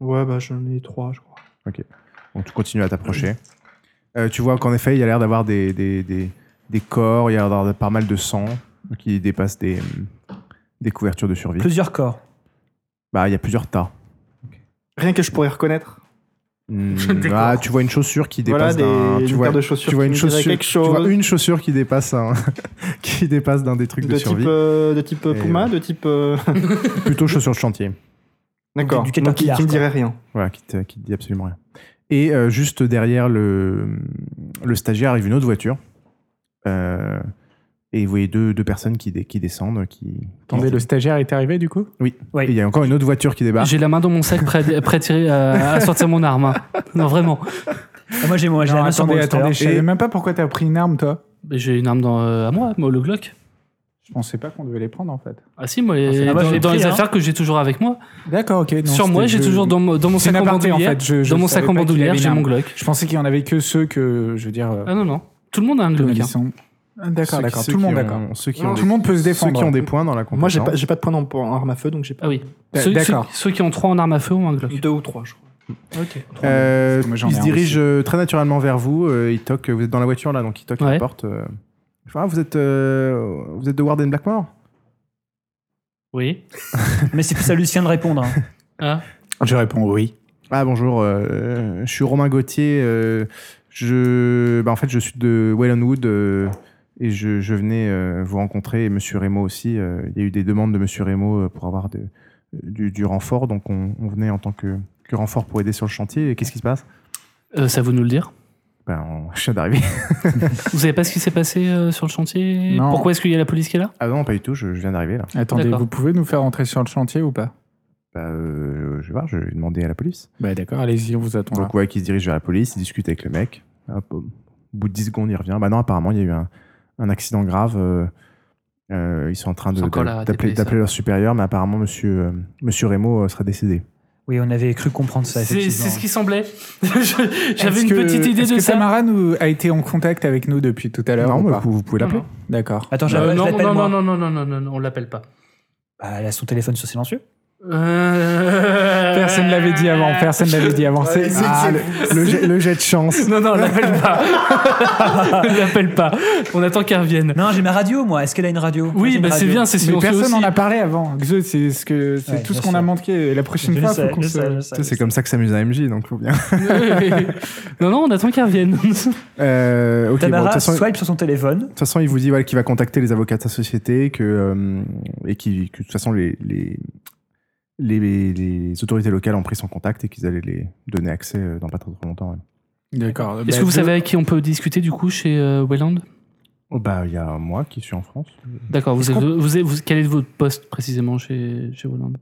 [SPEAKER 10] Ouais, bah j'en ai trois, je crois.
[SPEAKER 8] Ok. Donc tu continues à t'approcher. Euh, tu vois qu'en effet, il y a l'air d'avoir des, des, des- des corps, il y a l'air d'avoir pas mal de sang qui dépasse des, euh, des couvertures de survie.
[SPEAKER 11] Plusieurs corps.
[SPEAKER 8] Bah, il y a plusieurs tas.
[SPEAKER 10] Rien que je pourrais reconnaître.
[SPEAKER 8] Hmm,
[SPEAKER 10] Des
[SPEAKER 8] ah, tu vois une chaussure qui
[SPEAKER 10] Voilà,
[SPEAKER 8] dépasse
[SPEAKER 10] des-
[SPEAKER 8] d'un-
[SPEAKER 10] une
[SPEAKER 8] tu vois,
[SPEAKER 10] paire de chaussures
[SPEAKER 8] tu vois
[SPEAKER 10] qui
[SPEAKER 8] une
[SPEAKER 10] nous dirait
[SPEAKER 8] chaussure,
[SPEAKER 10] quelque chose.
[SPEAKER 8] tu vois une chaussure qui dépasse un, qui dépasse d'un des trucs de,
[SPEAKER 10] De type,
[SPEAKER 8] survie.
[SPEAKER 10] euh, de type euh,
[SPEAKER 8] Et,
[SPEAKER 10] Puma,
[SPEAKER 8] euh,
[SPEAKER 10] de type. euh,
[SPEAKER 8] Plutôt chaussure de chantier.
[SPEAKER 10] D'accord. Donc, qui,
[SPEAKER 8] Du
[SPEAKER 10] qui
[SPEAKER 8] caterpillar,
[SPEAKER 10] me
[SPEAKER 8] quoi.
[SPEAKER 10] dirait rien.
[SPEAKER 8] Voilà, qui te, qui te dit absolument rien. Et euh, juste derrière le, le stagiaire arrive une autre voiture. Euh, Et vous voyez deux, deux personnes qui, dé- qui descendent. Qui,
[SPEAKER 10] Attendez, le stagiaire est arrivé du coup
[SPEAKER 8] Oui. Il y a encore une autre voiture qui débarque.
[SPEAKER 13] J'ai la main dans mon sac prêt, à- prêt à tirer, à, à sortir mon arme. hein. Non, vraiment.
[SPEAKER 11] moi, j'ai moi,
[SPEAKER 10] Non, attendez, attendez, je savais même pas pourquoi t'as pris une arme, toi.
[SPEAKER 13] J'ai une arme dans, euh, à moi, moi, le Glock.
[SPEAKER 10] Je pensais pas qu'on devait les prendre en fait.
[SPEAKER 13] Ah si, moi, les-
[SPEAKER 10] Ah, moi, je
[SPEAKER 13] dans,
[SPEAKER 10] l'ai
[SPEAKER 13] dans
[SPEAKER 10] pris,
[SPEAKER 13] les
[SPEAKER 10] hein.
[SPEAKER 13] affaires que j'ai toujours avec moi.
[SPEAKER 10] D'accord, ok. non,
[SPEAKER 13] Sur moi,
[SPEAKER 10] c'était-
[SPEAKER 13] j'ai
[SPEAKER 10] je-
[SPEAKER 13] toujours dans, mon- dans mon
[SPEAKER 10] C'est
[SPEAKER 13] sac
[SPEAKER 10] une
[SPEAKER 13] en
[SPEAKER 10] aparté,
[SPEAKER 13] bandoulière.
[SPEAKER 10] Je- je
[SPEAKER 13] dans mon
[SPEAKER 10] savais
[SPEAKER 13] sac en
[SPEAKER 10] pas qu'il
[SPEAKER 13] bandoulière,
[SPEAKER 10] avait une
[SPEAKER 13] j'ai mon
[SPEAKER 10] arme.
[SPEAKER 13] Glock.
[SPEAKER 10] Je pensais qu'il y en avait que ceux que, je veux dire.
[SPEAKER 13] Ah non, non. Tout le monde a un Glock.
[SPEAKER 10] ils
[SPEAKER 13] hein.
[SPEAKER 10] sont- Ah, D'accord,
[SPEAKER 8] Ceux qui-
[SPEAKER 10] d'accord.
[SPEAKER 8] ceux
[SPEAKER 10] Tout le
[SPEAKER 8] qui
[SPEAKER 10] monde,
[SPEAKER 8] ont-
[SPEAKER 10] d'accord.
[SPEAKER 8] ceux qui
[SPEAKER 10] Tout
[SPEAKER 8] ont
[SPEAKER 10] le
[SPEAKER 8] des-
[SPEAKER 10] monde peut se
[SPEAKER 8] ceux
[SPEAKER 10] défendre.
[SPEAKER 8] qui ont des points dans la
[SPEAKER 9] Moi, j'ai pas,
[SPEAKER 8] compétence.
[SPEAKER 9] j'ai pas de point en, en arme à feu, donc j'ai pas.
[SPEAKER 13] Ah oui.
[SPEAKER 10] D'a-
[SPEAKER 13] Ceux,
[SPEAKER 10] Bah, d'accord.
[SPEAKER 13] ceux- ceux qui ont trois en arme à feu ont un Glock.
[SPEAKER 9] Deux ou trois, je crois.
[SPEAKER 13] Ok.
[SPEAKER 8] Euh,
[SPEAKER 10] moi, j'en
[SPEAKER 8] il
[SPEAKER 10] ai
[SPEAKER 8] se
[SPEAKER 10] un
[SPEAKER 8] dirige
[SPEAKER 10] aussi.
[SPEAKER 8] euh, très naturellement vers vous. euh, il toque. Vous êtes dans la voiture là, donc il toque à la
[SPEAKER 10] Ouais.
[SPEAKER 8] porte. euh. Il fait, Ah, vous êtes, euh, vous êtes de Warden Blackmore
[SPEAKER 13] Oui.
[SPEAKER 11] Mais c'est plus à Lucien de répondre. hein.
[SPEAKER 10] Je réponds oui.
[SPEAKER 8] Ah bonjour, euh, je suis Romain Gauthier. euh, je, bah, en fait, je suis de Wellonwood euh, et je, je venais euh, vous rencontrer et Monsieur Rémo aussi. euh, il y a eu des demandes de Monsieur Rémo euh, pour avoir de- du, du renfort, donc on, on venait en tant que, que renfort pour aider sur le chantier. Et Qu'est-ce qui se passe
[SPEAKER 13] Euh, ça vous nous le dire
[SPEAKER 8] ben, on- Je viens d'arriver.
[SPEAKER 13] Vous savez pas ce qui s'est passé euh, sur le chantier
[SPEAKER 10] Non.
[SPEAKER 13] Pourquoi est-ce qu'il y a la police qui est là
[SPEAKER 8] ah non, pas du tout. Je, je viens d'arriver là.
[SPEAKER 10] Attendez,
[SPEAKER 13] D'accord.
[SPEAKER 10] vous pouvez nous faire entrer sur le chantier ou pas
[SPEAKER 8] Bah, euh, je vais voir. Je vais demander à la police.
[SPEAKER 10] Bah d'accord, allez-y, on vous attend. là.
[SPEAKER 8] Donc ouais, qui se dirige vers la police, il discute avec le mec. Hop, au bout de 10 secondes, il revient. Bah non, apparemment, il y a eu un, un accident grave. euh, euh, ils sont en train de-
[SPEAKER 13] C'est encore la
[SPEAKER 8] d'a- d'appeler
[SPEAKER 13] TP, ça.
[SPEAKER 8] d'appeler leur supérieur, mais apparemment, monsieur, euh, monsieur Rémo euh, serait décédé.
[SPEAKER 11] Oui, on avait cru comprendre ça,
[SPEAKER 13] C'est
[SPEAKER 11] effectivement.
[SPEAKER 13] c'est ce qui semblait. Je- J'avais
[SPEAKER 10] Est-ce
[SPEAKER 13] une
[SPEAKER 10] que-
[SPEAKER 13] petite idée
[SPEAKER 10] est-ce
[SPEAKER 13] de
[SPEAKER 10] que
[SPEAKER 13] ça.
[SPEAKER 10] Tamara nous a été en contact avec nous depuis tout à l'heure
[SPEAKER 8] Non,
[SPEAKER 10] ou
[SPEAKER 8] mais
[SPEAKER 10] pas
[SPEAKER 8] vous- vous pouvez l'appeler.
[SPEAKER 13] Non,
[SPEAKER 10] D'accord.
[SPEAKER 11] Attends, je
[SPEAKER 13] Euh,
[SPEAKER 11] l'appelle- je
[SPEAKER 13] non,
[SPEAKER 11] l'appelle,
[SPEAKER 13] non,
[SPEAKER 11] moi.
[SPEAKER 13] non, non, non, non, non, non, non, on l'appelle pas.
[SPEAKER 11] Bah, elle a son téléphone sur silencieux.
[SPEAKER 10] Personne ne l'avait dit avant, personne ne l'avait dit avant. C'est
[SPEAKER 8] Ah, le, le jet, le jet de chance.
[SPEAKER 13] Non, non, on l'appelle pas. on l'appelle pas. On attend qu'elle revienne.
[SPEAKER 11] Non, j'ai ma radio, moi. Est-ce qu'elle a une radio Moi,
[SPEAKER 13] Oui,
[SPEAKER 11] j'ai une
[SPEAKER 13] bah, c'est
[SPEAKER 11] radio.
[SPEAKER 13] bien, c'est
[SPEAKER 10] Mais
[SPEAKER 13] silencieux
[SPEAKER 10] personne
[SPEAKER 13] aussi.
[SPEAKER 10] n'en a parlé avant. Xe, C'est ce que- c'est
[SPEAKER 11] Ouais,
[SPEAKER 10] tout ce
[SPEAKER 11] bien
[SPEAKER 10] qu'on
[SPEAKER 11] sûr.
[SPEAKER 10] a manqué. Et la prochaine
[SPEAKER 11] Je
[SPEAKER 10] fois,
[SPEAKER 11] sais,
[SPEAKER 10] faut qu'on
[SPEAKER 11] je sais,
[SPEAKER 10] se.
[SPEAKER 11] je
[SPEAKER 8] Tu
[SPEAKER 11] sais.
[SPEAKER 8] sais, C'est comme ça que s'amuse à MJ, donc faut bien.
[SPEAKER 13] non, non, on attend qu'elle
[SPEAKER 11] Bah,
[SPEAKER 13] revienne.
[SPEAKER 8] Euh, ok, bon, de
[SPEAKER 11] Tamara
[SPEAKER 8] toute façon,
[SPEAKER 11] swipe sur son téléphone.
[SPEAKER 8] de toute façon, il vous dit voilà, qu'il va contacter les avocats de sa société que, euh, et qui, que de toute façon, les, les, les, les autorités locales ont pris son contact et qu'ils allaient les donner accès euh, dans pas trop longtemps. ouais.
[SPEAKER 10] D'accord.
[SPEAKER 13] Est-ce
[SPEAKER 10] Bah,
[SPEAKER 13] que vous
[SPEAKER 10] je-
[SPEAKER 13] savez avec qui on peut discuter du coup chez euh, Wayland
[SPEAKER 8] Oh bah, il y a moi qui suis en France.
[SPEAKER 13] D'accord, vous,
[SPEAKER 10] Est-ce
[SPEAKER 13] êtes- vous, êtes- vous- quel est votre poste précisément chez, chez Wayland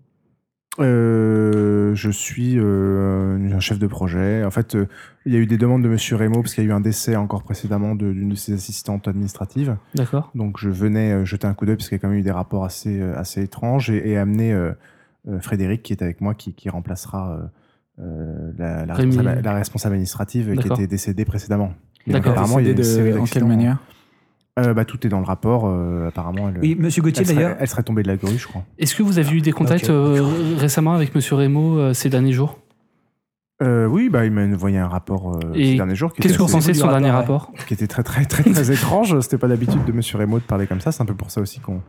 [SPEAKER 8] Euh, je suis euh, un chef de projet. En fait, euh, il y a eu des demandes de Monsieur Rémo parce qu'il y a eu un décès encore précédemment de- d'une de, ses assistantes administratives.
[SPEAKER 13] D'accord.
[SPEAKER 8] Donc, je venais euh, jeter un coup d'œil parce qu'il y a quand même eu des rapports assez, euh, assez étranges et, et amener euh, euh, Frédéric qui est avec moi qui, qui remplacera euh, euh, la, la
[SPEAKER 13] Rémi.
[SPEAKER 8] responsable, la responsable administrative qui
[SPEAKER 13] D'accord.
[SPEAKER 8] était décédée précédemment. Et
[SPEAKER 13] D'accord.
[SPEAKER 8] Apparemment, il y a eu
[SPEAKER 10] Décédé
[SPEAKER 8] une
[SPEAKER 10] de-
[SPEAKER 8] série
[SPEAKER 10] en quelle
[SPEAKER 8] d'accidents.
[SPEAKER 10] manière
[SPEAKER 8] Euh, bah, tout est dans le rapport. euh, apparemment, elle,
[SPEAKER 11] Oui, monsieur Gauthier,
[SPEAKER 8] elle serait-
[SPEAKER 11] d'ailleurs.
[SPEAKER 8] elle serait tombée de la grue, je crois.
[SPEAKER 13] Est-ce que vous avez eu des contacts
[SPEAKER 11] Ah, Ok.
[SPEAKER 13] euh, récemment avec Monsieur Rémo euh, ces derniers jours
[SPEAKER 8] Euh, oui, bah, il m'a envoyé un rapport euh,
[SPEAKER 13] Et
[SPEAKER 8] ces derniers jours qui
[SPEAKER 13] Qu'est-ce
[SPEAKER 8] était
[SPEAKER 13] que vous
[SPEAKER 8] assez-
[SPEAKER 13] pensez de son
[SPEAKER 11] du
[SPEAKER 13] dernier
[SPEAKER 11] rapport,
[SPEAKER 13] rapport
[SPEAKER 8] qui était très très très très étrange. C'était pas l'habitude de Monsieur Rémo de parler comme ça. C'est un peu pour ça aussi qu'on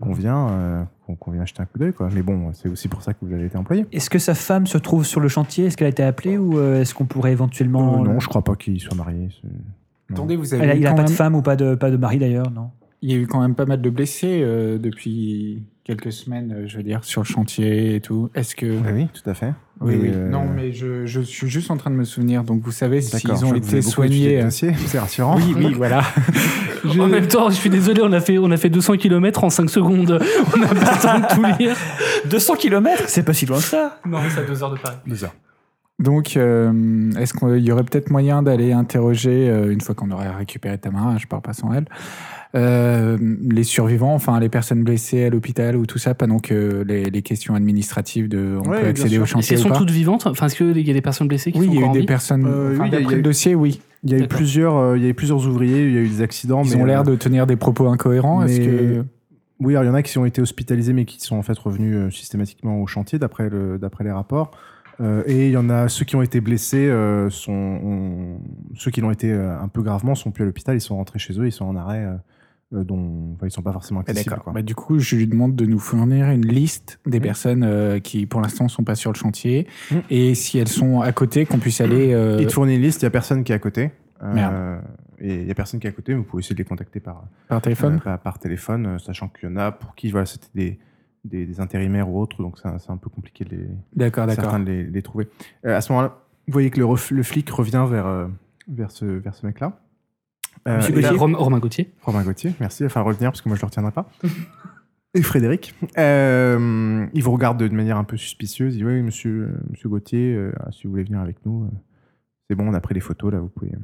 [SPEAKER 8] qu'on vient euh, qu'on qu'on vient jeter un coup d'œil quoi. Mais bon, c'est aussi pour ça que vous avez été employé.
[SPEAKER 11] Est-ce que sa femme se trouve sur le chantier Est-ce qu'elle a été appelée ou euh, est-ce qu'on pourrait
[SPEAKER 8] Euh,
[SPEAKER 13] Oh,
[SPEAKER 11] éventuellement.
[SPEAKER 8] non, je crois pas qu'il soit marié. c'est-
[SPEAKER 10] Attendez, vous
[SPEAKER 11] Elle a-
[SPEAKER 10] avez eu
[SPEAKER 11] il a
[SPEAKER 10] quand
[SPEAKER 11] pas de
[SPEAKER 10] même-
[SPEAKER 11] femme ou pas de, pas de mari d'ailleurs, non
[SPEAKER 10] Il y a eu quand même pas mal de blessés euh, depuis quelques semaines, euh, je veux dire, sur le chantier et tout. Est-ce que...
[SPEAKER 8] Oui, oui, tout à fait.
[SPEAKER 10] Oui,
[SPEAKER 8] Et,
[SPEAKER 10] oui.
[SPEAKER 8] euh,
[SPEAKER 10] Non, mais je, je suis juste en train de me souvenir. Donc, vous savez
[SPEAKER 8] D'accord,
[SPEAKER 10] s'ils ont
[SPEAKER 8] je vous ai
[SPEAKER 10] été
[SPEAKER 8] beaucoup étudié
[SPEAKER 10] soignés.
[SPEAKER 8] le
[SPEAKER 10] euh,
[SPEAKER 8] dossier, C'est rassurant.
[SPEAKER 10] Oui, oui, voilà. Je-
[SPEAKER 13] En même temps, je suis désolé, on a fait, on a fait 200 km en 5 secondes. On n'a pas le temps de tout lire.
[SPEAKER 11] 200 km C'est pas si loin que ça
[SPEAKER 13] Non, c'est à 2 heures de Paris.
[SPEAKER 8] Deux heures.
[SPEAKER 10] Donc, euh, est-ce qu'il y aurait peut-être moyen d'aller interroger, euh, une fois qu'on aurait récupéré Tamara, je pars pas sans elle, euh, les survivants, enfin les personnes blessées à l'hôpital ou tout ça, pendant que les, les questions administratives de on
[SPEAKER 8] Ouais,
[SPEAKER 10] peut
[SPEAKER 8] bien
[SPEAKER 10] accéder
[SPEAKER 8] sûr.
[SPEAKER 10] au
[SPEAKER 13] Est-ce
[SPEAKER 10] chantier
[SPEAKER 13] qu'elles sont
[SPEAKER 10] ou pas
[SPEAKER 13] toutes vivantes Enfin, est-ce qu'il y a des personnes blessées qui
[SPEAKER 10] Oui,
[SPEAKER 13] sont
[SPEAKER 10] il y a
[SPEAKER 13] encore
[SPEAKER 10] eu
[SPEAKER 13] en
[SPEAKER 10] des
[SPEAKER 13] vie
[SPEAKER 10] personnes.
[SPEAKER 8] Euh, oui,
[SPEAKER 10] enfin,
[SPEAKER 8] il y a- il y
[SPEAKER 10] D'après
[SPEAKER 8] a
[SPEAKER 10] le
[SPEAKER 8] eu-
[SPEAKER 10] dossier, oui.
[SPEAKER 8] Il y a eu
[SPEAKER 13] D'accord.
[SPEAKER 8] plusieurs euh, il y a eu plusieurs ouvriers, il y a eu des accidents.
[SPEAKER 10] Ils
[SPEAKER 8] mais,
[SPEAKER 10] ont l'air
[SPEAKER 8] euh,
[SPEAKER 10] de tenir des propos incohérents. Est-ce
[SPEAKER 8] mais- euh,
[SPEAKER 10] que
[SPEAKER 8] Oui, alors il y en a qui ont été hospitalisés mais qui sont en fait revenus euh, systématiquement au chantier d'après le, d'après les rapports. Euh, et il y en a ceux qui ont été blessés, euh, sont, ont- ceux qui l'ont été euh, un peu gravement sont plus à l'hôpital, ils sont rentrés chez eux, ils sont en arrêt, euh, euh, dont enfin, ils sont pas forcément
[SPEAKER 10] Ah,
[SPEAKER 8] accessibles.
[SPEAKER 10] D'accord.
[SPEAKER 8] quoi.
[SPEAKER 10] Bah, du coup, je lui demande de nous fournir une liste des
[SPEAKER 8] Mhm.
[SPEAKER 10] personnes euh, qui, pour l'instant, sont pas sur le chantier.
[SPEAKER 8] Mhm.
[SPEAKER 10] Et si elles sont à côté, qu'on puisse aller. euh,
[SPEAKER 8] Ils te fournissent une liste, il y a personne qui est à côté. Euh,
[SPEAKER 10] Merde.
[SPEAKER 8] Et il y a personne qui est à côté, mais vous pouvez essayer de les contacter par,
[SPEAKER 10] Par téléphone
[SPEAKER 8] euh, par, par téléphone, euh, sachant qu'il y en a pour qui voilà, c'était des, des, des intérimaires ou autres, donc c'est un- c'est un peu compliqué de les,
[SPEAKER 10] D'accord, d'accord.
[SPEAKER 8] certains de les, les trouver. Euh, à ce moment-là, vous voyez que le, ref- le flic revient vers, euh, vers ce, vers ce mec-là Euh,
[SPEAKER 13] Monsieur
[SPEAKER 8] et là-
[SPEAKER 13] Gauthier, Rom- Romain Gauthier.
[SPEAKER 8] Romain Gauthier, merci. Enfin, revenir, parce que moi, je le retiendrai pas. Et Frédéric, euh, il vous regarde de de manière un peu suspicieuse. Il dit Oui, monsieur, euh, monsieur Gauthier, euh, ah, si vous voulez venir avec nous, euh, c'est bon, on a pris les photos, là, vous pouvez, vous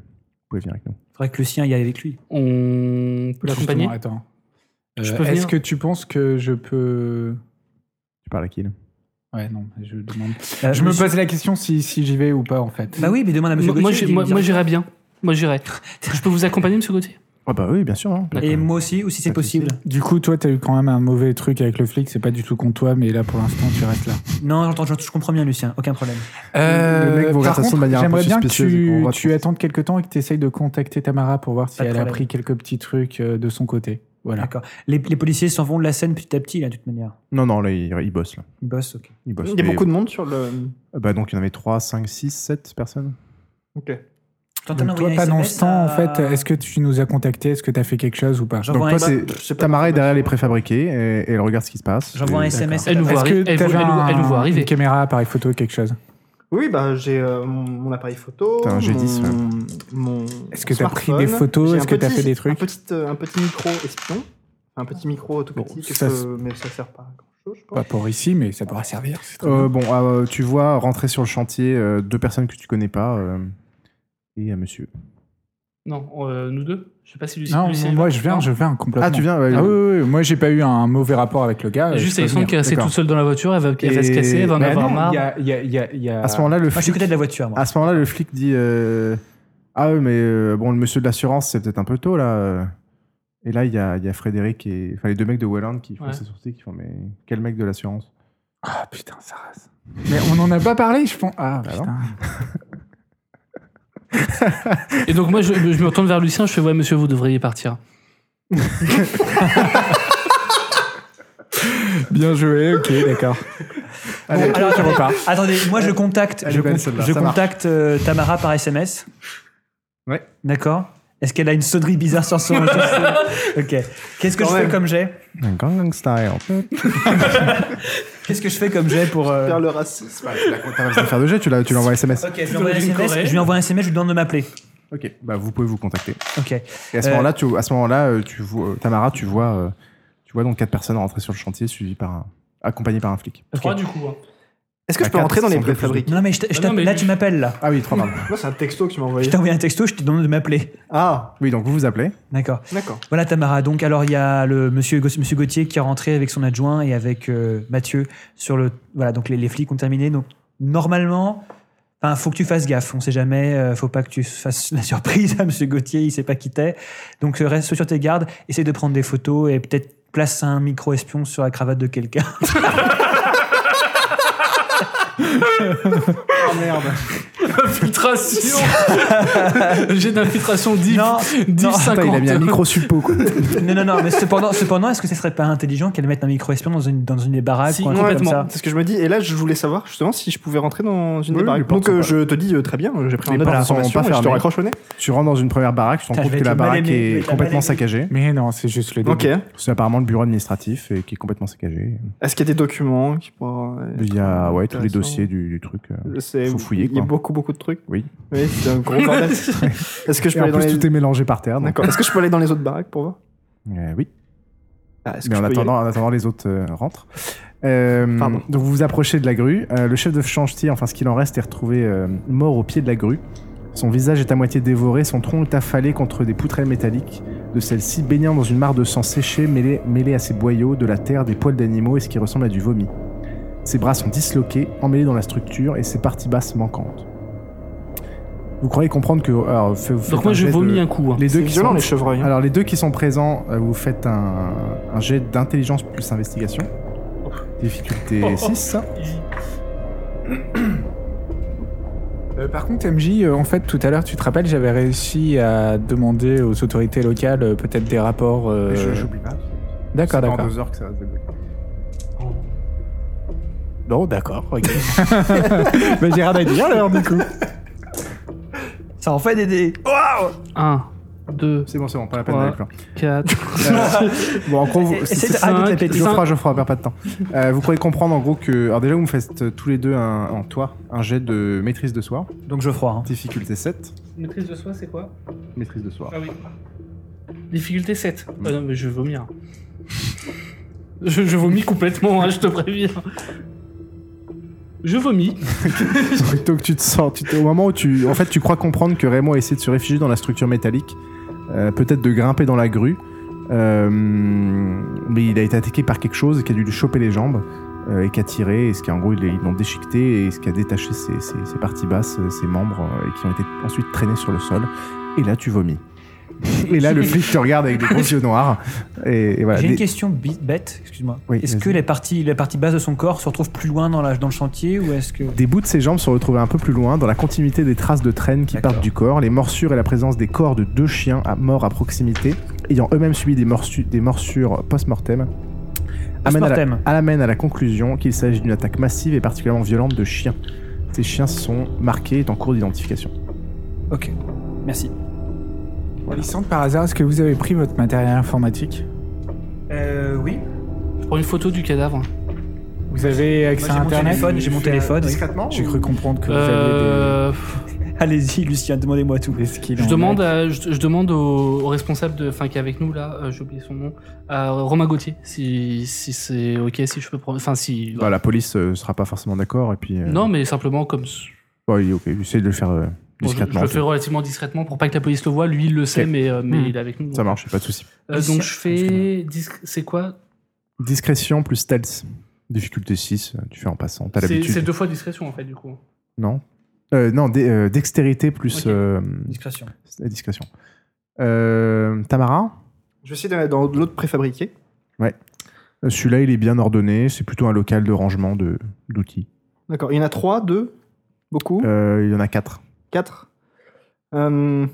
[SPEAKER 8] pouvez venir avec nous.
[SPEAKER 11] faudrait que Lucien y aille avec lui.
[SPEAKER 13] On peut l'accompagner
[SPEAKER 10] Justement, Attends.
[SPEAKER 13] Je
[SPEAKER 10] Euh,
[SPEAKER 13] peux
[SPEAKER 10] Est-ce
[SPEAKER 13] venir
[SPEAKER 10] que tu penses que je peux.
[SPEAKER 8] Tu parles à qui, là
[SPEAKER 10] Ouais, non, je demande.
[SPEAKER 11] Euh,
[SPEAKER 10] je me
[SPEAKER 11] monsieur-
[SPEAKER 10] pose la question si, si j'y vais ou pas, en fait.
[SPEAKER 11] Bah oui, mais demande à Monsieur
[SPEAKER 13] Moi, moi,
[SPEAKER 11] Gauthier.
[SPEAKER 13] j'ai-
[SPEAKER 11] il
[SPEAKER 13] moi-
[SPEAKER 11] dira-
[SPEAKER 13] moi, j'irai bien. Moi, j'irai. Je peux vous accompagner, monsieur Gauthier
[SPEAKER 8] Ah, bah oui, bien sûr. hein.
[SPEAKER 11] Et moi aussi, ou si c'est possible.
[SPEAKER 10] Du coup, toi, t'as eu quand même un mauvais truc avec le flic, c'est pas du tout contre toi, mais là, pour l'instant, tu restes là.
[SPEAKER 11] Non, j'entends, je, je comprends bien, Lucien, aucun problème.
[SPEAKER 8] Le mec vous
[SPEAKER 10] Euh, par
[SPEAKER 8] regarde ça de
[SPEAKER 10] contre,
[SPEAKER 8] manière un peu
[SPEAKER 10] j'aimerais bien que
[SPEAKER 8] suspicieuse et qu'on
[SPEAKER 10] tu,
[SPEAKER 8] voit
[SPEAKER 10] tu attendes quelques temps et que tu essayes de contacter Tamara pour voir si
[SPEAKER 11] Pas de
[SPEAKER 10] elle a
[SPEAKER 11] problème.
[SPEAKER 10] pris quelques petits trucs euh, de son côté. Voilà.
[SPEAKER 11] D'accord. Les, les policiers s'en vont de la scène petit à petit, là, de toute manière.
[SPEAKER 8] Non, non, là, il, il bosse, là.
[SPEAKER 11] Ils bossent, ok.
[SPEAKER 8] Il bosse.
[SPEAKER 9] Il y a
[SPEAKER 8] Mais-
[SPEAKER 9] beaucoup de monde sur le.
[SPEAKER 8] Euh, Bah, donc, il y en avait 3, 5, 6, 7 personnes.
[SPEAKER 9] Ok.
[SPEAKER 11] T'entends
[SPEAKER 10] Donc, toi,
[SPEAKER 11] envoyer un
[SPEAKER 10] pendant
[SPEAKER 11] SMS
[SPEAKER 10] ce temps, en
[SPEAKER 11] à-
[SPEAKER 10] fait, est-ce que tu nous as contacté Est-ce que tu as fait quelque chose ou pas
[SPEAKER 8] Donc, toi,
[SPEAKER 9] Bah,
[SPEAKER 8] c'est Tamara est derrière les préfabriqués et, et elle regarde ce qui se passe.
[SPEAKER 11] J'envoie un
[SPEAKER 8] Et-
[SPEAKER 11] SMS.
[SPEAKER 10] Est-ce
[SPEAKER 11] Elle nous voit
[SPEAKER 10] que
[SPEAKER 11] arri- elle
[SPEAKER 10] t'avais
[SPEAKER 11] voit- elle nous- elle nous voit
[SPEAKER 10] un-
[SPEAKER 11] arriver.
[SPEAKER 10] Une caméra, appareil photo, quelque chose
[SPEAKER 9] Oui, bah, j'ai euh, mon, mon appareil photo.
[SPEAKER 10] T'as un G10, ouais.
[SPEAKER 9] mon, mon
[SPEAKER 10] Est-ce que t'as pris
[SPEAKER 9] smartphone.
[SPEAKER 10] des photos
[SPEAKER 9] J'ai
[SPEAKER 10] Est-ce
[SPEAKER 9] un
[SPEAKER 10] que t'as
[SPEAKER 9] petit-
[SPEAKER 10] fait des trucs
[SPEAKER 9] un petit, euh, un petit micro espion. Un petit micro tout petit, que
[SPEAKER 10] ça,
[SPEAKER 9] je-
[SPEAKER 10] c'est-
[SPEAKER 9] mais ça sert pas à grand-chose, je pense.
[SPEAKER 10] Pas pour ici, mais ça pourra servir. c'est très
[SPEAKER 8] Euh,
[SPEAKER 10] bien.
[SPEAKER 8] bon, euh, tu vois rentrer sur le chantier euh, deux personnes que tu connais pas euh, et un monsieur.
[SPEAKER 13] Non, euh, nous deux Je sais pas si Lucien.
[SPEAKER 10] Non,
[SPEAKER 13] Lucien
[SPEAKER 10] moi
[SPEAKER 13] va.
[SPEAKER 10] je viens,
[SPEAKER 13] Non.
[SPEAKER 10] je viens complètement.
[SPEAKER 8] Ah, tu viens, ouais.
[SPEAKER 10] Ah oui, oui, oui. moi j'ai pas eu un mauvais rapport avec le gars.
[SPEAKER 13] Juste
[SPEAKER 10] Alexandre
[SPEAKER 13] Alexandre qui est resté tout seul dans la voiture, elle va, elle va se casser, elle va en avoir marre.
[SPEAKER 9] Ah.
[SPEAKER 8] À ce moment-là, le
[SPEAKER 11] Moi, Ah, je suis
[SPEAKER 8] flic.
[SPEAKER 11] à côté de la voiture, moi.
[SPEAKER 8] À ce moment-là, le flic dit euh, Ah, ouais, mais euh, bon, le monsieur de l'assurance, c'est peut-être un peu tôt là. euh. Et là, il y a, il y a Frédéric et. Enfin, les deux mecs de Welland qui font
[SPEAKER 10] Ouais.
[SPEAKER 8] ses sourcils, qui font Mais quel mec de l'assurance
[SPEAKER 10] Ah putain, ça rase. Mais on en a pas parlé, je pense. Ah
[SPEAKER 8] Bah non.
[SPEAKER 10] putain.
[SPEAKER 13] Et donc moi, je, je me retourne vers Lucien, je fais ouais, monsieur, vous devriez partir.
[SPEAKER 10] Bien joué, ok, d'accord. Allez,
[SPEAKER 11] Bon, alors,
[SPEAKER 10] je
[SPEAKER 11] attendez,
[SPEAKER 10] repars.
[SPEAKER 11] attendez, moi je contacte,
[SPEAKER 8] elle est
[SPEAKER 11] je,
[SPEAKER 8] belle,
[SPEAKER 11] con-
[SPEAKER 8] celle-là,
[SPEAKER 11] je
[SPEAKER 8] ça marche.
[SPEAKER 11] contacte euh, Tamara par SMS.
[SPEAKER 8] Ouais.
[SPEAKER 11] D'accord. Est-ce qu'elle a une sonnerie bizarre sur son Ok. Qu'est-ce que
[SPEAKER 9] Quand
[SPEAKER 11] je
[SPEAKER 9] même.
[SPEAKER 11] fais comme jet
[SPEAKER 8] Un gang style.
[SPEAKER 11] Qu'est-ce que je fais comme jet pour euh,
[SPEAKER 9] Faire le racisme.
[SPEAKER 8] T'as pas besoin de faire de jet, tu l'as- tu l'envoies SMS.
[SPEAKER 11] Ok, je lui envoie un
[SPEAKER 13] Plutôt
[SPEAKER 11] SMS.
[SPEAKER 13] décoré.
[SPEAKER 11] Je lui envoie un SMS. Je lui demande de m'appeler.
[SPEAKER 8] Ok, bah vous pouvez vous contacter.
[SPEAKER 11] Ok.
[SPEAKER 8] Et à ce
[SPEAKER 11] Euh,
[SPEAKER 8] moment-là, tu, à ce moment-là, euh, tu vois, euh, Tamara, tu vois, euh, tu vois donc quatre personnes rentrer sur le chantier, suivies par un, accompagnées par un flic.
[SPEAKER 13] Trois du coup. hein.
[SPEAKER 9] Est-ce que
[SPEAKER 8] Bah,
[SPEAKER 9] je peux
[SPEAKER 8] quatre,
[SPEAKER 9] rentrer dans
[SPEAKER 8] c'est
[SPEAKER 9] les
[SPEAKER 8] un peu plus
[SPEAKER 9] préfabriques
[SPEAKER 11] Non, non, mais, je t- je
[SPEAKER 13] Ah non,
[SPEAKER 11] t'app-
[SPEAKER 13] mais
[SPEAKER 11] là
[SPEAKER 13] lui-
[SPEAKER 11] tu m'appelles là.
[SPEAKER 8] Ah oui, trois pardon.
[SPEAKER 9] Moi, c'est un texto que tu m'as
[SPEAKER 11] Je
[SPEAKER 9] envoyé.
[SPEAKER 11] t'ai envoyé un texto. Je te demande de m'appeler.
[SPEAKER 9] Ah,
[SPEAKER 8] Oui, donc vous vous appelez.
[SPEAKER 11] D'accord.
[SPEAKER 9] d'accord.
[SPEAKER 11] Voilà Tamara. Donc alors il y a le monsieur, Gau- monsieur Gauthier qui est rentré avec son adjoint et avec euh, Mathieu sur le voilà donc les, les flics ont terminé donc normalement enfin faut que tu fasses gaffe on sait jamais euh, faut pas que tu fasses la surprise à monsieur Gauthier il sait pas qui t'es donc euh, reste sur tes gardes essaie de prendre des photos et peut-être place un micro espion sur la cravate de quelqu'un
[SPEAKER 9] Ah merde.
[SPEAKER 13] Infiltration J'ai d'infiltration 10,
[SPEAKER 11] non,
[SPEAKER 13] 10
[SPEAKER 11] non.
[SPEAKER 13] 50.
[SPEAKER 8] Putain, Ah, il a mis un micro suppo. Quoi.
[SPEAKER 11] non non non mais cependant cependant est-ce que ce serait pas intelligent qu'elle mette un micro espion dans une dans une des baraques
[SPEAKER 13] Si,
[SPEAKER 11] ou un truc comme
[SPEAKER 13] complètement.
[SPEAKER 11] ça
[SPEAKER 9] C'est ce que je me dis. Et là, je voulais savoir justement si je pouvais rentrer dans une des
[SPEAKER 8] Oui, les
[SPEAKER 9] barraques.
[SPEAKER 8] portes
[SPEAKER 9] Donc,
[SPEAKER 8] sont
[SPEAKER 9] euh,
[SPEAKER 8] pas
[SPEAKER 9] je te dis euh, très bien, j'ai pris
[SPEAKER 8] Les
[SPEAKER 9] un note
[SPEAKER 8] portes sont
[SPEAKER 9] d'information
[SPEAKER 8] pas
[SPEAKER 9] et je te
[SPEAKER 8] fermées.
[SPEAKER 9] raccroche au nez.
[SPEAKER 8] tu rentres dans une première baraque, tu te rends
[SPEAKER 11] Putain, je vais
[SPEAKER 8] compte que
[SPEAKER 11] être
[SPEAKER 8] la
[SPEAKER 11] mal aimé,
[SPEAKER 8] baraque
[SPEAKER 11] je vais
[SPEAKER 8] est
[SPEAKER 11] être mal aimé.
[SPEAKER 8] complètement saccagée.
[SPEAKER 10] Mais non, c'est juste le début.
[SPEAKER 9] Ok. Est-ce
[SPEAKER 8] C'est apparemment le bureau administratif et qui est complètement saccagé.
[SPEAKER 9] qu'il y a des documents qui pourraient être
[SPEAKER 8] Il y a ouais, tous les
[SPEAKER 9] intéressants
[SPEAKER 8] dossiers du, du truc. euh,
[SPEAKER 9] C'est-
[SPEAKER 8] Faut fouiller,
[SPEAKER 9] Il y a
[SPEAKER 8] quoi.
[SPEAKER 9] beaucoup, beaucoup de trucs.
[SPEAKER 8] Oui.
[SPEAKER 9] Oui, c'est un gros bordel. Est-ce que je
[SPEAKER 8] Et
[SPEAKER 9] peux
[SPEAKER 8] en
[SPEAKER 9] aller dans
[SPEAKER 8] plus,
[SPEAKER 9] les...
[SPEAKER 8] tout est mélangé par terre. donc,
[SPEAKER 9] D'accord. Est-ce que je peux aller dans les autres baraques pour voir
[SPEAKER 8] euh, oui.
[SPEAKER 9] Ah, est-ce que
[SPEAKER 8] Mais en
[SPEAKER 9] je peux y
[SPEAKER 8] attendant, en attendant, les autres euh, rentrent. Euh,
[SPEAKER 9] Pardon.
[SPEAKER 8] donc vous vous approchez de la grue. Euh, le chef de chantier, enfin ce qu'il en reste, est retrouvé euh, mort au pied de la grue. Son visage est à moitié dévoré, son tronc est affalé contre des poutrelles métalliques, de celles-ci baignant dans une mare de sang séché mêlée, mêlée à ses boyaux, de la terre, des poils d'animaux et ce qui ressemble à du vomi. Ses bras sont disloqués, emmêlés dans la structure et ses parties basses manquantes. Vous croyez comprendre que... alors, fais- faites
[SPEAKER 13] Donc moi
[SPEAKER 8] un
[SPEAKER 13] je
[SPEAKER 8] geste de-
[SPEAKER 13] vomis un coup. hein.
[SPEAKER 8] Les
[SPEAKER 9] C'est
[SPEAKER 8] deux qui
[SPEAKER 9] violent
[SPEAKER 8] sont-
[SPEAKER 9] les chevreuils. hein.
[SPEAKER 8] alors les deux qui sont présents, euh, vous faites un, un jet d'intelligence plus investigation.
[SPEAKER 10] Oh.
[SPEAKER 8] Difficulté 6.
[SPEAKER 10] Euh, par contre, MJ, euh, en fait, tout à l'heure, tu te rappelles, j'avais réussi à demander aux autorités locales euh, peut-être des rapports. euh,
[SPEAKER 8] pas.
[SPEAKER 10] D'accord, d'accord.
[SPEAKER 8] heures que ça va se débloquer.
[SPEAKER 10] Non, Oh, d'accord, ok. bah, j'ai rien à dire alors, du coup.
[SPEAKER 9] Oh.
[SPEAKER 11] ça en fait des, des...
[SPEAKER 13] Un. 2.
[SPEAKER 8] C'est bon, c'est bon, pas la peine d'aller plus loin.
[SPEAKER 13] 4.
[SPEAKER 8] bon, en gros, vous,
[SPEAKER 13] Essaye de-
[SPEAKER 8] cinq-
[SPEAKER 13] arrête de te péter.
[SPEAKER 8] Geoffroy,
[SPEAKER 13] Cinq.
[SPEAKER 8] Geoffroy, perds pas de temps. Euh, vous pourrez comprendre en gros que. Alors, déjà, vous me faites euh, tous les deux un, en toi un jet de maîtrise de soi.
[SPEAKER 11] Donc, Geoffroy. hein.
[SPEAKER 8] Difficulté 7.
[SPEAKER 13] Maîtrise de soi, c'est quoi
[SPEAKER 8] Maîtrise de soi. Mm.
[SPEAKER 13] Ah oui. Difficulté 7. Ah non, mais je vais vomir. Je, je vomis complètement, hein, je te préviens. Je vomis.
[SPEAKER 8] Donc, tu te sens. tu te- au moment où tu. En fait, tu crois comprendre que Raymond a essayé de se réfugier dans la structure métallique, euh, peut-être de grimper dans la grue. Euh, mais il a été attaqué par quelque chose qui a dû lui choper les jambes euh, et qui a tiré, et ce qui en gros ils ils l'ont déchiqueté et ce qui a détaché ses, ses- ses parties basses, euh, ses membres, euh, et qui ont été ensuite traînés sur le sol. Et là, tu vomis. Et là, le flic te regarde avec des gros yeux noirs. Et, et voilà.
[SPEAKER 9] Bah,
[SPEAKER 11] J'ai une
[SPEAKER 8] Des-
[SPEAKER 11] question bi- bête, excuse-moi.
[SPEAKER 8] Oui,
[SPEAKER 11] est-ce
[SPEAKER 8] vas-y.
[SPEAKER 11] que les parties, la partie basse de son corps se retrouve plus loin dans, la, dans le chantier ou est-ce que.
[SPEAKER 8] Des bouts de ses jambes sont retrouvés un peu plus loin, dans la continuité des traces de traîne qui partent du corps, les morsures et la présence des corps de deux chiens à morts à proximité, ayant eux-mêmes subi des, morsu- des morsures post-mortem,
[SPEAKER 9] Ah,
[SPEAKER 8] amènent à, la-
[SPEAKER 11] Post-mortem.
[SPEAKER 8] à l'amène à la conclusion qu'il s'agit d'une attaque massive et particulièrement violente de chiens. Ces chiens sont marqués et en cours d'identification.
[SPEAKER 11] Ok, merci.
[SPEAKER 10] Alexandre, par hasard, est-ce que vous avez pris votre matériel informatique
[SPEAKER 11] Euh, oui.
[SPEAKER 13] Je prends une photo du cadavre. hein.
[SPEAKER 10] Vous avez accès
[SPEAKER 11] Moi,
[SPEAKER 10] à
[SPEAKER 11] j'ai mon
[SPEAKER 10] Internet
[SPEAKER 11] téléphone, j'ai mon téléphone, oui.
[SPEAKER 10] J'ai cru comprendre que vous aviez des...
[SPEAKER 13] Euh,
[SPEAKER 11] Allez-y, Lucien, demandez-moi tout.
[SPEAKER 13] Je demande, à- je, je demande au, au responsable de, enfin, qui est avec nous là, euh, j'ai oublié son nom, à Romain Gauthier, si, si c'est ok, si je peux prendre. Enfin, si.
[SPEAKER 8] Bah, la police euh, sera pas forcément d'accord et puis. euh,
[SPEAKER 13] Non, mais simplement comme.
[SPEAKER 8] bon, il- ok, essayez de le faire euh,
[SPEAKER 13] bon, je- je,
[SPEAKER 8] discrètement.
[SPEAKER 13] le fais relativement discrètement pour pas que la police le voie. Lui, il le sait,
[SPEAKER 8] Ok.
[SPEAKER 13] mais, euh, mais
[SPEAKER 8] Mhm.
[SPEAKER 13] il est avec nous.
[SPEAKER 8] Ça marche, pas de souci.
[SPEAKER 13] Euh, donc je fais. disc- C'est quoi
[SPEAKER 8] Discrétion plus stealth. Difficulté 6, euh, tu fais en passant. T'as
[SPEAKER 13] C'est
[SPEAKER 8] l'habitude.
[SPEAKER 13] c'est deux fois discrétion en fait, du coup.
[SPEAKER 8] Non. Euh, non, dé- euh, dextérité plus. euh,
[SPEAKER 11] Discrétion.
[SPEAKER 8] la discrétion. Euh, Tamara
[SPEAKER 9] Je vais essayer d'aller dans l'autre préfabriqué.
[SPEAKER 8] Ouais. Euh, Celui-là, il est bien ordonné. C'est plutôt un local de rangement de- d'outils.
[SPEAKER 9] D'accord. Il y en a trois, deux, beaucoup,
[SPEAKER 8] Euh, il y en a 4.
[SPEAKER 9] quatre. Euh,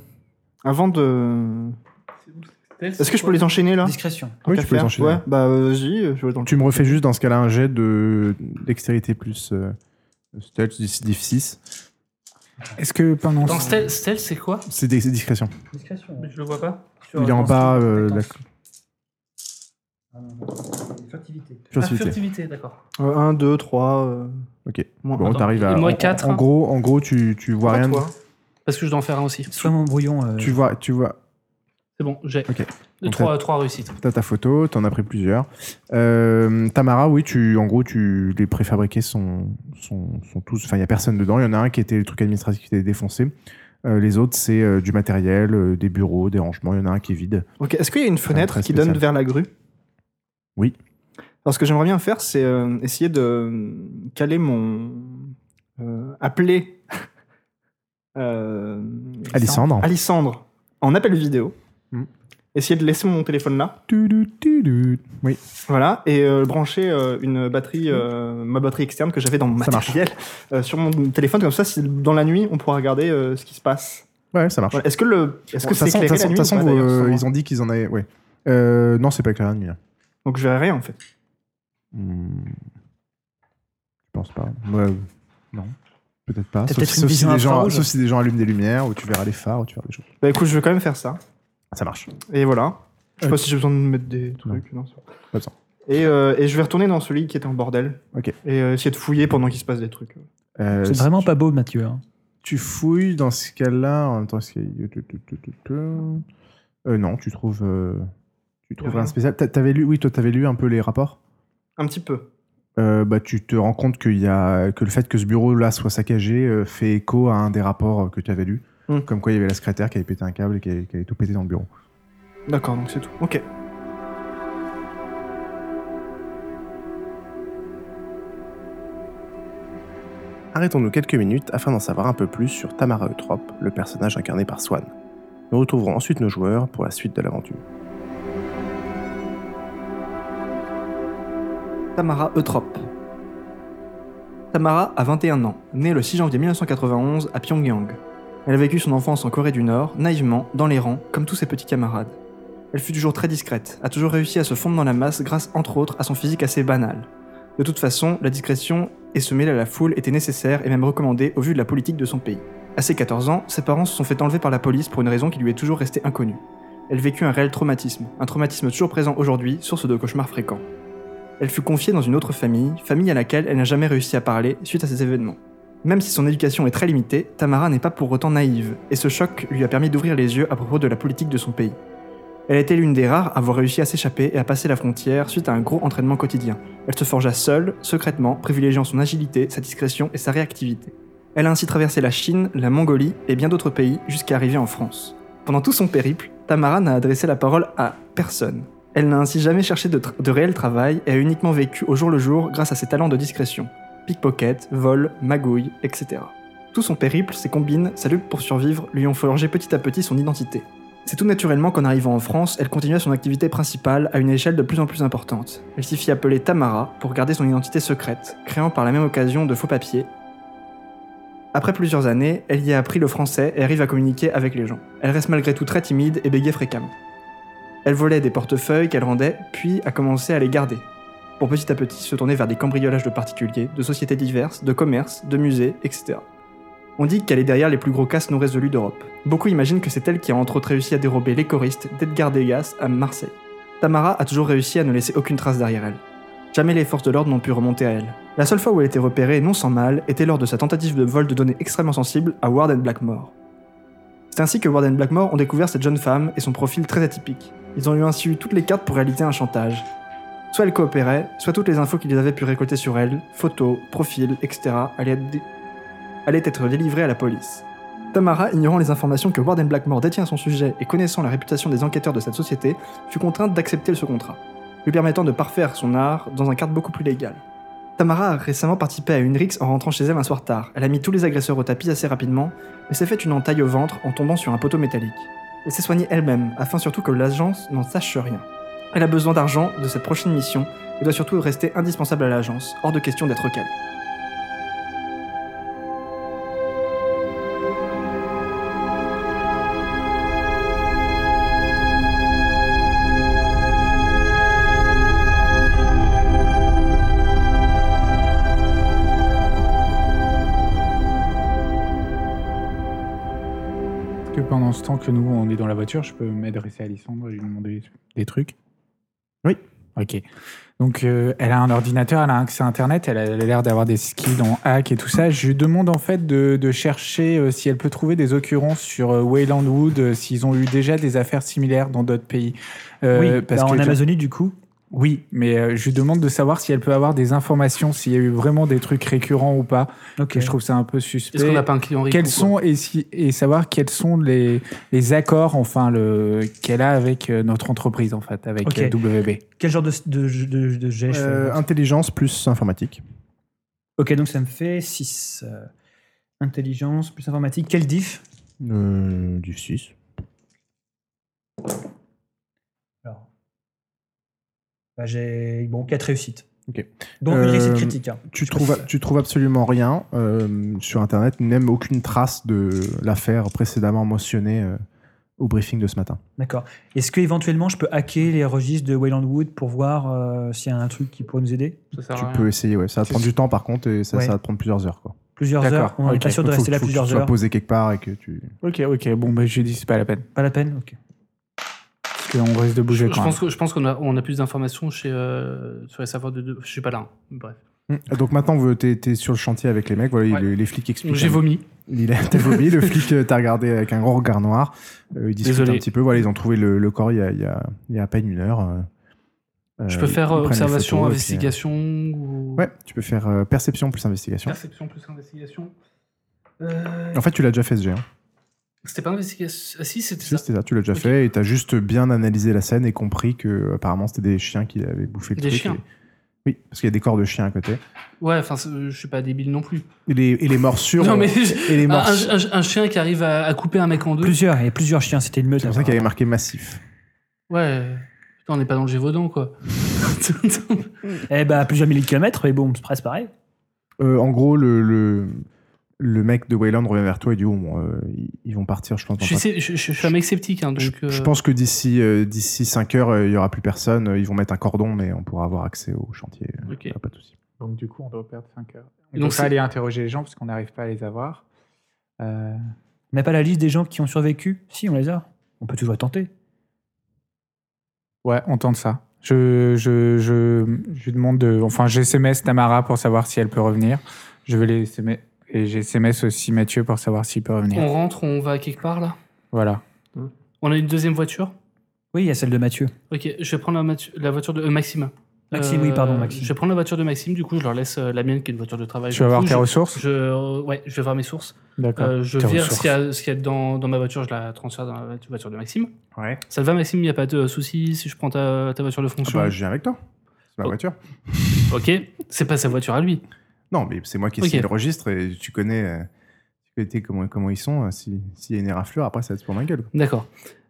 [SPEAKER 9] avant de. Est-ce que je peux les enchaîner là
[SPEAKER 11] Discrétion.
[SPEAKER 9] Tant
[SPEAKER 8] Oui,
[SPEAKER 9] qu'à
[SPEAKER 8] tu peux les
[SPEAKER 9] faire.
[SPEAKER 8] enchaîner.
[SPEAKER 9] Ouais, bah euh, vas-y, euh, je vais dans le
[SPEAKER 8] Tu me refais juste dans ce cas-là un jet de dextérité plus euh, stealth, diff 6.
[SPEAKER 10] Est-ce que pendant...
[SPEAKER 13] Dans Stealth, Stealth, c'est quoi
[SPEAKER 8] C'est des- c'est discrétion.
[SPEAKER 13] Discrétion. Mais je le vois pas.
[SPEAKER 8] il est en bas. euh, la-
[SPEAKER 11] Furtivité.
[SPEAKER 8] Furtivité.
[SPEAKER 13] Ah, furtivité, d'accord.
[SPEAKER 9] 1, 2, 3.
[SPEAKER 8] Ok.
[SPEAKER 9] Moi,
[SPEAKER 8] bon,
[SPEAKER 9] attends.
[SPEAKER 8] t'arrives à.
[SPEAKER 13] Et moi,
[SPEAKER 8] en-
[SPEAKER 13] quatre,
[SPEAKER 8] en,
[SPEAKER 13] hein.
[SPEAKER 8] gros, en gros, tu, tu vois
[SPEAKER 13] Pas
[SPEAKER 8] rien. de-
[SPEAKER 13] toi. Parce que je dois en faire un aussi.
[SPEAKER 11] Sois mon brouillon. euh,
[SPEAKER 8] Tu vois, tu vois.
[SPEAKER 13] C'est bon, j'ai.
[SPEAKER 8] Ok.
[SPEAKER 13] Deux,
[SPEAKER 8] Donc,
[SPEAKER 13] Trois,
[SPEAKER 8] t'as-
[SPEAKER 13] trois réussites.
[SPEAKER 8] T'as ta photo, t'en as pris plusieurs. Euh, Tamara, oui, tu, en gros, tu, les préfabriqués sont, sont, sont tous. Enfin, il n'y a personne dedans. Il y en a un qui était le truc administratif qui était défoncé. Euh, les autres, c'est euh, du matériel, euh, des bureaux, des rangements. Il y en a un qui est vide.
[SPEAKER 9] Ok, est-ce qu'il y a une fenêtre
[SPEAKER 8] très
[SPEAKER 9] qui donne
[SPEAKER 8] spécial.
[SPEAKER 9] vers la grue
[SPEAKER 8] Oui.
[SPEAKER 9] Alors, ce que j'aimerais bien faire, c'est euh, essayer de euh, caler mon. euh, appeler. euh,
[SPEAKER 8] Alissandre.
[SPEAKER 9] Alissandre, en appel vidéo.
[SPEAKER 8] Mm.
[SPEAKER 9] Essayer de laisser mon téléphone là.
[SPEAKER 8] Tudu, tudu. Oui.
[SPEAKER 9] Voilà, et euh, brancher euh, une batterie, euh, ma batterie externe que j'avais dans mon
[SPEAKER 8] Ça marche.
[SPEAKER 9] matériel, euh, sur mon téléphone. Comme ça, si dans la nuit, on pourra regarder euh, ce qui se passe.
[SPEAKER 8] Ouais, ça marche.
[SPEAKER 9] Voilà. Est-ce que le, est-ce
[SPEAKER 8] Bon,
[SPEAKER 9] que
[SPEAKER 8] de toute
[SPEAKER 9] c'est
[SPEAKER 8] façon- de
[SPEAKER 9] éclairé
[SPEAKER 8] toute façon-
[SPEAKER 9] la
[SPEAKER 8] de
[SPEAKER 9] nuit
[SPEAKER 8] toute
[SPEAKER 9] ou pas,
[SPEAKER 8] façon,
[SPEAKER 9] d'ailleurs,
[SPEAKER 8] vous, euh,
[SPEAKER 9] sur moi
[SPEAKER 8] ils ont dit qu'ils en avaient. Ouais. Euh, non, c'est pas éclairé la nuit. là.
[SPEAKER 9] Donc je verrai rien en fait.
[SPEAKER 8] Hmm. Je pense pas. Ouais, non. Peut-être pas.
[SPEAKER 9] T'as
[SPEAKER 8] Sauf,
[SPEAKER 9] peut-être
[SPEAKER 8] sauf
[SPEAKER 9] une
[SPEAKER 8] si
[SPEAKER 9] vision
[SPEAKER 8] des gens,
[SPEAKER 9] infrarouge.
[SPEAKER 8] sauf si des gens allument des lumières, ou tu verras les phares, ou tu verras des choses.
[SPEAKER 9] Bah écoute, je vais quand même faire ça.
[SPEAKER 8] Ça marche.
[SPEAKER 9] Et voilà. Je sais
[SPEAKER 8] Euh,
[SPEAKER 9] pas si j'ai besoin de mettre des trucs. non, c'est bon.
[SPEAKER 8] Pas besoin.
[SPEAKER 9] Et, euh, et je vais retourner dans ce lit qui était en bordel.
[SPEAKER 8] Ok.
[SPEAKER 9] Et euh, essayer de fouiller pendant qu'il se passe des trucs.
[SPEAKER 8] Euh,
[SPEAKER 11] C'est vraiment pas beau, Mathieu. hein.
[SPEAKER 8] Tu fouilles dans ce cas-là, en même temps, est-ce qu'il y a- tu- tu- tu- tu- tu- Euh, non, tu trouves, euh, tu trouves
[SPEAKER 9] rien.
[SPEAKER 8] un spécial. T'a- T'avais lu, oui, toi, t'avais lu un peu les rapports.
[SPEAKER 9] Un petit peu.
[SPEAKER 8] Euh, bah, tu te rends compte qu'il y a, que le fait que ce bureau-là soit saccagé euh, fait écho à un des rapports euh, que tu avais lu.
[SPEAKER 9] Hmm.
[SPEAKER 8] Comme quoi, il y avait la secrétaire qui avait pété un câble et qui avait, qui avait tout pété dans le bureau.
[SPEAKER 9] D'accord, donc c'est tout. Ok.
[SPEAKER 8] Arrêtons-nous quelques minutes afin d'en savoir un peu plus sur Tamara Eutrope, le personnage incarné par Swan. Nous retrouverons ensuite nos joueurs pour la suite de l'aventure.
[SPEAKER 9] Tamara Eutrop. Tamara a 21 ans, née le 6 janvier 1991 à Pyongyang. Elle a vécu son enfance en Corée du Nord, naïvement, dans les rangs, comme tous ses petits camarades. Elle fut toujours très discrète, a toujours réussi à se fondre dans la masse grâce entre autres à son physique assez banal. De toute façon, la discrétion et se mêler à la foule étaient nécessaires et même recommandées au vu de la politique de son pays.
[SPEAKER 10] À ses 14 ans, ses parents se sont fait enlever par la police pour une raison qui lui est toujours restée inconnue. Elle vécut un réel traumatisme, un traumatisme toujours présent aujourd'hui, source de cauchemars fréquents. Elle fut confiée dans une autre famille, famille à laquelle elle n'a jamais réussi à parler suite à ces événements. Même si son éducation est très limitée, Tamara n'est pas pour autant naïve, et ce choc lui a permis d'ouvrir les yeux à propos de la politique de son pays. Elle était l'une des rares à avoir réussi à s'échapper et à passer la frontière suite à un gros entraînement quotidien. Elle se forgea seule, secrètement, privilégiant son agilité, sa discrétion et sa réactivité. Elle a ainsi traversé la Chine, la Mongolie et bien d'autres pays jusqu'à arriver en France. Pendant tout son périple, Tamara n'a adressé la parole à personne. Elle n'a ainsi jamais cherché de, tra- de réel travail et a uniquement vécu au jour le jour grâce à ses talents de discrétion. Pickpocket, vol, magouille, etc. Tout son périple, ses combines, sa lutte pour survivre lui ont forgé petit à petit son identité. C'est tout naturellement qu'en arrivant en France, elle continua son activité principale à une échelle de plus en plus importante. Elle s'y fit appeler Tamara pour garder son identité secrète, créant par la même occasion de faux papiers après plusieurs années, elle y a appris le français et arrive à communiquer avec les gens. Elle reste malgré tout très timide et bégait fréquemment. Elle volait des portefeuilles qu'elle rendait, puis a commencé à les garder, pour petit à petit se tourner vers des cambriolages de particuliers, de sociétés diverses, de commerces, de musées, etc. On dit qu'elle est derrière les plus gros casses non résolus d'Europe. Beaucoup imaginent que c'est elle qui a entre autres réussi à dérober les choristes d'Edgar Degas à Marseille. Tamara a toujours réussi à ne laisser aucune trace derrière elle. Jamais les forces de l'ordre n'ont pu remonter à elle. La seule fois où elle était repérée, non sans mal, était lors de sa tentative de vol de données extrêmement sensibles à Warden Blackmore. C'est ainsi que Warden Blackmore ont découvert cette jeune femme et son profil très atypique. Ils ont eu ainsi eu toutes les cartes pour réaliser un chantage. Soit elle coopérait, soit toutes les infos qu'ils avaient pu récolter sur elle, photos, profils, etc., allaient être, dé- allaient être délivrées à la police. Tamara, ignorant les informations que Warden Blackmore détient à son sujet et connaissant la réputation des enquêteurs de cette société, fut contrainte d'accepter ce contrat lui permettant de parfaire son art dans un cadre beaucoup plus légal. Tamara a récemment participé à une rixe en rentrant chez elle un soir tard. Elle a mis tous les agresseurs au tapis assez rapidement, mais s'est fait une entaille au ventre en tombant sur un poteau métallique. Elle s'est soignée elle-même, afin surtout que l'agence n'en sache rien. Elle a besoin d'argent de cette prochaine mission et doit surtout rester indispensable à l'agence, hors de question d'être calme.
[SPEAKER 17] Est-ce que pendant ce temps que nous, on est dans la voiture, je peux m'adresser à Alissandre et lui demander des trucs
[SPEAKER 8] Oui.
[SPEAKER 17] Ok. Donc, euh, elle a un ordinateur, elle a un accès à Internet, elle a elle a l'air d'avoir des skills en hack et tout ça. Je lui demande en fait de, de chercher euh, si elle peut trouver des occurrences sur euh, Wayland Wood, euh, s'ils ont eu déjà des affaires similaires dans d'autres pays. Euh,
[SPEAKER 11] Oui, bah, en Amazonie,
[SPEAKER 17] du coup Oui, mais euh, je lui demande de savoir si elle peut avoir des informations, s'il y a eu vraiment des trucs récurrents ou pas.
[SPEAKER 11] Ok.
[SPEAKER 17] Et Je trouve ça un peu suspect.
[SPEAKER 13] Est-ce qu'on n'a pas un client riche
[SPEAKER 17] Quels
[SPEAKER 13] ou quoi
[SPEAKER 17] sont et, si- et savoir quels sont les, les accords enfin le qu'elle a avec euh, notre entreprise en fait avec
[SPEAKER 11] Ok.
[SPEAKER 17] euh, WB.
[SPEAKER 11] Quel genre de, de, de, de jet je fais
[SPEAKER 8] Euh, intelligence plus informatique.
[SPEAKER 11] Ok, donc ça me fait 6. intelligence plus informatique. Quel diff
[SPEAKER 8] Euh, du 6.
[SPEAKER 11] Bah, J'ai bon, 4 réussites.
[SPEAKER 8] Ok.
[SPEAKER 11] Donc une
[SPEAKER 8] Euh,
[SPEAKER 11] réussite critique. hein.
[SPEAKER 8] Tu
[SPEAKER 11] Je
[SPEAKER 8] trouves,
[SPEAKER 11] précise.
[SPEAKER 8] tu trouves absolument rien euh, sur Internet, même aucune trace de l'affaire précédemment mentionnée euh, au briefing de ce matin.
[SPEAKER 11] D'accord. Est-ce que éventuellement je peux hacker les registres de Wayland Wood pour voir euh, s'il y a un truc qui pourrait nous aider
[SPEAKER 8] Tu peux essayer, ouais. Ça va te prendre du temps par contre et ça,
[SPEAKER 11] Ouais.
[SPEAKER 8] ça va te prendre plusieurs heures. Quoi.
[SPEAKER 11] Plusieurs heures. On n'est pas sûr de rester là plusieurs
[SPEAKER 8] Tu sois
[SPEAKER 11] heures.
[SPEAKER 8] posé quelque part et que tu.
[SPEAKER 17] Ok ok bon bah je lui dis c'est pas la peine
[SPEAKER 11] Pas la peine. Ok.
[SPEAKER 17] parce qu'on risque de bouger
[SPEAKER 13] Je,
[SPEAKER 17] quand
[SPEAKER 13] je
[SPEAKER 17] même.
[SPEAKER 13] pense que- je pense qu'on a, on a plus d'informations chez, euh, sur les savoirs de deux. Je suis pas là. hein. Bref.
[SPEAKER 8] Mm. Donc maintenant, vous- t'es t'es sur le chantier avec les mecs. Voilà, les, les flics expliquent.
[SPEAKER 13] J'ai
[SPEAKER 8] un-
[SPEAKER 13] vomi.
[SPEAKER 8] Il a t'as vomi. le flic euh, t'a regardé avec un gros regard noir. Euh, ils discutent
[SPEAKER 13] Désolé.
[SPEAKER 8] un petit peu. Voilà, ils ont trouvé le, le corps il y, a, il y a- il y a à peine une heure. euh.
[SPEAKER 13] je
[SPEAKER 8] Euh,
[SPEAKER 13] peux
[SPEAKER 8] ils-
[SPEAKER 13] faire
[SPEAKER 8] ils prennent les
[SPEAKER 13] observation,
[SPEAKER 8] photos et puis, euh,
[SPEAKER 13] investigation ou
[SPEAKER 8] Ouais, tu peux faire euh, perception plus investigation.
[SPEAKER 13] perception plus investigation. Euh,
[SPEAKER 8] En fait, tu l'as déjà fait ce jet. hein.
[SPEAKER 13] C'était pas investigation. Ah si, c'était
[SPEAKER 8] Si,
[SPEAKER 13] ça.
[SPEAKER 8] c'était ça, tu l'as déjà fait et t'as juste bien analysé la scène et compris que apparemment c'était des chiens qui avaient bouffé le
[SPEAKER 13] Des
[SPEAKER 8] truc.
[SPEAKER 13] chiens.
[SPEAKER 8] et- Oui, parce qu'il y a des corps de chiens à côté.
[SPEAKER 13] Ouais, enfin, c'est- euh, je suis pas débile non plus.
[SPEAKER 8] Et les, et les morsures.
[SPEAKER 13] Non, mais Ah,
[SPEAKER 8] et les
[SPEAKER 13] un,
[SPEAKER 8] morse-
[SPEAKER 13] un- un chien qui arrive à, à couper un mec en deux.
[SPEAKER 11] Plusieurs. Il y a plusieurs chiens. C'était une meute.
[SPEAKER 8] C'est pour ça qu'il y avait marqué massif.
[SPEAKER 13] Ouais. Putain, on n'est pas dans le Gévaudan, quoi.
[SPEAKER 11] Eh ben, à plusieurs milliers de kilomètres, mais bon, c'est presque pareil.
[SPEAKER 8] Euh, en gros, le, le, le mec de Wayland revient vers toi et dit Oh, bon, euh, ils- ils vont partir, je pense. dans
[SPEAKER 13] je, suis,
[SPEAKER 8] pas-
[SPEAKER 13] sé- je, je- je suis un mec sceptique, hein, donc.
[SPEAKER 8] Je pense que d'ici euh, d'ici 5 heures, euh, il y aura plus personne. Ils vont mettre un cordon, mais on pourra avoir accès au chantier.
[SPEAKER 13] Ok.
[SPEAKER 8] Pas de souci.
[SPEAKER 17] Donc du coup on doit perdre 5 heures. On
[SPEAKER 13] Donc,
[SPEAKER 17] peut
[SPEAKER 13] c'est-
[SPEAKER 17] pas aller interroger les gens parce qu'on n'arrive pas à les avoir.
[SPEAKER 11] Euh, on n'a pas la liste des gens qui ont survécu Si, on les a. On peut toujours tenter.
[SPEAKER 10] Ouais, on tente ça. Je, je, je, je lui demande de. Enfin, j'SMS Tamara pour savoir si elle peut revenir. Je vais les SMS. Et j'SMS aussi Mathieu pour savoir s'il peut revenir.
[SPEAKER 13] On rentre, on va quelque part là.
[SPEAKER 10] Voilà.
[SPEAKER 13] On a une deuxième voiture
[SPEAKER 11] Oui, il y a celle de Mathieu.
[SPEAKER 13] Ok, je vais prendre la, matu- la voiture de euh, Maxime. Euh,
[SPEAKER 11] Maxime, oui, pardon, Maxime.
[SPEAKER 13] Je vais prendre la voiture de Maxime, du coup, je leur laisse euh, la mienne qui est une voiture de travail.
[SPEAKER 10] Tu vas
[SPEAKER 13] Du
[SPEAKER 10] voir
[SPEAKER 13] coup,
[SPEAKER 10] tes
[SPEAKER 13] je-
[SPEAKER 10] ressources
[SPEAKER 13] je, euh, Ouais, je vais voir mes sources.
[SPEAKER 11] Ah.
[SPEAKER 10] D'accord,
[SPEAKER 13] Euh, je
[SPEAKER 10] tes
[SPEAKER 13] vire
[SPEAKER 10] ressources.
[SPEAKER 13] ce qu'il y a, ce qu'il y a dans, dans ma voiture, je la transfère dans la voiture de Maxime.
[SPEAKER 10] Ouais.
[SPEAKER 13] Ça te va, Maxime Il n'y a pas de euh, souci si je prends ta, ta voiture de fonction
[SPEAKER 8] bah, je viens avec toi. C'est ma
[SPEAKER 13] Oh.
[SPEAKER 8] voiture.
[SPEAKER 13] Ok, c'est pas sa voiture à lui.
[SPEAKER 8] Non, mais c'est moi qui ai
[SPEAKER 13] Ok.
[SPEAKER 8] signé le registre et tu connais, euh, tu connais t'es comment, comment ils sont. euh, si- S'il y a une éraflure, après, ça va être pour ma gueule. quoi.
[SPEAKER 13] D'accord.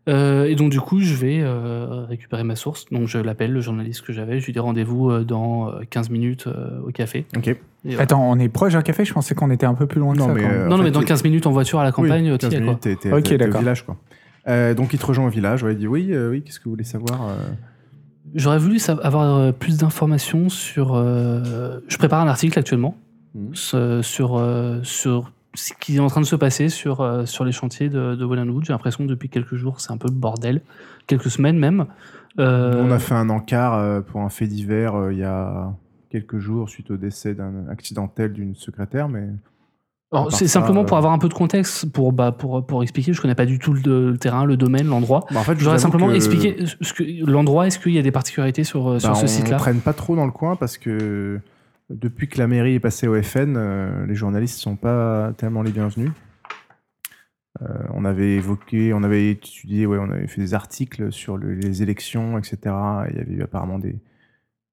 [SPEAKER 13] Euh, et donc du coup, je vais euh, récupérer ma source. Donc je l'appelle, le journaliste que j'avais. Je lui dis rendez-vous euh, dans euh, 15 minutes euh, au café.
[SPEAKER 8] Ok.
[SPEAKER 10] Attends, on est proche d'un café Je pensais qu'on était un peu plus loin que
[SPEAKER 8] Non,
[SPEAKER 10] ça.
[SPEAKER 8] mais,
[SPEAKER 10] quand même.
[SPEAKER 13] non,
[SPEAKER 8] euh, en
[SPEAKER 13] non,
[SPEAKER 8] fait,
[SPEAKER 13] mais dans
[SPEAKER 8] il-
[SPEAKER 13] 15 minutes en voiture à la campagne,
[SPEAKER 8] oui,
[SPEAKER 13] t'y
[SPEAKER 8] 15
[SPEAKER 13] es,
[SPEAKER 8] minutes,
[SPEAKER 13] quoi.
[SPEAKER 8] t'es- t'es-
[SPEAKER 10] Ok,
[SPEAKER 8] t'es- t'es au
[SPEAKER 10] d'accord.
[SPEAKER 8] village, quoi. Euh, donc, il te rejoint au village. Ouais, il dit Oui, euh, oui qu'est-ce que vous voulez savoir euh
[SPEAKER 13] J'aurais voulu sa- avoir euh, plus d'informations sur. euh, je prépare un article actuellement
[SPEAKER 8] Mhm.
[SPEAKER 13] ce- sur, euh, sur ce qui est en train de se passer sur, euh, sur les chantiers de, de Wellandwood. J'ai l'impression que depuis quelques jours, c'est un peu le bordel, quelques semaines même. Euh,
[SPEAKER 8] On a fait un encart euh, pour un fait divers euh, il y a quelques jours suite au décès d'un accidentel d'une secrétaire, mais. à
[SPEAKER 13] Alors,
[SPEAKER 8] part
[SPEAKER 13] c'est
[SPEAKER 8] ça,
[SPEAKER 13] simplement pour
[SPEAKER 8] euh,
[SPEAKER 13] avoir un peu de contexte, pour, bah, pour, pour expliquer. Je connais pas du tout le, le terrain, le domaine, l'endroit.
[SPEAKER 8] Bah, en fait, je
[SPEAKER 13] je voudrais
[SPEAKER 8] vous avoue
[SPEAKER 13] simplement
[SPEAKER 8] que-
[SPEAKER 13] expliquer ce que- l'endroit. Est-ce qu'il y a des particularités sur, euh, sur
[SPEAKER 8] Bah,
[SPEAKER 13] ce
[SPEAKER 8] on
[SPEAKER 13] site-là
[SPEAKER 8] prenne pas trop dans le coin parce que depuis que la mairie est passée au FN, euh, les journalistes sont pas tellement les bienvenus. Euh, on avait évoqué, on avait étudié, ouais, on avait fait des articles sur le- les élections, etc. Il y avait eu apparemment des,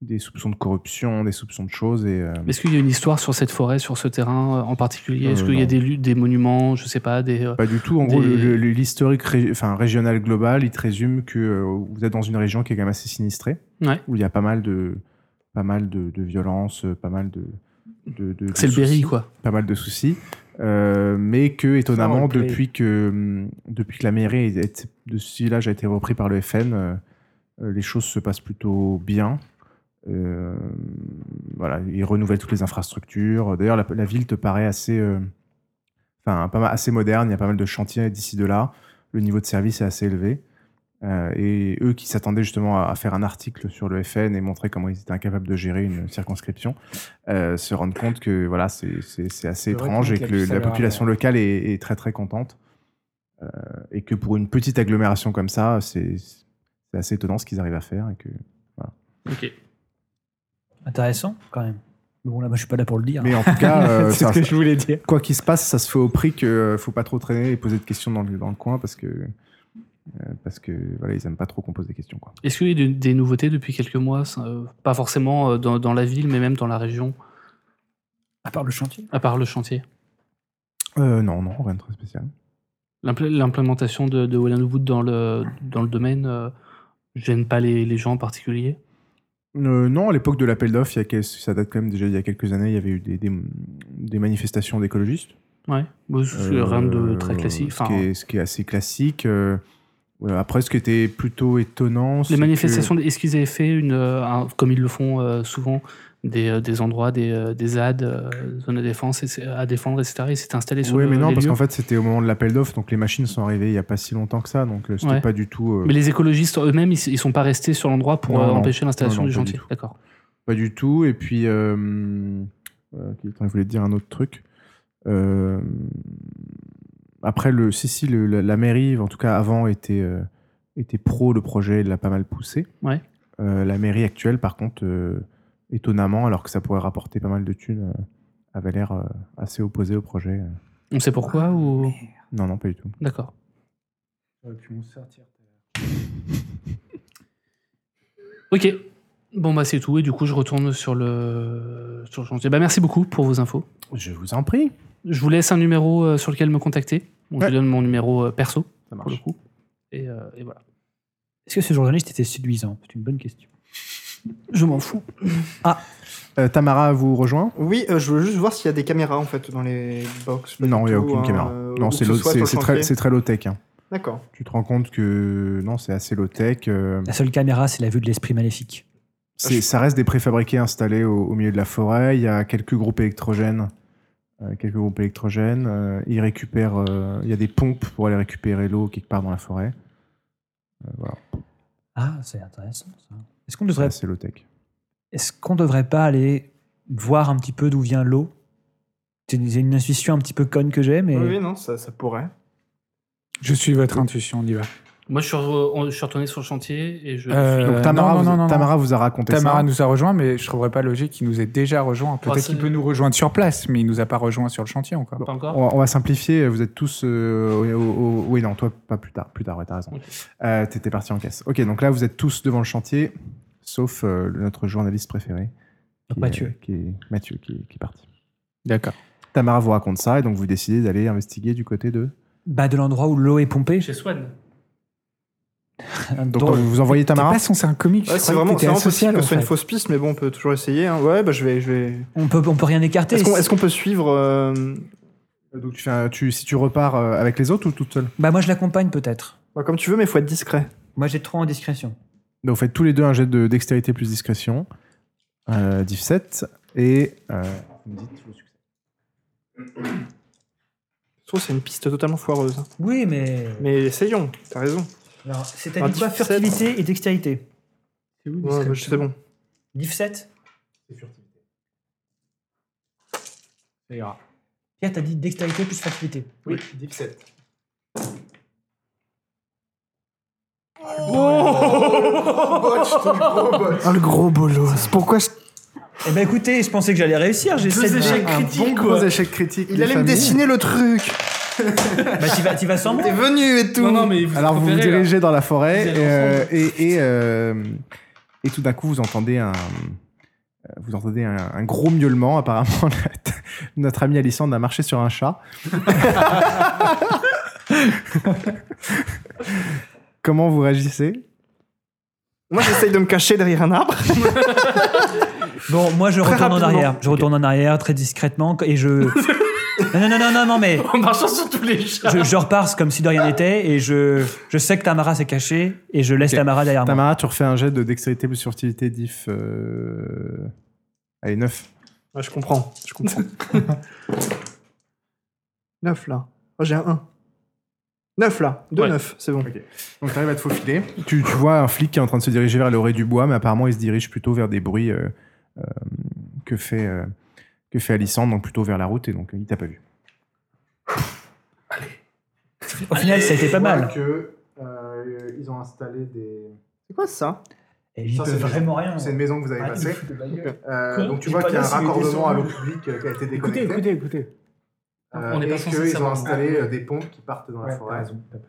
[SPEAKER 8] des soupçons de corruption, des soupçons de choses. Et, euh,
[SPEAKER 13] Est-ce qu'il y a une histoire sur cette forêt, sur ce terrain euh, en particulier Est-ce
[SPEAKER 8] Euh,
[SPEAKER 13] qu'il y a
[SPEAKER 8] non.
[SPEAKER 13] des, lu- des monuments, je sais pas, des... euh,
[SPEAKER 8] Pas du tout. En gros,
[SPEAKER 13] des-
[SPEAKER 8] le- le- l'historique ré- enfin, régional global, il te résume que euh, vous êtes dans une région qui est quand même assez sinistrée,
[SPEAKER 13] Ouais.
[SPEAKER 8] où il y a pas mal de, pas mal de, de violences, euh, pas mal de. de- de- de
[SPEAKER 13] C'est le
[SPEAKER 8] soucis,
[SPEAKER 13] Berry, quoi.
[SPEAKER 8] Pas mal de soucis. Euh, mais que, étonnamment,
[SPEAKER 13] roleplay.
[SPEAKER 8] depuis que, hum, depuis que la mairie est- de ce village a été repris par le FN, euh, euh, les choses se passent plutôt bien. Euh, voilà, ils renouvellent toutes les infrastructures. D'ailleurs, la, la ville te paraît assez, euh, enfin, pas mal, assez moderne. Il y a pas mal de chantiers d'ici de là. Le niveau de service est assez élevé. Euh, et eux qui s'attendaient justement à, à faire un article sur le FN et montrer comment ils étaient incapables de gérer une circonscription, euh, se rendent compte que voilà, c'est- c'est c'est assez
[SPEAKER 10] C'est vrai
[SPEAKER 8] étrange
[SPEAKER 10] qu'on
[SPEAKER 8] et que
[SPEAKER 10] calcule
[SPEAKER 8] le-
[SPEAKER 10] ça
[SPEAKER 8] la
[SPEAKER 10] là,
[SPEAKER 8] population locale est, est très très contente. Euh, et que pour une petite agglomération comme ça, c'est c'est assez étonnant ce qu'ils arrivent à faire. Et que, voilà.
[SPEAKER 13] Ok.
[SPEAKER 11] Intéressant, quand même. Mais bon, là, moi, je suis pas là pour le dire.
[SPEAKER 8] Mais en tout cas, euh,
[SPEAKER 10] C'est
[SPEAKER 8] ça-
[SPEAKER 10] ce que je voulais dire.
[SPEAKER 8] quoi qu'il se passe, ça se fait au prix que euh, faut pas trop traîner et poser de questions dans le, dans le coin parce que, euh, parce que voilà, ils aiment pas trop qu'on pose des questions. Quoi.
[SPEAKER 13] Est-ce qu'il y a des, des nouveautés depuis quelques mois ça, euh, Pas forcément euh, dans, dans la ville, mais même dans la région,
[SPEAKER 11] À part le chantier.
[SPEAKER 13] à part le chantier.
[SPEAKER 8] Euh, non, non, rien de très spécial.
[SPEAKER 13] L'implé- L'implémentation de, de Wellandwood dans le, dans le domaine euh, gêne pas les, les gens en particulier
[SPEAKER 8] Euh, non, à l'époque de l'appel d'offres, il y a quel- ça date quand même déjà il y a quelques années, il y avait eu des, des, des manifestations d'écologistes.
[SPEAKER 13] Ouais, Bon, c'est
[SPEAKER 8] Euh,
[SPEAKER 13] rien de très classique.
[SPEAKER 8] Ce,
[SPEAKER 13] Enfin,
[SPEAKER 8] qui est, ce qui est assez classique. euh, ouais, après, ce qui était plutôt étonnant. c'est
[SPEAKER 13] les
[SPEAKER 8] que-
[SPEAKER 13] manifestations, est-ce qu'ils avaient fait, une, euh, un- comme ils le font euh, souvent, des, euh, des endroits, des, euh, des ZAD, euh, zones à, défense, et- à défendre, etc. Ils s'étaient installés sur
[SPEAKER 8] Oui,
[SPEAKER 13] le-
[SPEAKER 8] mais non,
[SPEAKER 13] les
[SPEAKER 8] parce
[SPEAKER 13] lieux
[SPEAKER 8] qu'en fait, c'était au moment de l'appel d'offres, donc les machines sont arrivées il n'y a pas si longtemps que ça, donc euh, c'était
[SPEAKER 13] Ouais.
[SPEAKER 8] pas du tout. euh,
[SPEAKER 13] Mais les écologistes eux-mêmes, ils, ils sont pas restés sur l'endroit pour
[SPEAKER 8] Non,
[SPEAKER 13] euh,
[SPEAKER 8] non.
[SPEAKER 13] empêcher l'installation
[SPEAKER 8] Non, non,
[SPEAKER 13] du
[SPEAKER 8] pas du
[SPEAKER 13] chantier.
[SPEAKER 8] tout.
[SPEAKER 13] D'accord.
[SPEAKER 8] Pas du tout. Et puis, euh, euh, attends, je voulais te dire un autre truc. Euh, après, le, si, si, le- la, la mairie, en tout cas avant, était, euh, était pro le projet, elle l'a pas mal poussé.
[SPEAKER 13] Ouais.
[SPEAKER 8] Euh, la mairie actuelle, par contre, euh, étonnamment, alors que ça pourrait rapporter pas mal de thunes, euh, avait l'air euh, assez opposée au projet. euh.
[SPEAKER 13] On sait pourquoi ou
[SPEAKER 8] Non, non, pas du tout.
[SPEAKER 13] D'accord.
[SPEAKER 9] Euh,
[SPEAKER 13] Ok. Bon bah c'est tout et du coup je retourne sur le sur le chantier. Bah merci beaucoup pour vos infos.
[SPEAKER 8] Je vous en prie.
[SPEAKER 13] Je vous laisse un numéro euh, sur lequel me contacter. Donc, Je
[SPEAKER 8] Ouais.
[SPEAKER 13] vous donne mon numéro euh, perso
[SPEAKER 8] Ça
[SPEAKER 13] pour le
[SPEAKER 8] marche.
[SPEAKER 13] coup. Et, euh, et voilà.
[SPEAKER 11] Est-ce que ce journaliste était séduisant C'est une bonne question.
[SPEAKER 13] Je m'en fous.
[SPEAKER 8] Euh, Tamara vous rejoint
[SPEAKER 9] Oui, euh, je veux juste voir s'il y a des caméras en fait dans les box. pas
[SPEAKER 8] Non, il
[SPEAKER 9] du
[SPEAKER 8] n'y a
[SPEAKER 9] tout,
[SPEAKER 8] aucune
[SPEAKER 9] hein,
[SPEAKER 8] caméra.
[SPEAKER 9] euh,
[SPEAKER 8] non,
[SPEAKER 9] où
[SPEAKER 8] c'est
[SPEAKER 9] que ce
[SPEAKER 8] low-
[SPEAKER 9] soit sur
[SPEAKER 8] c'est
[SPEAKER 9] le
[SPEAKER 8] c'est très,
[SPEAKER 9] chantier.
[SPEAKER 8] c'est très low-tech. hein.
[SPEAKER 9] D'accord.
[SPEAKER 8] Tu te rends compte que non, c'est assez low-tech.
[SPEAKER 10] Ah,
[SPEAKER 8] euh,
[SPEAKER 11] La seule caméra, c'est la vue de l'esprit maléfique.
[SPEAKER 8] C'est- ça reste des préfabriqués installés au, au milieu de la forêt. Il y a quelques groupes électrogènes euh, quelques groupes électrogènes. euh, ils récupèrent, euh, il y a des pompes pour aller récupérer l'eau quelque part dans la forêt. Euh, voilà.
[SPEAKER 11] Ah, c'est intéressant ça. Est-ce qu'on devrait,
[SPEAKER 8] C'est low tech.
[SPEAKER 11] est-ce qu'on devrait pas aller voir un petit peu d'où vient l'eau C'est une- c'est une intuition un petit peu conne que j'ai, mais
[SPEAKER 9] Oui, non, ça, ça pourrait.
[SPEAKER 10] Je suis votre intuition, on y va.
[SPEAKER 13] Moi, je suis, re- on- je suis retourné sur le chantier et je.
[SPEAKER 10] Euh,
[SPEAKER 8] Donc Tamara,
[SPEAKER 10] non, non,
[SPEAKER 8] vous,
[SPEAKER 10] non, non,
[SPEAKER 8] Tamara
[SPEAKER 10] non.
[SPEAKER 8] vous a raconté
[SPEAKER 10] Tamara
[SPEAKER 8] ça.
[SPEAKER 10] nous a rejoint, mais je trouverais pas logique qu'il nous ait déjà rejoint. Peut-être
[SPEAKER 13] Ah, c'est-
[SPEAKER 10] qu'il peut nous rejoindre sur place, mais il nous a pas rejoint sur le chantier encore.
[SPEAKER 13] Pas encore
[SPEAKER 8] On va, on va simplifier, vous êtes tous. euh, au- au- au- oui, non, toi, pas plus tard. Plus tard, ouais, t'as raison.
[SPEAKER 13] Ok.
[SPEAKER 8] Euh, T'étais parti en caisse. Ok, donc là, vous êtes tous devant le chantier, sauf euh, notre journaliste préféré. qui est- euh,
[SPEAKER 11] Mathieu.
[SPEAKER 8] qui est, Mathieu, qui est, qui est parti.
[SPEAKER 10] D'accord.
[SPEAKER 8] Tamara vous raconte ça, et donc vous décidez d'aller investiguer du côté de.
[SPEAKER 11] bah, de l'endroit où l'eau est pompée.
[SPEAKER 13] Chez Swan.
[SPEAKER 8] Donc, vous envoyez Tamara
[SPEAKER 10] T'es pas censé un comique. je
[SPEAKER 9] Ouais, c'est
[SPEAKER 10] croyais que
[SPEAKER 9] vraiment,
[SPEAKER 10] t'étais
[SPEAKER 9] c'est vraiment
[SPEAKER 10] asocial,
[SPEAKER 9] possible que ce soit une
[SPEAKER 10] en fait.
[SPEAKER 9] fausse piste, mais bon, on peut toujours essayer. hein. Ouais, bah je vais. Je vais...
[SPEAKER 11] On peut, on peut rien écarter.
[SPEAKER 9] Est-ce qu'on est-ce qu'on peut suivre. euh,
[SPEAKER 8] Donc tu fais un- tu- si tu repars euh, avec les autres ou toute seule
[SPEAKER 11] Bah, moi, je l'accompagne peut-être.
[SPEAKER 9] bah, Comme tu veux, mais faut être discret.
[SPEAKER 11] Moi, j'ai trop en discrétion.
[SPEAKER 8] Donc vous faites tous les deux un jet de dextérité plus discrétion. Euh, diff 7. Et. euh, vous me dites vos succès.
[SPEAKER 9] Je trouve que c'est une piste totalement foireuse. hein.
[SPEAKER 11] Oui, mais.
[SPEAKER 9] Mais essayons, t'as raison.
[SPEAKER 11] Alors, c'est à
[SPEAKER 9] Alors,
[SPEAKER 11] dire quoi
[SPEAKER 9] 17.
[SPEAKER 11] Furtivité et dextérité.
[SPEAKER 9] Ouais, bah, c'est bon.
[SPEAKER 11] 17
[SPEAKER 10] Ça ira.
[SPEAKER 11] Pierre, t'as dit dextérité plus furtivité.
[SPEAKER 10] Oui, 17.
[SPEAKER 9] Ah, le gros bolos. Pourquoi je...
[SPEAKER 11] Eh ben écoutez, je pensais que j'allais réussir. J'ai
[SPEAKER 13] Deux
[SPEAKER 11] sept-
[SPEAKER 13] échecs
[SPEAKER 11] un- un
[SPEAKER 13] critiques,
[SPEAKER 11] bon
[SPEAKER 9] Gros
[SPEAKER 11] coup.
[SPEAKER 9] échec critique.
[SPEAKER 11] des
[SPEAKER 9] Il allait me
[SPEAKER 11] familles.
[SPEAKER 9] dessiner le truc.
[SPEAKER 11] Bah, tu vas, t'y vas sans moi.
[SPEAKER 9] T'es venu et tout.
[SPEAKER 13] Non, non, mais vous
[SPEAKER 8] Alors vous vous
[SPEAKER 13] repérez, là.
[SPEAKER 8] dirigez dans la forêt
[SPEAKER 13] Vous allez
[SPEAKER 8] et, euh, et, et, euh, et tout d'un coup vous entendez un euh, vous entendez un, un gros miaulement apparemment notre ami Alissandre a marché sur un chat. Comment vous réagissez
[SPEAKER 9] Moi, j'essaye de me cacher derrière un arbre.
[SPEAKER 11] Bon, moi je
[SPEAKER 9] Très
[SPEAKER 11] retourne en
[SPEAKER 9] rapidement.
[SPEAKER 11] arrière. Je retourne en arrière très discrètement et je. Non, non, non, non, non, non, mais
[SPEAKER 13] En marchant sur tous les chats.
[SPEAKER 11] je, je repars comme si de rien n'était et je, je sais que Tamara s'est cachée et je laisse
[SPEAKER 8] Ok.
[SPEAKER 11] Tamara derrière moi.
[SPEAKER 8] Tamara, tu refais un jet de dextérité plus furtivité diff. euh, Allez, 9.
[SPEAKER 9] Ouais, je comprends, je comprends. 9 là. Oh, j'ai un 1. 9 là. 2
[SPEAKER 13] Ouais.
[SPEAKER 9] 9, c'est bon.
[SPEAKER 8] Donc t'arrives à te faufiler. Tu, tu vois un flic qui est en train de se diriger vers l'orée du bois, mais apparemment il se dirige plutôt vers des bruits euh, euh, que fait euh, que fait Alissandre, donc plutôt vers la route, et donc euh, il t'a pas vu.
[SPEAKER 11] Au final, ça a été pas mal.
[SPEAKER 8] euh, ils ont installé des.
[SPEAKER 9] C'est quoi ça
[SPEAKER 11] Et j'y
[SPEAKER 8] Ça,
[SPEAKER 11] peux
[SPEAKER 8] c'est-
[SPEAKER 11] vraiment rien.
[SPEAKER 8] C'est une maison que vous avez
[SPEAKER 11] Ah, il
[SPEAKER 8] passée.
[SPEAKER 11] fout de ma gueule.
[SPEAKER 8] Euh, donc tu
[SPEAKER 11] Il
[SPEAKER 8] vois
[SPEAKER 11] est pas
[SPEAKER 8] qu'il y a
[SPEAKER 11] là,
[SPEAKER 8] un
[SPEAKER 11] c'est une
[SPEAKER 8] raccordement
[SPEAKER 11] question.
[SPEAKER 8] à l'eau publique euh, qui a été
[SPEAKER 10] Écoutez,
[SPEAKER 8] déconnecté.
[SPEAKER 10] écoutez, écoutez.
[SPEAKER 8] euh,
[SPEAKER 13] On n'est pas
[SPEAKER 8] et
[SPEAKER 13] censé
[SPEAKER 8] qu'ils ont
[SPEAKER 13] savoir.
[SPEAKER 8] installé euh, des pompes qui partent dans
[SPEAKER 10] Ouais,
[SPEAKER 8] la
[SPEAKER 10] t'as
[SPEAKER 8] forêt.
[SPEAKER 10] raison, t'as pas-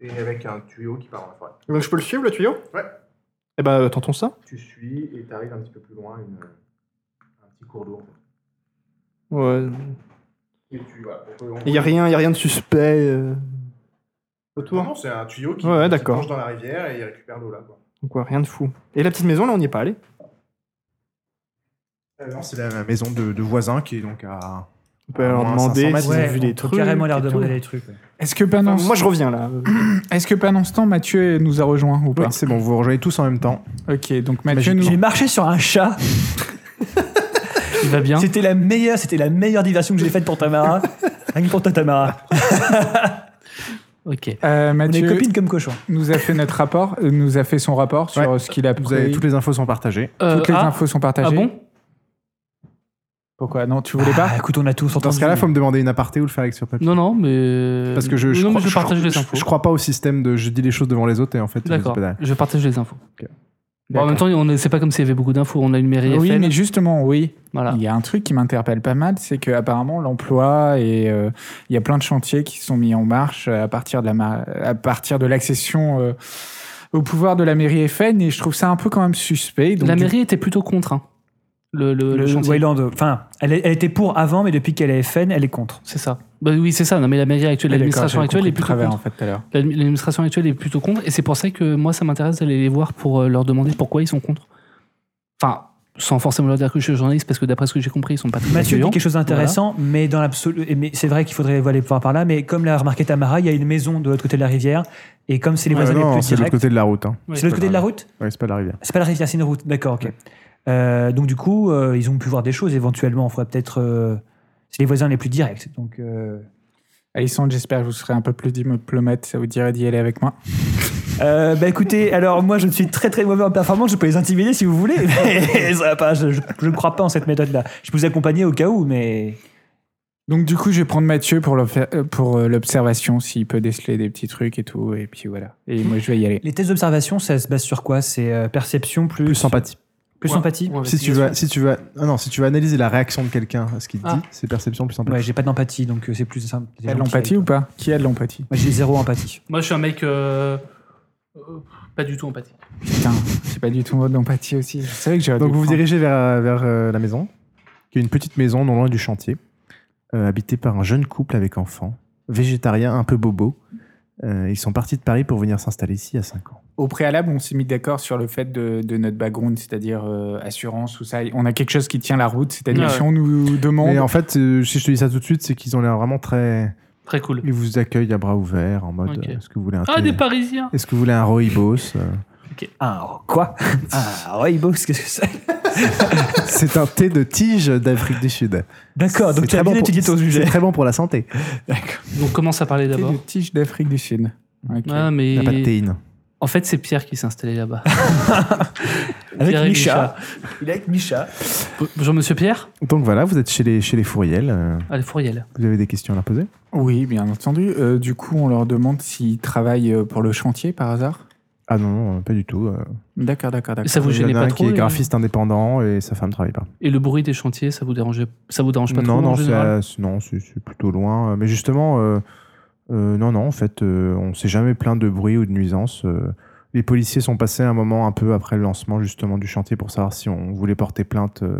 [SPEAKER 8] Et avec un tuyau qui part dans la forêt.
[SPEAKER 9] Donc je peux le suivre le tuyau
[SPEAKER 8] Ouais.
[SPEAKER 9] Eh bah, tentons ça.
[SPEAKER 8] Tu suis et tu arrives un petit peu plus loin, une- un petit cours d'eau. en fait.
[SPEAKER 9] Ouais.
[SPEAKER 8] Et tu, voilà, on peut- on-
[SPEAKER 9] Il y a rien, il y a rien de suspect euh,
[SPEAKER 8] Non,
[SPEAKER 9] autour.
[SPEAKER 8] non, c'est un tuyau qui,
[SPEAKER 9] Ouais, ouais,
[SPEAKER 8] qui
[SPEAKER 9] d'accord.
[SPEAKER 8] plonge dans la rivière et il récupère l'eau là. Quoi.
[SPEAKER 9] Donc ouais, rien de fou. Et la petite maison là, on n'y est pas allé.
[SPEAKER 8] Euh, c'est la maison de, voisin qui est donc à.
[SPEAKER 9] On peut leur
[SPEAKER 8] Moins 500
[SPEAKER 9] demander
[SPEAKER 8] mètres,
[SPEAKER 9] s'ils
[SPEAKER 11] Ouais,
[SPEAKER 9] ont vu des
[SPEAKER 11] on peut
[SPEAKER 9] trucs.
[SPEAKER 11] carrément leur
[SPEAKER 9] et tout.
[SPEAKER 11] demander des trucs. ouais.
[SPEAKER 10] Est-ce que pendant,
[SPEAKER 9] Enfin, moi, je reviens là.
[SPEAKER 10] est-ce que pendant ce temps, Mathieu nous a rejoint ou pas
[SPEAKER 8] c'est bon, vous rejoignez tous en même temps.
[SPEAKER 10] Ok, donc Mathieu nous.
[SPEAKER 11] J'ai marché sur un chat.
[SPEAKER 13] Il va bien.
[SPEAKER 11] C'était la meilleure, c'était la meilleure diversion que j'ai faite pour Tamara. Rien que pour toi, Tamara.
[SPEAKER 13] Ok.
[SPEAKER 10] Euh,
[SPEAKER 11] On est
[SPEAKER 10] Mathieu
[SPEAKER 11] copines comme cochons.
[SPEAKER 10] nous a fait notre rapport, euh, nous a fait son rapport sur
[SPEAKER 8] Ouais.
[SPEAKER 10] ce qu'il a pris.
[SPEAKER 8] Vous avez, toutes les infos sont partagées.
[SPEAKER 13] Euh,
[SPEAKER 10] Toutes les
[SPEAKER 13] ah,
[SPEAKER 10] infos sont
[SPEAKER 13] Ah
[SPEAKER 10] partagées.
[SPEAKER 13] bon
[SPEAKER 10] Pourquoi Non, tu voulais
[SPEAKER 11] Ah,
[SPEAKER 10] pas
[SPEAKER 11] écoute, on a tous
[SPEAKER 8] Dans
[SPEAKER 11] entendu.
[SPEAKER 8] ce cas-là, faut me demander une aparté ou le faire avec sur papier.
[SPEAKER 13] Non, non, mais.
[SPEAKER 8] Parce que je, je
[SPEAKER 13] Euh, non, mais
[SPEAKER 8] crois,
[SPEAKER 13] je partage
[SPEAKER 8] je-
[SPEAKER 13] les infos.
[SPEAKER 8] je crois pas au système de je dis les choses devant les autres et en fait. ils disent
[SPEAKER 13] D'accord.
[SPEAKER 8] pas dalle.
[SPEAKER 13] Je partage les infos.
[SPEAKER 8] Ok. Ah
[SPEAKER 13] Bon, en même temps, on est- c'est pas comme s'il y avait beaucoup d'infos. On a une mairie
[SPEAKER 10] Oui,
[SPEAKER 13] FM.
[SPEAKER 10] mais justement, oui.
[SPEAKER 13] Voilà.
[SPEAKER 10] Il y a un truc qui m'interpelle pas mal, c'est que apparemment l'emploi et euh, il y a plein de chantiers qui sont mis en marche à partir de la ma- à partir de l'accession euh, au pouvoir de la mairie FN et je trouve ça un peu quand même suspect. Donc
[SPEAKER 13] la
[SPEAKER 10] du-
[SPEAKER 13] mairie était plutôt contre. hein. Le, le, le
[SPEAKER 11] le
[SPEAKER 13] chantier.
[SPEAKER 11] Wayland, euh, enfin, elle, est- elle était pour avant, mais depuis qu'elle est FN, elle est contre.
[SPEAKER 13] C'est ça. Bah oui, c'est ça. Non, mais la mairie actuelle,
[SPEAKER 10] Ah, d'accord,
[SPEAKER 13] l'administration
[SPEAKER 10] j'avais
[SPEAKER 13] actuelle
[SPEAKER 10] compris
[SPEAKER 13] est
[SPEAKER 10] de
[SPEAKER 13] plutôt
[SPEAKER 10] travers
[SPEAKER 13] contre.
[SPEAKER 10] en fait tout à l'heure.
[SPEAKER 13] L'admi- L'administration actuelle est plutôt contre, et c'est pour ça que moi, ça m'intéresse d'aller les voir pour euh, leur demander pourquoi ils sont contre. Enfin, sans forcément leur dire que je suis journaliste, parce que d'après ce que j'ai compris, ils sont pas très
[SPEAKER 11] Mathieu dit
[SPEAKER 13] accueillants.
[SPEAKER 11] quelque chose d'intéressant, mais dans l'absolu, et mais c'est vrai qu'il faudrait aller voir par là, mais comme l'a remarqué Tamara, il y a une maison de l'autre côté de la rivière, et comme c'est les
[SPEAKER 8] Ah
[SPEAKER 11] voisins les
[SPEAKER 8] non,
[SPEAKER 11] plus
[SPEAKER 8] c'est de l'autre
[SPEAKER 11] directs,
[SPEAKER 8] côté de la route. Hein.
[SPEAKER 13] Oui,
[SPEAKER 11] c'est l'autre côté de la route
[SPEAKER 8] Ouais, c'est pas de la rivière.
[SPEAKER 11] C'est pas la rivière, c'est une route. D'accord, ok. Euh, donc du coup, euh, ils ont pu voir des choses. Éventuellement, on ferait peut-être. euh, c'est les voisins les plus directs. Donc, euh,
[SPEAKER 10] Alessandre, j'espère que vous serez un peu plus diplomate. Ça vous dirait d'y aller avec moi
[SPEAKER 11] Euh, bah écoutez, alors moi je suis très très mauvais en performance, je peux les intimider si vous voulez, mais ça va pas, je, je- je ne crois pas en cette méthode-là. Je peux vous accompagner au cas où, mais...
[SPEAKER 10] Donc du coup, je vais prendre Mathieu pour l'obfer- euh, pour euh, l'observation, s'il peut déceler des petits trucs et tout, et puis voilà. Et moi, je vais y aller.
[SPEAKER 11] Les tests d'observation, ça se base sur quoi C'est euh, perception plus... Plus
[SPEAKER 8] sympathie.
[SPEAKER 11] Plus sympathie
[SPEAKER 8] si tu veux, si tu veux, ah non, si tu veux analyser la réaction de quelqu'un à ce qu'il te
[SPEAKER 11] Ah.
[SPEAKER 8] dit, c'est perception plus sympathie.
[SPEAKER 11] Ouais, j'ai pas d'empathie, donc euh, c'est plus simple.
[SPEAKER 10] T'as de l'empathie ou pas Qui a de l'empathie
[SPEAKER 11] Moi j'ai zéro empathie.
[SPEAKER 13] Moi, je suis un mec euh, euh, pas du tout empathique.
[SPEAKER 10] Putain, c'est pas du tout mode d'empathie aussi. Je savais que j'aurais
[SPEAKER 8] Donc
[SPEAKER 10] dû
[SPEAKER 8] vous vous
[SPEAKER 10] prendre.
[SPEAKER 8] dirigez vers, vers euh, la maison, qui est une petite maison non loin du chantier, euh, habitée par un jeune couple avec enfants, végétarien un peu bobo. Euh, ils sont partis de Paris pour venir s'installer ici à 5 ans.
[SPEAKER 10] Au préalable, on s'est mis d'accord sur le fait de, de notre background, c'est-à-dire euh, assurance ou ça. On a quelque chose qui tient la route, c'est-à-dire
[SPEAKER 8] Ouais.
[SPEAKER 10] si on nous demande.
[SPEAKER 8] Mais en fait, euh, si je te dis ça tout de suite, c'est qu'ils ont l'air vraiment très...
[SPEAKER 13] Très cool.
[SPEAKER 8] Ils vous accueillent à bras ouverts, en mode,
[SPEAKER 13] Ok.
[SPEAKER 8] euh, est-ce que vous voulez un...
[SPEAKER 13] Ah,
[SPEAKER 8] thé-
[SPEAKER 13] des Parisiens
[SPEAKER 8] Est-ce que vous voulez un rooibos euh,
[SPEAKER 11] Ah, quoi Ah, Roybox, qu'est-ce que c'est
[SPEAKER 8] C'est un thé de tige d'Afrique du Sud.
[SPEAKER 11] D'accord, donc
[SPEAKER 8] C'est
[SPEAKER 11] tu as
[SPEAKER 8] très
[SPEAKER 11] bien
[SPEAKER 8] pour-
[SPEAKER 11] étudié ton sujet.
[SPEAKER 8] C'est très bon pour la santé.
[SPEAKER 13] Donc, commence à parler d'abord.
[SPEAKER 10] Des tiges d'Afrique du Sud. Ok.
[SPEAKER 13] Ah, mais...
[SPEAKER 8] Il n'y a pas de théine.
[SPEAKER 13] En fait, c'est Pierre qui s'est installé là-bas.
[SPEAKER 11] Avec
[SPEAKER 13] Pierre et
[SPEAKER 11] Micha. Il est avec Micha.
[SPEAKER 13] Bo- Bonjour, monsieur Pierre.
[SPEAKER 8] Donc voilà, vous êtes chez les, chez les Fouriels. euh,
[SPEAKER 13] Ah, le Fouriel.
[SPEAKER 8] Vous avez des questions à leur poser
[SPEAKER 10] Oui, bien entendu. Euh, du coup, on leur demande s'ils travaillent euh, pour le chantier par hasard.
[SPEAKER 8] Ah non, non, pas du tout. euh.
[SPEAKER 10] D'accord, d'accord, d'accord.
[SPEAKER 8] Il y en a un qui est graphiste indépendant et sa femme travaille pas.
[SPEAKER 13] Et le bruit des chantiers, ça vous dérange, ça vous dérange pas trop
[SPEAKER 8] non,
[SPEAKER 13] en
[SPEAKER 8] non, c'est,
[SPEAKER 13] général
[SPEAKER 8] euh, c'est- non, c'est, c'est plutôt loin. Euh, Mais justement, euh, euh, non, non, en fait, euh, on s'est jamais plaint de bruit ou de nuisance. euh. Les policiers sont passés un moment un peu après le lancement justement du chantier pour savoir si on voulait porter plainte euh,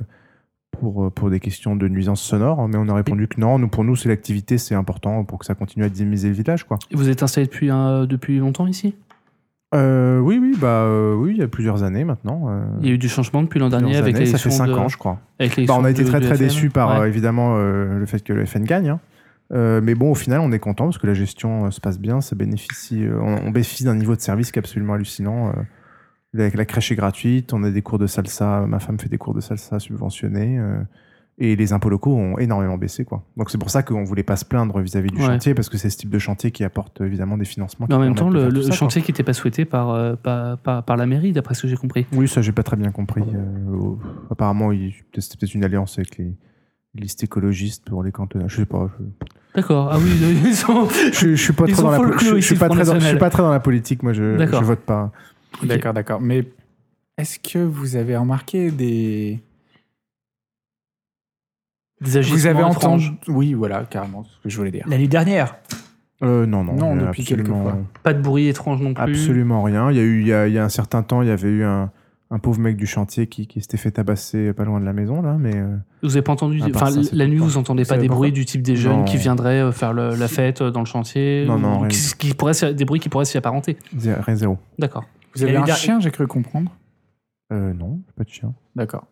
[SPEAKER 8] pour, euh, pour des questions de nuisance sonore, mais on a répondu que non. Nous, pour nous, c'est l'activité, c'est important pour que ça continue à dynamiser le village, quoi.
[SPEAKER 13] Et Vous êtes installé depuis, un- depuis longtemps ici
[SPEAKER 8] Euh, oui, oui, bah euh, oui, il y a plusieurs années maintenant. euh,
[SPEAKER 13] Il Bah, y a eu du changement depuis l'an dernier
[SPEAKER 8] plusieurs
[SPEAKER 13] avec
[SPEAKER 8] années, ça fait
[SPEAKER 13] l'élection
[SPEAKER 8] 5
[SPEAKER 13] de-
[SPEAKER 8] ans, je crois.
[SPEAKER 13] avec
[SPEAKER 8] Bah, on a
[SPEAKER 13] l'élection
[SPEAKER 8] été
[SPEAKER 13] de-
[SPEAKER 8] très
[SPEAKER 13] du
[SPEAKER 8] très
[SPEAKER 13] FM.
[SPEAKER 8] déçus par
[SPEAKER 13] Ouais.
[SPEAKER 8] euh, évidemment euh, le fait que le FN gagne. hein. Euh, mais bon, au final, on est content parce que la gestion euh, se passe bien, ça bénéficie, euh, on, on bénéficie d'un niveau de service qui est absolument hallucinant. euh. la, la crèche est gratuite, on a des cours de salsa, ma femme fait des cours de salsa subventionnés. euh, et les impôts locaux ont énormément baissé. Quoi. Donc c'est pour ça qu'on voulait pas se plaindre vis-à-vis du
[SPEAKER 13] Ouais.
[SPEAKER 8] chantier, parce que c'est ce type de chantier qui apporte euh, évidemment des financements.
[SPEAKER 13] Mais en
[SPEAKER 8] qui
[SPEAKER 13] même temps,
[SPEAKER 8] permettent
[SPEAKER 13] le,
[SPEAKER 8] de faire
[SPEAKER 13] le
[SPEAKER 8] tout ça, quoi.
[SPEAKER 13] chantier qui n'était pas souhaité par, euh, par, par, par la mairie, d'après ce que j'ai compris.
[SPEAKER 8] Oui, ça, j'ai pas très bien compris. Euh, au- apparemment, il- c'était peut-être une alliance avec les listes écologistes pour les cantons. Je sais pas. je-
[SPEAKER 13] D'accord. Ah oui, ils sont.
[SPEAKER 8] Je, je suis pas
[SPEAKER 13] Ils
[SPEAKER 8] trop
[SPEAKER 13] sont
[SPEAKER 8] dans la po-
[SPEAKER 13] folkloriques,
[SPEAKER 8] je, je suis
[SPEAKER 13] le
[SPEAKER 8] pas
[SPEAKER 13] Front
[SPEAKER 8] très dans- je suis
[SPEAKER 13] National.
[SPEAKER 8] pas très dans la politique. Moi, je,
[SPEAKER 13] D'accord.
[SPEAKER 8] je vote pas.
[SPEAKER 10] D'accord, d'accord. Mais est-ce que vous avez remarqué des.
[SPEAKER 13] Des agissements
[SPEAKER 10] Vous avez
[SPEAKER 13] étranges.
[SPEAKER 10] entendu. Oui, voilà, carrément, c'est ce que je voulais dire.
[SPEAKER 11] L'année dernière
[SPEAKER 8] Euh, non, non.
[SPEAKER 10] Non,
[SPEAKER 8] il y a
[SPEAKER 10] depuis quelques
[SPEAKER 8] absolument-
[SPEAKER 10] fois.
[SPEAKER 13] Pas de bruit étrange non plus.
[SPEAKER 8] Absolument rien. Il y a eu, il y a, il y a un certain temps, il y avait eu un, un pauvre mec du chantier qui, qui s'était fait tabasser pas loin de la maison là, mais. euh,
[SPEAKER 13] Vous n'avez pas entendu.
[SPEAKER 8] à part
[SPEAKER 13] Enfin,
[SPEAKER 8] ça, c'est
[SPEAKER 13] la
[SPEAKER 8] tout
[SPEAKER 13] nuit,
[SPEAKER 8] le temps.
[SPEAKER 13] vous entendez pas
[SPEAKER 8] savez
[SPEAKER 13] des
[SPEAKER 8] pourquoi
[SPEAKER 13] bruits du type des jeunes
[SPEAKER 8] Non.
[SPEAKER 13] qui viendraient euh, faire le- la fête euh, dans le chantier
[SPEAKER 8] Non, non,
[SPEAKER 13] ou
[SPEAKER 8] rien.
[SPEAKER 13] qui, s- qui pourraient s'y- des bruits qui pourraient s'y apparenter.
[SPEAKER 8] zé- Rien zéro.
[SPEAKER 13] D'accord.
[SPEAKER 10] Vous avez
[SPEAKER 13] Et
[SPEAKER 10] un
[SPEAKER 13] les derniers-
[SPEAKER 10] chien, j'ai cru comprendre.
[SPEAKER 8] Euh, non, j'ai pas de chien.
[SPEAKER 10] D'accord.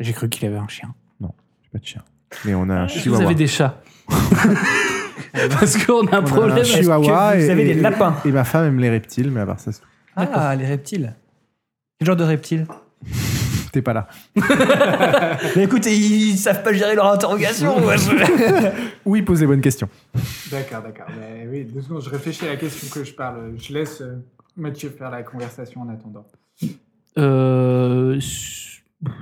[SPEAKER 10] J'ai cru qu'il avait un chien.
[SPEAKER 8] J'ai pas de chien. Mais on a un
[SPEAKER 13] Est-ce que Vous
[SPEAKER 8] chihuahua.
[SPEAKER 13] avez des chats. Parce qu'on a un
[SPEAKER 8] On a
[SPEAKER 13] problème.
[SPEAKER 8] un chihuahua
[SPEAKER 11] vous
[SPEAKER 8] et-
[SPEAKER 11] avez
[SPEAKER 8] et-
[SPEAKER 11] des lapins
[SPEAKER 8] Et ma femme aime les reptiles, mais à part ça, c'est tout.
[SPEAKER 11] Ah, les reptiles. Quel genre de reptiles
[SPEAKER 8] t'es pas là.
[SPEAKER 11] Mais écoutez, ils, ils savent pas gérer leur interrogation. moi, je-
[SPEAKER 8] Oui, pose les bonnes questions.
[SPEAKER 10] D'accord, d'accord. Mais oui, deux secondes, je réfléchis à la question que je parle. Je laisse euh, Mathieu faire la conversation en attendant.
[SPEAKER 13] Euh, je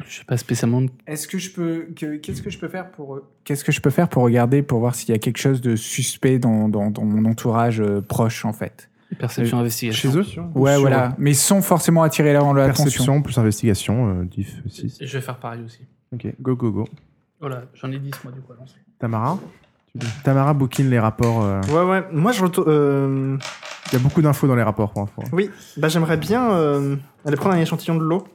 [SPEAKER 13] je sais pas spécialement. de-
[SPEAKER 10] Est-ce que je peux. que- Qu'est-ce que je peux faire pour. euh, Qu'est-ce que je peux faire pour regarder, pour voir s'il y a quelque chose de suspect dans, dans- dans mon entourage euh, proche, en fait
[SPEAKER 13] Perception,
[SPEAKER 10] Euh,
[SPEAKER 13] investigation.
[SPEAKER 8] chez eux
[SPEAKER 10] Ouais,
[SPEAKER 8] Sur-
[SPEAKER 10] voilà. Mais sans forcément attirer leur- leur attention.
[SPEAKER 8] Perception plus investigation, euh, diff 6.
[SPEAKER 13] Je vais faire pareil aussi.
[SPEAKER 8] Ok, go, go, go.
[SPEAKER 13] Voilà, j'en ai 10 moi du coup à lancer.
[SPEAKER 8] Tamara Tu- Tamara bouquine les rapports. euh,
[SPEAKER 9] Ouais, ouais. Moi, je retourne. euh,
[SPEAKER 8] Il y a beaucoup d'infos dans les rapports pour info.
[SPEAKER 9] Oui, bah j'aimerais bien euh, aller prendre un échantillon de l'eau.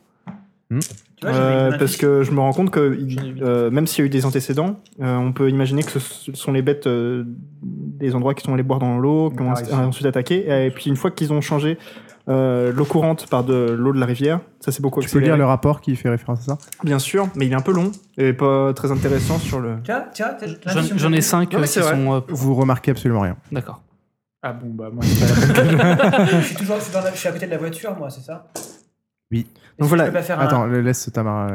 [SPEAKER 8] Hmm.
[SPEAKER 11] vois, j'avais
[SPEAKER 9] Euh,
[SPEAKER 11] une
[SPEAKER 9] parce que je me rends compte que il- euh, même s'il y a eu des antécédents, euh, on peut imaginer que ce ce sont les bêtes euh, des endroits qui sont allés boire dans l'eau, qui
[SPEAKER 14] Ah,
[SPEAKER 9] ont
[SPEAKER 14] ils
[SPEAKER 9] ensuite-
[SPEAKER 14] sont-
[SPEAKER 9] ensuite attaqué. Et puis une fois qu'ils ont changé euh, l'eau courante par de l'eau de la rivière, ça c'est beaucoup
[SPEAKER 8] Tu peux
[SPEAKER 9] accéléré.
[SPEAKER 8] lire le rapport qui fait référence à ça
[SPEAKER 9] Bien sûr, mais il est un peu long et pas très intéressant sur le.
[SPEAKER 11] Tiens, tiens, tiens,
[SPEAKER 13] J'en- J'en ai 5
[SPEAKER 9] Non, mais
[SPEAKER 13] qui
[SPEAKER 9] c'est vrai.
[SPEAKER 13] sont. euh,
[SPEAKER 8] Vous remarquez absolument rien.
[SPEAKER 13] D'accord.
[SPEAKER 10] Ah bon, bah moi, c'est pas la peine que je-
[SPEAKER 11] je, suis toujours, je suis dans la- je suis à côté de la voiture, moi, c'est ça
[SPEAKER 8] Oui.
[SPEAKER 10] Donc voilà.
[SPEAKER 11] Ah.
[SPEAKER 8] Attends, laisse Tamara.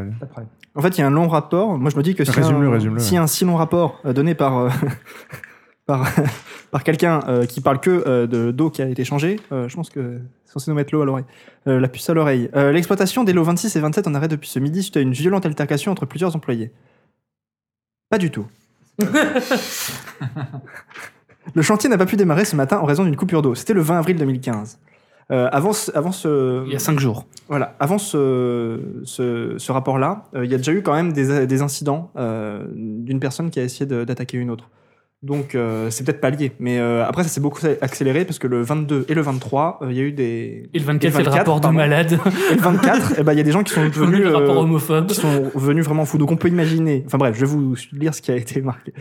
[SPEAKER 10] En fait, il y a un long rapport. Moi, je me dis que si,
[SPEAKER 8] Résume-le,
[SPEAKER 10] un,
[SPEAKER 8] résume-le.
[SPEAKER 10] si un si long rapport euh, donné par, euh, par, par quelqu'un euh, qui parle que euh, de- d'eau qui a été changée, euh, je pense que c'est censé nous mettre l'eau à l'oreille. Euh, la puce à l'oreille. Euh, L'exploitation des lots 26 et 27 en arrêt depuis ce midi suite à une violente altercation entre plusieurs employés. Pas du tout. Le chantier n'a pas pu démarrer ce matin en raison d'une coupure d'eau. C'était le 20 avril 2015. Euh, avant, ce- avant ce... Il y a cinq jours. Voilà. Avant ce, ce, ce rapport-là, euh, il y a déjà eu quand même des, des incidents euh, d'une personne qui a essayé de- d'attaquer une autre. Donc euh, c'est peut-être pas lié. Mais euh, après, ça s'est beaucoup accéléré parce que le 22 et le 23, euh, il y a eu des...
[SPEAKER 13] Et le 24,
[SPEAKER 10] et
[SPEAKER 13] c'est le rapport de malade.
[SPEAKER 10] Et le 24, eh ben, il y a des gens qui sont euh, venus...
[SPEAKER 13] Le
[SPEAKER 8] euh,
[SPEAKER 13] rapport
[SPEAKER 10] homophobe. Qui sont venus vraiment fous. Donc on peut imaginer... Enfin bref, je vais vous lire ce qui a été marqué.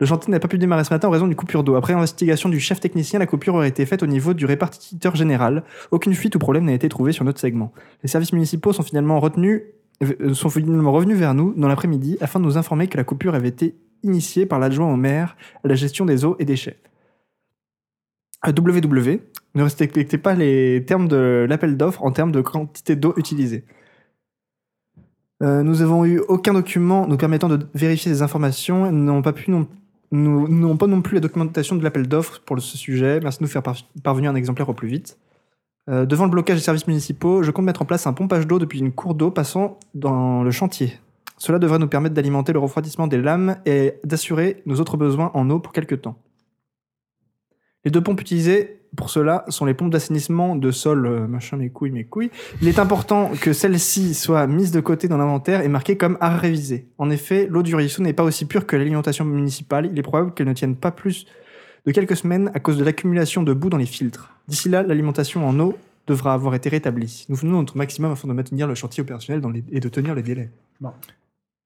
[SPEAKER 10] Le chantier n'a pas pu démarrer ce matin en raison d'une coupure d'eau. Après investigation du chef technicien, la coupure aurait été faite au niveau du répartiteur général. Aucune fuite ou problème n'a été trouvé sur notre segment. Les services municipaux sont finalement retenus, euh, sont finalement revenus vers nous dans l'après-midi afin de nous informer que la coupure avait été initiée par l'adjoint au maire à la gestion des eaux et déchets. Euh, WW ne respectait pas les termes de l'appel d'offres en termes de quantité d'eau utilisée. Euh, nous avons eu aucun document nous permettant de vérifier ces informations et nous n'avons pas pu non nous nous n'avons pas non plus la documentation de l'appel d'offres pour le- ce sujet. Merci de nous faire par- parvenir un exemplaire au plus vite. Euh, devant le blocage des services municipaux, je compte mettre en place un pompage d'eau depuis une cour d'eau passant dans le chantier. Cela devrait nous permettre d'alimenter le refroidissement des lames et d'assurer nos autres besoins en eau pour quelques temps. Les deux pompes utilisées pour cela sont les pompes d'assainissement de sol, euh, machin, mes couilles, mes couilles. Il est important que celle-ci soit mise de côté dans l'inventaire et marquée comme à réviser. En effet, l'eau du ruisseau n'est pas aussi pure que l'alimentation municipale. Il est probable qu'elle ne tienne pas plus de quelques semaines à cause de l'accumulation de boue dans les filtres. D'ici là, l'alimentation en eau devra avoir été rétablie. Nous faisons notre maximum afin de maintenir le chantier opérationnel dans les- et de tenir les délais.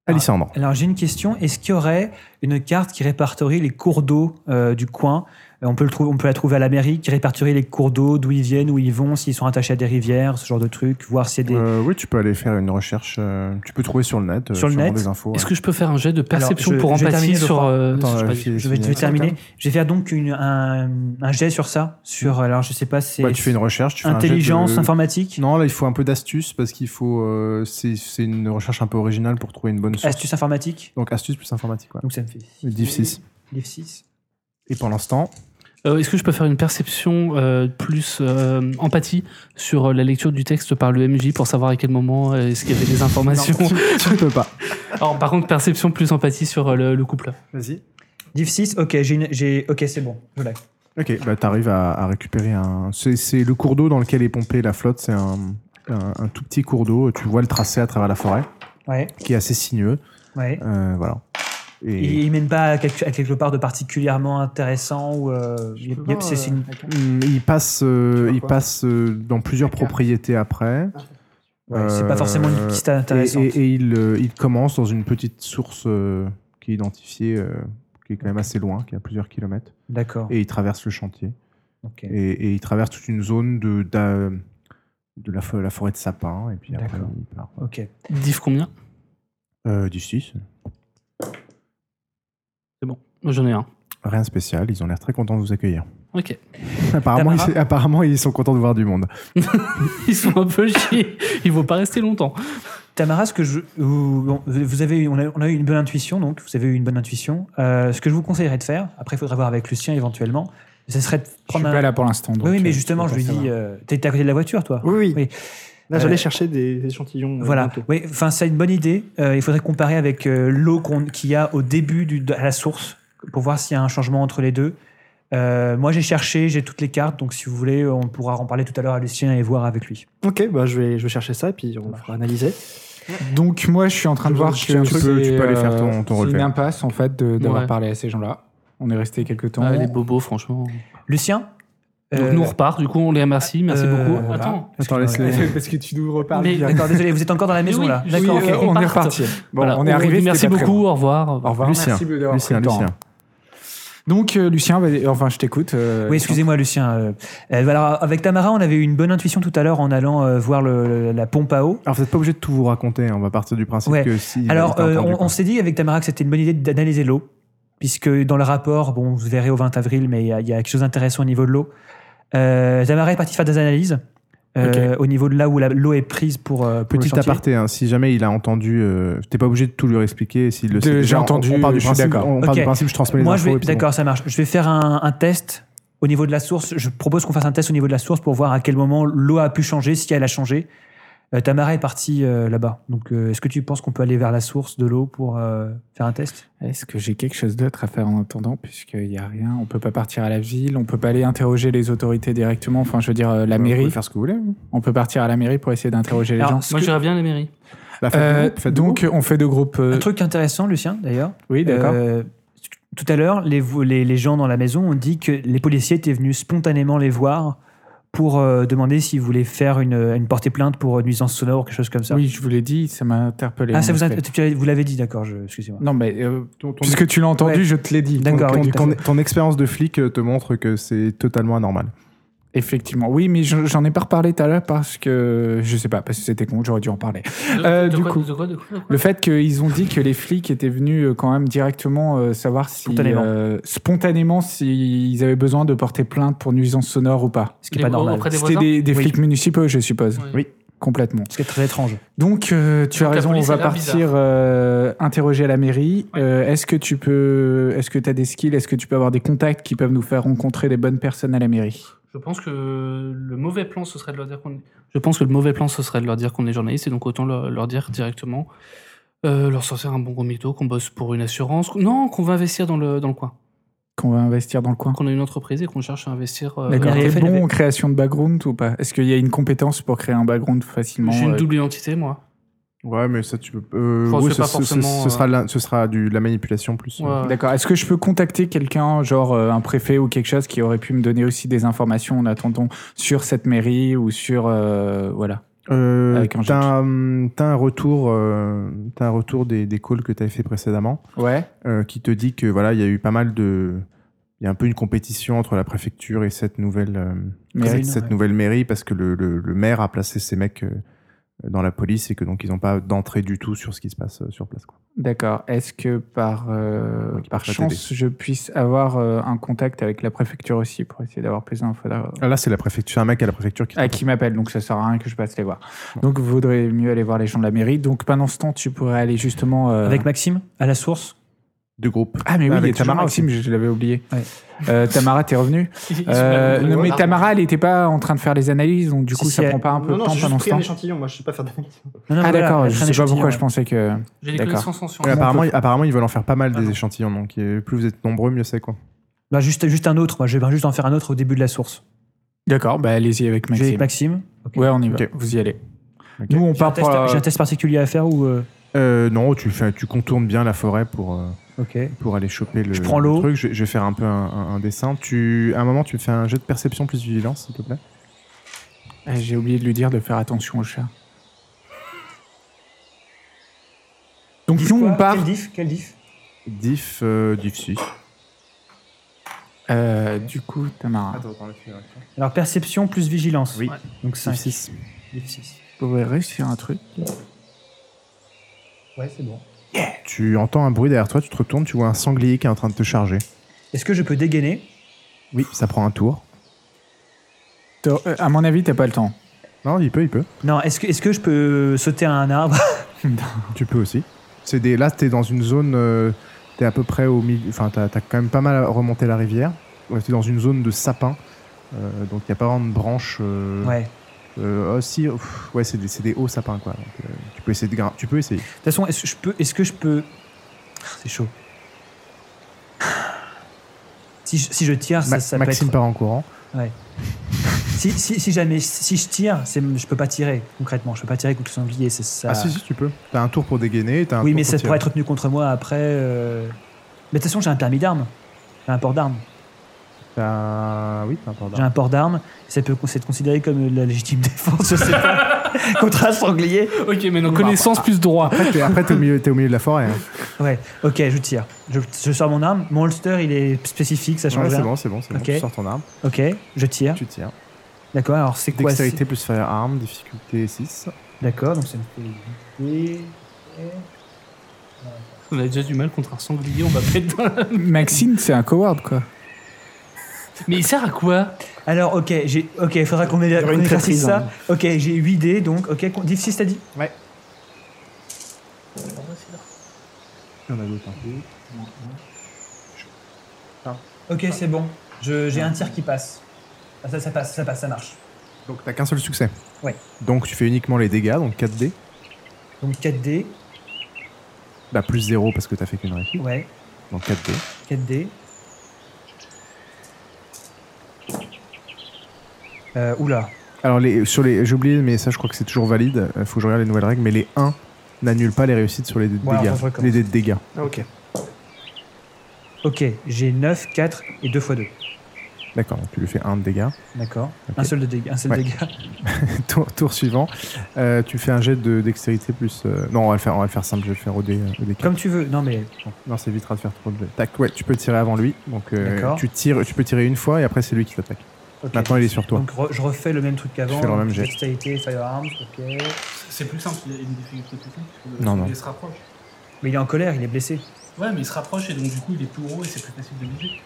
[SPEAKER 8] Alissandre.
[SPEAKER 11] Alors j'ai une question. Est-ce qu'il y aurait une carte qui répertorie les cours d'eau euh, du coin Euh, on peut, le trouver, on peut la trouver à la mairie, qui répertorie les cours d'eau, d'où ils viennent, où ils vont, s'ils sont attachés à des rivières, ce genre de trucs, voir s'il y a des...
[SPEAKER 8] Euh, oui, tu peux aller faire une recherche. euh, tu peux trouver sur le net. euh,
[SPEAKER 11] sur le
[SPEAKER 8] sûrement
[SPEAKER 11] net.
[SPEAKER 8] des infos. ouais.
[SPEAKER 13] peux faire un jet de perception
[SPEAKER 11] Alors,
[SPEAKER 13] pour
[SPEAKER 11] vais
[SPEAKER 13] empathie
[SPEAKER 11] terminer le
[SPEAKER 13] sur,
[SPEAKER 11] point.
[SPEAKER 13] euh,
[SPEAKER 8] Attends,
[SPEAKER 13] sur-
[SPEAKER 8] euh,
[SPEAKER 13] je vais-
[SPEAKER 11] Je vais, je vais terminer. Je vais faire donc une- un, un jet sur ça. Sur,
[SPEAKER 17] Mm.
[SPEAKER 11] alors je sais pas, c'est...
[SPEAKER 8] Bah, tu fais une recherche. Tu fais un jet
[SPEAKER 11] Intelligence,
[SPEAKER 8] de-
[SPEAKER 11] informatique.
[SPEAKER 8] Non, là, il faut un peu d'astuce parce qu'il faut. euh, c'est c'est une recherche un peu originale pour trouver une bonne source.
[SPEAKER 11] Astuce informatique.
[SPEAKER 8] Donc astuce plus informatique. ouais.
[SPEAKER 11] Donc ça me fait...
[SPEAKER 8] Div 6.
[SPEAKER 11] Div 6.
[SPEAKER 8] Et pendant ce temps,
[SPEAKER 13] Euh, Est-ce que je peux faire une perception euh, plus euh, empathie sur euh, la lecture du texte par le MJ pour savoir à quel moment euh, est-ce qu'il y avait des informations
[SPEAKER 11] Non,
[SPEAKER 8] tu ne peux pas.
[SPEAKER 13] Alors, par contre, perception plus empathie sur euh, le, le couple.
[SPEAKER 8] Vas-y.
[SPEAKER 11] Div 6, ok, j'ai une- j'ai... Ok, c'est bon. Voilà.
[SPEAKER 8] Ok, bah, t'arrives à, à récupérer un. C'est c'est le cours d'eau dans lequel est pompée la flotte. C'est un, un- un tout petit cours d'eau. Tu vois le tracé à travers la forêt,
[SPEAKER 11] Ouais.
[SPEAKER 8] qui est assez sinueux.
[SPEAKER 11] Ouais.
[SPEAKER 8] Euh, voilà.
[SPEAKER 11] Il, il mène pas à quelque, à quelque part de particulièrement intéressant ou euh, il- il- c'est c'est une-
[SPEAKER 8] Hmm, Il passe, euh, il
[SPEAKER 11] quoi
[SPEAKER 8] passe euh, dans plusieurs propriétés après. Euh,
[SPEAKER 11] c'est pas forcément une piste
[SPEAKER 8] et-
[SPEAKER 11] intéressante.
[SPEAKER 8] Et, et il, euh, il commence dans une petite source euh, qui est identifiée, euh, qui est quand même assez loin, qui est à plusieurs kilomètres.
[SPEAKER 11] D'accord.
[SPEAKER 8] Et il traverse le chantier.
[SPEAKER 11] Ok.
[SPEAKER 8] Et, et il traverse toute une zone de, d'a- de la, fo- la forêt de sapins. Et puis après,
[SPEAKER 11] D'accord.
[SPEAKER 8] il part.
[SPEAKER 11] Ok.
[SPEAKER 13] Div combien
[SPEAKER 8] Euh, du 6.
[SPEAKER 13] C'est bon, moi j'en ai un.
[SPEAKER 8] Rien de spécial. Ils ont l'air très contents de vous accueillir.
[SPEAKER 13] Ok.
[SPEAKER 8] Apparemment,
[SPEAKER 13] Tamara
[SPEAKER 8] ils, apparemment, ils sont contents de voir du monde.
[SPEAKER 13] Ils sont un peu chiés. Ils vont pas rester longtemps.
[SPEAKER 11] Tamara, ce que je, ou- bon, vous avez, eu- on, a, on a eu une bonne intuition, donc vous avez eu une bonne intuition. Euh, ce que je vous conseillerais de faire, après il faudra voir avec Lucien éventuellement, ce serait de prendre.
[SPEAKER 17] pas là pour l'instant, donc,
[SPEAKER 11] Oui, oui, mais
[SPEAKER 17] euh,
[SPEAKER 11] justement, je
[SPEAKER 17] je peux
[SPEAKER 11] lui
[SPEAKER 17] pas
[SPEAKER 11] dis, euh, t'es t'es à côté de la voiture, toi.
[SPEAKER 10] Oui, oui. Là, j'allais
[SPEAKER 11] Euh,
[SPEAKER 10] chercher des échantillons. euh,
[SPEAKER 11] Voilà.
[SPEAKER 10] bientôt.
[SPEAKER 11] Oui, enfin, c'est une bonne idée. Euh, il faudrait comparer avec euh, l'eau qu'on- qu'il y a au début du, de- à la source pour voir s'il y a un changement entre les deux. Euh, moi, j'ai cherché, j'ai toutes les cartes, donc si vous voulez, on pourra en parler tout à l'heure à Lucien et voir avec lui.
[SPEAKER 10] Ok, bah, je, vais, je vais chercher ça et puis on fera analyser.
[SPEAKER 17] Donc moi, je suis en train de
[SPEAKER 10] Je
[SPEAKER 17] voir
[SPEAKER 10] vois que
[SPEAKER 17] que
[SPEAKER 10] tu peux-
[SPEAKER 17] c'est,
[SPEAKER 10] tu peux aller faire ton-
[SPEAKER 17] euh,
[SPEAKER 10] ton
[SPEAKER 17] C'est
[SPEAKER 10] relevé.
[SPEAKER 17] une impasse en fait de- d'avoir
[SPEAKER 13] Ouais.
[SPEAKER 17] parlé à ces gens-là. On est resté quelques temps.
[SPEAKER 13] Ah, les bobos, franchement.
[SPEAKER 11] Lucien Euh,
[SPEAKER 13] Donc nous on repart, du coup on les remercie, merci
[SPEAKER 17] Euh,
[SPEAKER 13] beaucoup.
[SPEAKER 17] voilà.
[SPEAKER 13] Attends,
[SPEAKER 17] Attends, laisse-les. Parce que tu nous reparles.
[SPEAKER 13] Mais-
[SPEAKER 17] direct.
[SPEAKER 11] D'accord, désolé, vous êtes encore dans la maison
[SPEAKER 13] Oui,
[SPEAKER 11] là.
[SPEAKER 13] oui,
[SPEAKER 11] D'accord,
[SPEAKER 13] oui,
[SPEAKER 11] ok.
[SPEAKER 17] euh, on est
[SPEAKER 13] part.
[SPEAKER 17] reparti. Bon,
[SPEAKER 13] Voilà,
[SPEAKER 17] on est arrivé.
[SPEAKER 13] dit
[SPEAKER 17] c'était
[SPEAKER 13] Merci
[SPEAKER 17] pas très
[SPEAKER 13] beaucoup,
[SPEAKER 17] loin.
[SPEAKER 13] au revoir.
[SPEAKER 17] Au revoir.
[SPEAKER 8] Lucien,
[SPEAKER 17] merci d'avoir
[SPEAKER 8] Lucien,
[SPEAKER 17] pris le temps.
[SPEAKER 8] Lucien.
[SPEAKER 17] Donc euh, Lucien, vas-y, enfin je t'écoute. euh,
[SPEAKER 11] Oui,
[SPEAKER 17] Lucien.
[SPEAKER 11] excusez-moi, Lucien. Euh, euh, alors, avec Tamara, on avait eu une bonne intuition tout à l'heure en allant euh, voir le- la pompe à eau.
[SPEAKER 8] Alors, vous n'êtes pas obligé de tout vous raconter. hein. On va partir du principe
[SPEAKER 11] Ouais.
[SPEAKER 8] que si.
[SPEAKER 11] Alors,
[SPEAKER 8] t'as
[SPEAKER 11] euh,
[SPEAKER 8] entendu,
[SPEAKER 11] on,
[SPEAKER 8] quoi.
[SPEAKER 11] on s'est dit avec Tamara que c'était une bonne idée d'analyser l'eau, puisque dans le rapport, bon, vous verrez au 20 avril, mais il y, a- il y a quelque chose d'intéressant au niveau de l'eau. Euh, Tamara est partie faire des analyses. euh, au niveau de là où la- l'eau est prise pour, euh, pour le
[SPEAKER 8] Petit
[SPEAKER 11] chantier.
[SPEAKER 8] aparté, hein, si jamais il a entendu, euh, t'es pas obligé de tout lui expliquer. S'il le
[SPEAKER 10] De-
[SPEAKER 8] sait, déjà,
[SPEAKER 10] j'ai
[SPEAKER 8] on-
[SPEAKER 10] entendu,
[SPEAKER 8] On, part du
[SPEAKER 10] je suis
[SPEAKER 8] principe,
[SPEAKER 10] d'accord.
[SPEAKER 8] on part du
[SPEAKER 11] Ok.
[SPEAKER 8] principe, je transmets les
[SPEAKER 11] Moi, je
[SPEAKER 8] infos.
[SPEAKER 11] vais-
[SPEAKER 8] et puis
[SPEAKER 11] D'accord, ça marche. Je vais faire un, un test au niveau de la source. Je propose qu'on fasse un test au niveau de la source pour voir à quel moment l'eau a pu changer, si elle a changé. Euh, Tamara est partie euh, là-bas. Donc, euh, est-ce que tu penses qu'on peut aller vers la source de l'eau pour euh, faire un test
[SPEAKER 10] Est-ce que j'ai quelque chose d'autre à faire en attendant Puisqu'il n'y a rien, on peut pas partir à la ville, on peut pas aller interroger les autorités directement, enfin je veux dire euh, la
[SPEAKER 8] Vous
[SPEAKER 10] mairie.
[SPEAKER 8] pouvez faire ce que vous voulez.
[SPEAKER 10] On peut partir à la mairie pour essayer d'interroger les gens.
[SPEAKER 13] Moi, j'irais bien à la mairie.
[SPEAKER 10] Euh, donc on fait deux groupes. euh,
[SPEAKER 11] Un truc intéressant, Lucien, d'ailleurs.
[SPEAKER 10] Oui, d'accord.
[SPEAKER 11] Euh, tout à l'heure, les, vo- les, les gens dans la maison ont dit que les policiers étaient venus spontanément les voir pour euh, demander s'ils voulaient faire une, une portée plainte pour euh, nuisance sonore ou quelque chose comme ça.
[SPEAKER 10] Oui, je vous l'ai dit, ça m'a interpellé.
[SPEAKER 11] ah,
[SPEAKER 10] en
[SPEAKER 11] ça vous,
[SPEAKER 10] effet.
[SPEAKER 11] int- tu l'avais- vous l'avez dit, d'accord, je- excusez-moi.
[SPEAKER 10] Non, mais euh, puisque tu l'as entendu,
[SPEAKER 11] Ouais.
[SPEAKER 10] je te l'ai dit.
[SPEAKER 11] D'accord, oui,
[SPEAKER 10] Donc, on-
[SPEAKER 11] tout à
[SPEAKER 8] Ton,
[SPEAKER 11] fait.
[SPEAKER 8] ton expérience de flic euh, te montre que c'est totalement anormal.
[SPEAKER 10] Effectivement, oui, mais je- j'en ai pas reparlé tout à l'heure parce que je sais pas, parce que c'était con, j'aurais dû en parler. Euh,
[SPEAKER 13] de
[SPEAKER 10] du
[SPEAKER 13] quoi,
[SPEAKER 10] coup,
[SPEAKER 13] de quoi, de quoi, de quoi
[SPEAKER 10] le fait qu'ils ont dit que les flics étaient venus euh, quand même directement euh, savoir si
[SPEAKER 11] Spontanément.
[SPEAKER 10] euh, spontanément s'ils avaient besoin de porter plainte pour nuisance sonore ou pas.
[SPEAKER 11] Ce qui est Les- pas normal. auprès des
[SPEAKER 10] C'était
[SPEAKER 11] voisins
[SPEAKER 10] des, des
[SPEAKER 11] Oui.
[SPEAKER 10] flics municipaux, je suppose. Oui. Complètement.
[SPEAKER 11] Ce qui est très étrange.
[SPEAKER 10] Donc, euh, tu as
[SPEAKER 11] la
[SPEAKER 10] raison, on
[SPEAKER 11] police a
[SPEAKER 10] va
[SPEAKER 11] l'air
[SPEAKER 10] partir euh, interroger à la mairie. Euh, est-ce que tu peux, est-ce que tu as des skills, est-ce que tu peux avoir des contacts qui peuvent nous faire rencontrer des bonnes personnes à la mairie
[SPEAKER 13] Je pense que le mauvais plan, ce serait de leur dire qu'on est... Je pense que le mauvais plan, ce serait de leur dire qu'on est journaliste, et donc autant leur, leur dire directement, euh, leur sortir un bon gros mytho, qu'on bosse pour une assurance, qu'on- non, qu'on va investir dans le, dans le coin,
[SPEAKER 10] qu'on va investir dans le coin
[SPEAKER 13] qu'on a une entreprise et qu'on cherche à investir. euh,
[SPEAKER 10] D'accord.
[SPEAKER 13] dans-
[SPEAKER 10] T'es bon en création de background ou pas Est-ce qu'il y a une compétence pour créer un background facilement
[SPEAKER 13] J'ai une
[SPEAKER 10] euh,
[SPEAKER 13] double identité, moi.
[SPEAKER 8] Ouais, mais ça, tu peux. euh,
[SPEAKER 13] Je pense
[SPEAKER 8] ouais,
[SPEAKER 13] que
[SPEAKER 8] ce,
[SPEAKER 13] pas
[SPEAKER 8] ce- ce-
[SPEAKER 13] forcément,
[SPEAKER 8] ce sera
[SPEAKER 13] euh,
[SPEAKER 8] la, ce sera du, la manipulation plus. euh,
[SPEAKER 13] Ouais.
[SPEAKER 10] D'accord. Est-ce que je peux contacter quelqu'un, genre euh, un préfet ou quelque chose, qui aurait pu me donner aussi des informations en attendant sur cette mairie ou sur euh, voilà.
[SPEAKER 8] Euh,
[SPEAKER 10] Avec un
[SPEAKER 8] t'as un, t'as un retour, euh, t'as un retour des, des calls que tu avais fait précédemment,
[SPEAKER 10] Ouais.
[SPEAKER 8] euh, qui te dit que voilà, il y a eu pas mal de, il y a un peu une compétition entre la préfecture et cette nouvelle, euh,
[SPEAKER 10] Mairie,
[SPEAKER 8] cette, cette
[SPEAKER 10] ouais.
[SPEAKER 8] nouvelle mairie parce que le, le- le maire a placé ses mecs euh, dans la police et que donc ils n'ont pas d'entrée du tout sur ce qui se passe euh, sur place. Quoi.
[SPEAKER 10] D'accord. Est-ce que par euh, par
[SPEAKER 8] pas
[SPEAKER 10] chance je puisse avoir euh, un contact avec la préfecture aussi pour essayer d'avoir plus d'infos là- euh.
[SPEAKER 8] Ah, Là, c'est la préfecture, c'est un mec à la préfecture qui.
[SPEAKER 10] à qui m'appelle Donc ça sert à rien que je passe les voir. Donc vaudrait mieux aller voir les gens de la mairie. Donc pendant ce temps, tu pourrais aller justement euh,
[SPEAKER 11] Avec Maxime, à la source
[SPEAKER 8] de groupe.
[SPEAKER 10] Ah mais oui, il y a
[SPEAKER 8] Avec
[SPEAKER 10] toujours
[SPEAKER 8] Tamara
[SPEAKER 10] Maxime, je l'avais oublié.
[SPEAKER 11] Ouais.
[SPEAKER 10] Euh, Tamara, t'es revenu.
[SPEAKER 14] Ils sont
[SPEAKER 10] Euh,
[SPEAKER 14] là,
[SPEAKER 10] non, mais
[SPEAKER 14] ouais.
[SPEAKER 10] Tamara, elle n'était pas en train de faire les analyses, donc du
[SPEAKER 14] Si,
[SPEAKER 10] coup,
[SPEAKER 14] si,
[SPEAKER 10] ça
[SPEAKER 14] elle-
[SPEAKER 10] prend pas un peu
[SPEAKER 14] Ah. Non,
[SPEAKER 10] de
[SPEAKER 14] non,
[SPEAKER 10] temps
[SPEAKER 14] j'ai
[SPEAKER 10] pendant
[SPEAKER 14] juste pris
[SPEAKER 10] ce
[SPEAKER 14] un
[SPEAKER 10] temps.
[SPEAKER 14] échantillon, moi je sais pas faire d'analyse.
[SPEAKER 10] Ah d'accord, je sais pas pourquoi je
[SPEAKER 11] ouais.
[SPEAKER 10] pensais que.
[SPEAKER 13] J'ai des
[SPEAKER 10] D'accord.
[SPEAKER 13] connaissances en sciences.
[SPEAKER 8] Ouais, apparemment, apparemment, ils veulent en faire pas mal des échantillons, donc euh, plus vous êtes nombreux, mieux c'est quoi.
[SPEAKER 11] Bah, juste, juste un autre, moi, je vais juste en faire un autre au début de la source.
[SPEAKER 10] D'accord, bah allez-y avec
[SPEAKER 11] Je vais
[SPEAKER 10] Maxime.
[SPEAKER 11] avec Maxime.
[SPEAKER 10] Ouais, on y va.
[SPEAKER 8] Ok.
[SPEAKER 10] Vous y allez.
[SPEAKER 8] Ok.
[SPEAKER 10] Nous, on
[SPEAKER 11] J'ai un,
[SPEAKER 10] part euh,
[SPEAKER 11] test,
[SPEAKER 10] pour. la-
[SPEAKER 11] j'ai un test particulier à faire ou. euh,
[SPEAKER 8] Euh, non, tu, fais, tu contournes bien la forêt pour, euh,
[SPEAKER 11] Ok.
[SPEAKER 8] pour aller choper le,
[SPEAKER 11] Je prends
[SPEAKER 8] le
[SPEAKER 11] l'eau.
[SPEAKER 8] truc. Je, je vais faire un peu un, un- un dessin. Tu, à un moment, tu me fais un jet de perception plus vigilance, s'il te plaît.
[SPEAKER 10] Ah, J'ai oublié de lui dire de faire attention au chat. Donc
[SPEAKER 11] Diff
[SPEAKER 10] nous,
[SPEAKER 11] quoi
[SPEAKER 10] on part.
[SPEAKER 11] Quel diff, Quel diff
[SPEAKER 8] Diff, euh, diff 6.
[SPEAKER 10] Euh, du coup, Tamara.
[SPEAKER 11] Alors, perception plus vigilance.
[SPEAKER 8] Oui.
[SPEAKER 11] Donc, 5.
[SPEAKER 8] Diff 6.
[SPEAKER 11] Diff 6.
[SPEAKER 10] Vous pouvez réussir un truc.
[SPEAKER 11] Ouais, c'est bon.
[SPEAKER 8] Tu entends un bruit derrière toi, tu te retournes, tu vois un sanglier qui est en train de te charger.
[SPEAKER 11] Est-ce que je peux dégainer
[SPEAKER 8] Oui, ça prend un tour.
[SPEAKER 10] T'as- euh, À mon avis, t'as pas le temps.
[SPEAKER 8] Non, il peut, il peut.
[SPEAKER 11] Non, est-ce que, est que je peux sauter à un arbre
[SPEAKER 8] Tu peux aussi. C'est des, là, t'es dans une zone. euh, t'es à peu près au milieu. Enfin, t'as t'as quand même pas mal remonté la rivière. Ouais, t'es dans une zone de sapins. euh, donc, il n'y a pas vraiment de branches. euh,
[SPEAKER 11] Ouais.
[SPEAKER 8] Euh, oh, si, pff, ouais, c'est des, c'est des hauts sapins, quoi. Donc, euh, tu peux essayer de grimper. Tu peux essayer.
[SPEAKER 11] De toute façon, est-ce que je peux. Est-ce que je peux... Ah, C'est chaud. Si je, si je tire, ça,
[SPEAKER 8] Ma-
[SPEAKER 11] ça peut
[SPEAKER 8] Maxime
[SPEAKER 11] être.
[SPEAKER 8] part en courant.
[SPEAKER 11] Ouais. si, si, si jamais. Si je tire, c'est- je peux pas tirer, concrètement. Je peux pas tirer contre le sanglier. c'est Ça...
[SPEAKER 8] Ah, si, si, tu peux. T'as un tour pour dégainer. t'as un
[SPEAKER 11] oui,
[SPEAKER 8] tour
[SPEAKER 11] mais
[SPEAKER 8] pour
[SPEAKER 11] ça
[SPEAKER 8] tirer.
[SPEAKER 11] pourrait être retenu contre moi après. euh. Mais de toute façon, j'ai un permis d'armes. J'ai un port d'armes.
[SPEAKER 8] T'as- Oui, t'as un tour
[SPEAKER 11] J'ai
[SPEAKER 8] d'arme.
[SPEAKER 11] un port d'armes. Ça peut être considéré comme de la légitime défense, je sais pas. contre un sanglier.
[SPEAKER 13] Ok, maintenant connaissance plus droit.
[SPEAKER 8] Après, t'es- Après, t'es au, milieu- t'es au milieu de la forêt. hein.
[SPEAKER 11] Ouais, ok, je tire. Je, je sors mon arme. Mon holster, il est spécifique, ça change
[SPEAKER 8] Ouais, c'est
[SPEAKER 11] rien.
[SPEAKER 8] bon, c'est bon, c'est bon.
[SPEAKER 11] Ok.
[SPEAKER 8] Tu sors ton arme,
[SPEAKER 11] Ok, je tire.
[SPEAKER 8] tu tires.
[SPEAKER 11] D'accord, alors c'est quoi c'est-
[SPEAKER 8] Dextérité plus firearm, difficulté 6.
[SPEAKER 11] D'accord, donc ça me fait.
[SPEAKER 13] On a déjà du mal contre un sanglier, on va mettre dans la...
[SPEAKER 10] Maxime, c'est un coward, quoi.
[SPEAKER 13] Mais il sert à quoi
[SPEAKER 11] Alors, ok, j'ai, ok, il faudra qu'on ait
[SPEAKER 13] Il y aura une
[SPEAKER 11] qu'on éclaircisse
[SPEAKER 13] traîtrise,
[SPEAKER 11] ça.
[SPEAKER 13] hein.
[SPEAKER 11] Ok, j'ai 8 dés, donc, ok, qu'on- div 6, t'as dit
[SPEAKER 8] Ouais.
[SPEAKER 14] Il y en a d'autres un peu.
[SPEAKER 8] hein.
[SPEAKER 11] Ok, c'est bon. Je- j'ai un tir qui passe. Ah, Ça, ça passe, ça passe, ça marche.
[SPEAKER 8] Donc t'as qu'un seul succès.
[SPEAKER 11] Ouais.
[SPEAKER 8] Donc tu fais uniquement les dégâts, donc 4D.
[SPEAKER 11] Donc 4D,
[SPEAKER 8] Bah plus 0 parce que t'as fait qu'une réussite.
[SPEAKER 11] ouais,
[SPEAKER 8] Donc 4D.
[SPEAKER 11] 4D. Euh, oula.
[SPEAKER 8] Alors les, sur les, j'ai oublié, mais ça je crois que c'est toujours valide. Euh, Faut que je regarde les nouvelles règles, mais les 1 n'annulent pas les réussites sur les dés de
[SPEAKER 11] Ouais,
[SPEAKER 8] dégâts.
[SPEAKER 11] enfin, je recommence.
[SPEAKER 8] les dés de dégâts.
[SPEAKER 11] Ah, ok. Ok, j'ai 9, 4 et 2 x 2.
[SPEAKER 8] D'accord, donc tu lui fais 1 de dégâts.
[SPEAKER 11] D'accord. Un seul de dégâts. Un seul
[SPEAKER 8] Ouais.
[SPEAKER 11] dégât.
[SPEAKER 8] tour, tour suivant. Euh, tu fais un jet de dextérité plus. euh, Non, on va le faire, on va le faire simple. Je vais le faire au dé. euh, au dé quatre.
[SPEAKER 11] Comme tu veux. Non, mais.
[SPEAKER 8] Non, c'est vite de faire trop de jets. Tac. Ouais, tu peux tirer avant lui. Donc euh,
[SPEAKER 11] D'accord.
[SPEAKER 8] tu tires, tu peux tirer une fois et après c'est lui qui t'attaque.
[SPEAKER 11] Ok.
[SPEAKER 8] Maintenant il est sur toi.
[SPEAKER 11] Donc re- je refais le même truc qu'avant.
[SPEAKER 8] fais le
[SPEAKER 11] donc
[SPEAKER 8] même jet.
[SPEAKER 11] Dextérité, firearms, ok.
[SPEAKER 12] C'est plus simple, il y a une difficulté plus simple. parce que
[SPEAKER 8] Non,
[SPEAKER 12] le-
[SPEAKER 8] non.
[SPEAKER 12] Il se rapproche.
[SPEAKER 11] Mais il est en colère, il est blessé.
[SPEAKER 12] Ouais, mais il se rapproche et donc du coup il est plus gros et c'est plus facile de viser.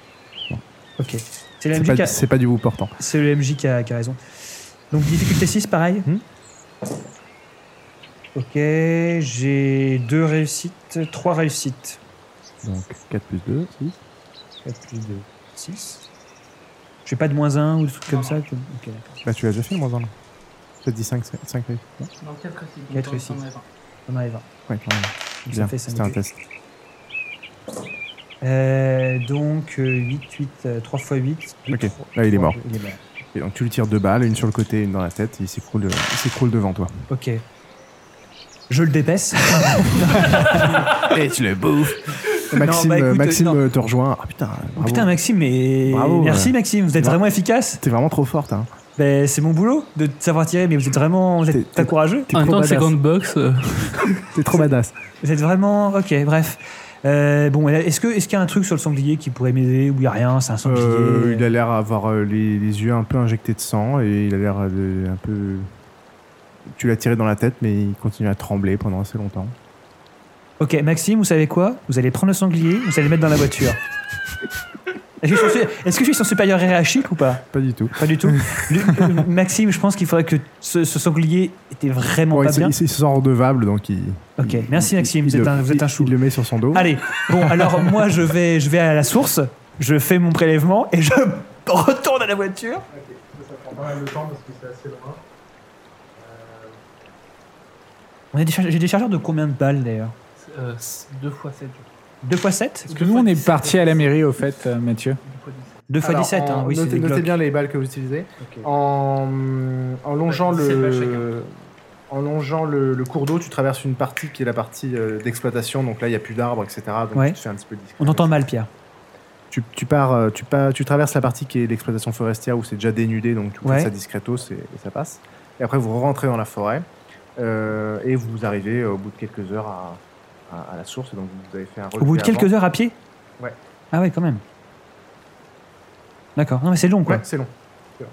[SPEAKER 11] Ok. C'est le
[SPEAKER 8] C'est
[SPEAKER 11] MJ qui
[SPEAKER 8] pas,
[SPEAKER 11] a-
[SPEAKER 8] c'est pas du bout portant.
[SPEAKER 11] c'est le MJ qui a, qui a raison. Donc difficulté 6, pareil.
[SPEAKER 8] Hmm.
[SPEAKER 11] Ok, j'ai 2 réussites, 3 réussites.
[SPEAKER 8] Donc 4 plus 2, 6.
[SPEAKER 11] 4 plus 2, 6. Je fais pas de moins 1 ou des trucs comme ça. comme- Ok, d'accord.
[SPEAKER 8] Bah tu l'as déjà fait le moins 1 là. Ça te dit 5, 5, non
[SPEAKER 12] Dans 4 réussites.
[SPEAKER 11] 4 réussites. On arrive.
[SPEAKER 8] Ouais, quand
[SPEAKER 11] Donc,
[SPEAKER 8] même.
[SPEAKER 11] ça
[SPEAKER 8] Bien,
[SPEAKER 11] fait cinq
[SPEAKER 8] c'était un
[SPEAKER 11] dés.
[SPEAKER 8] test.
[SPEAKER 11] Euh, donc 8, 8, 3 x 8.
[SPEAKER 8] Ok, là il est mort.
[SPEAKER 11] Il est mort.
[SPEAKER 8] Et donc tu lui tires deux balles, une sur le côté, une dans la tête, et il s'écroule, de- il s'écroule devant toi.
[SPEAKER 11] Ok. Je le dépaisse.
[SPEAKER 8] Et tu le bouffes
[SPEAKER 11] Non,
[SPEAKER 8] Maxime,
[SPEAKER 11] bah, écoute,
[SPEAKER 8] Maxime
[SPEAKER 11] non.
[SPEAKER 8] euh, te rejoint. Ah putain,
[SPEAKER 11] Oh,
[SPEAKER 8] bravo.
[SPEAKER 11] putain, Maxime, mais
[SPEAKER 8] Bravo,
[SPEAKER 11] merci
[SPEAKER 8] ouais.
[SPEAKER 11] Maxime, vous êtes
[SPEAKER 8] Non.
[SPEAKER 11] vraiment efficace.
[SPEAKER 8] T'es vraiment trop forte. Hein.
[SPEAKER 11] Ben, c'est mon boulot de savoir tirer, mais vous êtes vraiment, vous êtes très courageux.
[SPEAKER 13] En même temps, de 50 box. euh.
[SPEAKER 8] T'es trop badass.
[SPEAKER 11] Vous êtes vraiment, ok, bref. Euh, bon, est-ce que, est-ce qu'il y a un truc sur le sanglier qui pourrait m'aider ou il y a rien, c'est un sanglier.
[SPEAKER 8] Euh, il a l'air d'avoir euh, les, les yeux un peu injectés de sang et il a l'air euh, de- un peu. Tu l'as tiré dans la tête, mais il continue à trembler pendant assez longtemps.
[SPEAKER 11] Ok, Maxime, vous savez quoi Vous allez prendre le sanglier, vous allez le mettre dans la voiture. Est-ce que, je suis, est-ce que je suis son supérieur hiérarchique ou pas
[SPEAKER 8] Pas du tout.
[SPEAKER 11] Pas du tout. Le- euh, Maxime, je pense qu'il faudrait que ce, ce sanglier était vraiment
[SPEAKER 8] Bon,
[SPEAKER 11] pas
[SPEAKER 8] il, se-
[SPEAKER 11] bien.
[SPEAKER 8] il se il se sent redevable, donc il.
[SPEAKER 11] Ok, merci Maxime, vous êtes
[SPEAKER 8] le-
[SPEAKER 11] un, vous êtes un chou.
[SPEAKER 8] Il le met sur son dos.
[SPEAKER 11] Allez, bon, alors moi je vais, je vais à la source, je fais mon prélèvement et je retourne à la voiture. On a des charge- J'ai des chargeurs de combien de balles d'ailleurs
[SPEAKER 12] 2 fois 7.
[SPEAKER 11] 2 x 7
[SPEAKER 10] Est-ce que nous, on est parti à la mairie, au fait, euh, Mathieu
[SPEAKER 11] 2 x
[SPEAKER 8] Alors,
[SPEAKER 11] 17, hein,
[SPEAKER 8] en-
[SPEAKER 11] oui, c'est
[SPEAKER 8] notez,
[SPEAKER 11] des
[SPEAKER 8] notez
[SPEAKER 11] blocs.
[SPEAKER 8] bien les balles que vous utilisez. En, en longeant
[SPEAKER 14] Ouais, dix-sept balles
[SPEAKER 8] le, en longeant le, le cours d'eau, tu traverses une partie qui est la partie euh, d'exploitation. Donc là, il n'y a plus d'arbres, etc. Donc
[SPEAKER 11] Ouais.
[SPEAKER 8] tu te fais un petit peu discret.
[SPEAKER 11] On entend mal, Pierre.
[SPEAKER 8] Tu, tu pars, euh, tu pars, tu traverses la partie qui est l'exploitation forestière où c'est déjà dénudé, donc tu fais
[SPEAKER 11] Ouais.
[SPEAKER 8] ça discretos et, et ça passe. Et après, vous rentrez dans la forêt euh, et vous arrivez euh, au bout de quelques heures à, à- à la source. Donc vous avez fait un
[SPEAKER 11] Au bout de quelques heures à pied
[SPEAKER 8] Ouais.
[SPEAKER 11] Ah ouais, quand même. D'accord, non mais c'est long quoi.
[SPEAKER 8] Ouais, c'est long. C'est long.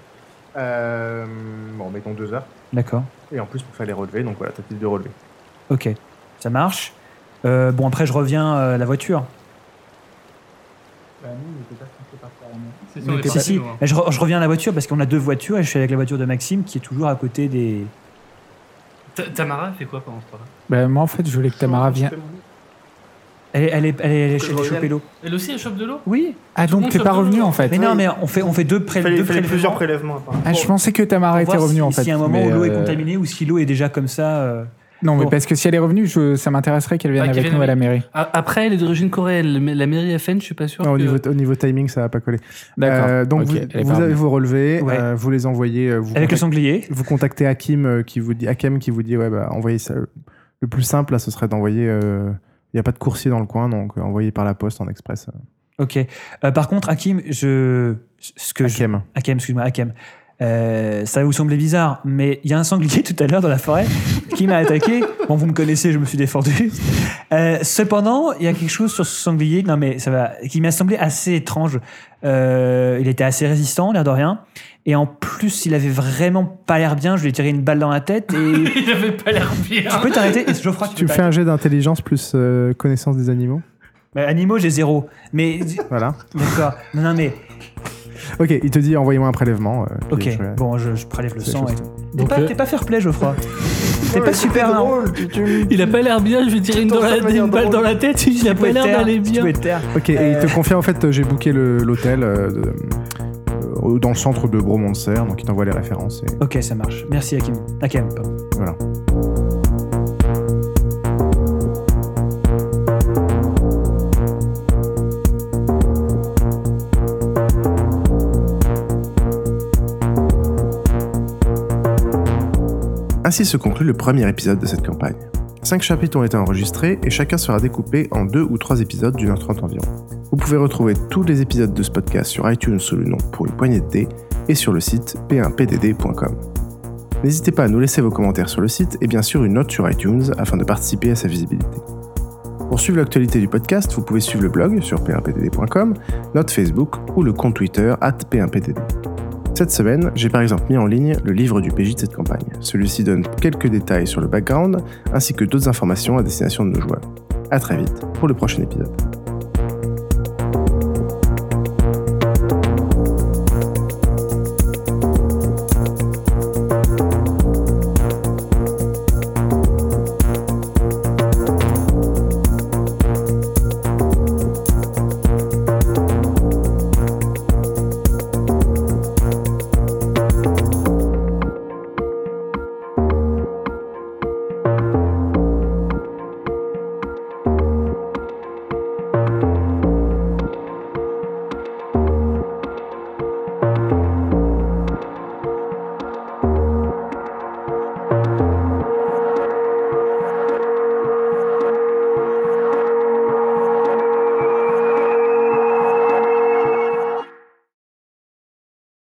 [SPEAKER 8] Euh, bon, mettons deux heures.
[SPEAKER 11] D'accord,
[SPEAKER 8] Et en plus, pour faire les relevés, donc voilà, t'as plus de relevés.
[SPEAKER 11] ok, ça marche. Euh, bon, après je reviens euh, à la voiture.
[SPEAKER 12] Bah, nous, on était pas censé partir en C'est
[SPEAKER 11] Mais si, si, mais je, re- je reviens à la voiture parce qu'on a deux voitures et je suis avec la voiture de Maxime qui est toujours à côté des.
[SPEAKER 12] Ta- Tamara, elle fait quoi pendant ce temps-là
[SPEAKER 10] Bah, moi, en fait, je voulais que Tamara vienne.
[SPEAKER 11] Elle, est- elle est, elle est,
[SPEAKER 14] Euh,
[SPEAKER 11] elle est- elle est chopée l'eau.
[SPEAKER 12] Elle aussi, elle chope de l'eau
[SPEAKER 11] Oui.
[SPEAKER 10] Ah,
[SPEAKER 12] Tout le
[SPEAKER 10] donc
[SPEAKER 12] monde
[SPEAKER 10] t'es
[SPEAKER 12] se
[SPEAKER 10] pas
[SPEAKER 12] retrouve.
[SPEAKER 10] revenu, en fait
[SPEAKER 11] Mais non, mais on fait, on fait deux, pré-
[SPEAKER 14] Fallait,
[SPEAKER 11] deux
[SPEAKER 14] fallait
[SPEAKER 11] prélèvements.
[SPEAKER 14] plusieurs prélèvements. apparemment.
[SPEAKER 10] Ah, je pensais que Tamara était
[SPEAKER 11] Voir
[SPEAKER 10] revenue,
[SPEAKER 11] si-
[SPEAKER 10] en fait.
[SPEAKER 11] S'il y a un moment
[SPEAKER 10] mais,
[SPEAKER 11] où l'eau est
[SPEAKER 10] euh,
[SPEAKER 11] contaminée ou si l'eau est déjà comme ça. euh,
[SPEAKER 10] Non, mais
[SPEAKER 11] Bon.
[SPEAKER 10] parce que si elle est revenue, je- ça m'intéresserait qu'elle vienne
[SPEAKER 13] Ah, qu'elle
[SPEAKER 10] avec
[SPEAKER 13] vienne
[SPEAKER 10] nous à la mairie.
[SPEAKER 13] A- Après, elle est d'origine coréenne, mais la mairie FN, je suis pas sûr.
[SPEAKER 8] Non, au,
[SPEAKER 13] que-
[SPEAKER 8] niveau, au niveau timing, ça va pas coller.
[SPEAKER 10] D'accord.
[SPEAKER 8] Euh, donc,
[SPEAKER 10] Ok,
[SPEAKER 8] vous-
[SPEAKER 10] elle est
[SPEAKER 8] vous,
[SPEAKER 10] parmi.
[SPEAKER 8] avez vos relevés,
[SPEAKER 11] Ouais.
[SPEAKER 8] euh, vous les envoyez. euh, Vous
[SPEAKER 11] Avec le
[SPEAKER 8] contactez-
[SPEAKER 11] sanglier.
[SPEAKER 8] Vous contactez Hakim euh, qui vous dit, Hakim qui vous dit, ouais, bah, envoyez ça. Le plus simple, là, ce serait d'envoyer. euh, Il n'y a pas de coursier dans le coin, donc euh, envoyez par la poste en express. euh.
[SPEAKER 11] Ok. Euh, par contre, Hakim, je. Ce que je-
[SPEAKER 8] Hakim.
[SPEAKER 11] Hakim, excuse-moi, Hakim. Euh, ça va vous sembler bizarre, mais il y a un sanglier tout à l'heure dans la forêt qui m'a attaqué. Bon, vous me connaissez, je me suis défendu. Euh, cependant, il y a quelque chose sur ce sanglier, non mais ça va, qui m'a semblé assez étrange. Euh, il était assez résistant, l'air de rien. Et en plus, il avait vraiment pas l'air bien. Je lui ai tiré une balle dans la tête. Et...
[SPEAKER 12] Il avait pas l'air bien.
[SPEAKER 11] tu peux t'arrêter, Geoffroy, tu,
[SPEAKER 8] Tu me
[SPEAKER 11] peux
[SPEAKER 8] fais un
[SPEAKER 11] t'arrêter.
[SPEAKER 8] jet d'intelligence plus euh, connaissance des animaux
[SPEAKER 11] Bah, animaux, j'ai zéro. Mais
[SPEAKER 8] Voilà.
[SPEAKER 11] D'accord. Non, non, mais
[SPEAKER 8] Ok, il te dit envoyez-moi un prélèvement. euh,
[SPEAKER 11] Ok,
[SPEAKER 8] je- je-
[SPEAKER 11] bon, je, je prélève le
[SPEAKER 8] C'est
[SPEAKER 11] sang.
[SPEAKER 8] la
[SPEAKER 11] et-
[SPEAKER 8] chose.
[SPEAKER 11] T'es
[SPEAKER 8] Donc,
[SPEAKER 11] pas,
[SPEAKER 8] euh,
[SPEAKER 11] t'es pas fair play, Geoffroy. T'es
[SPEAKER 8] Ouais,
[SPEAKER 11] pas
[SPEAKER 8] mais
[SPEAKER 11] super
[SPEAKER 8] c'était
[SPEAKER 11] là.
[SPEAKER 8] drôle,
[SPEAKER 13] Il a pas l'air bien, je vais tirer une, dans la- une balle dans la tête, il a pas l'air d'aller bien.
[SPEAKER 8] Ok, et il te confie en fait, euh, j'ai booké le- l'hôtel euh, de- euh, dans le centre de Bromonser, donc il t'envoie les références. Et...
[SPEAKER 11] Ok, ça marche. Merci, Hakim. Hakim, pardon.
[SPEAKER 8] Voilà. Ainsi se conclut le premier épisode de cette campagne. Cinq chapitres ont été enregistrés et chacun sera découpé en deux ou trois épisodes d'une heure trente environ. Vous pouvez retrouver tous les épisodes de ce podcast sur iTunes sous le nom Pour une poignée de thé et sur le site p1pdd.com. N'hésitez pas à nous laisser vos commentaires sur le site et bien sûr une note sur iTunes afin de participer à sa visibilité. Pour suivre l'actualité du podcast, vous pouvez suivre le blog sur p1pdd.com, notre Facebook ou le compte Twitter at p1pdd. Cette semaine, j'ai par exemple mis en ligne le livre du PJ de cette campagne. Celui-ci donne quelques détails sur le background ainsi que d'autres informations à destination de nos joueurs. A très vite pour le prochain épisode.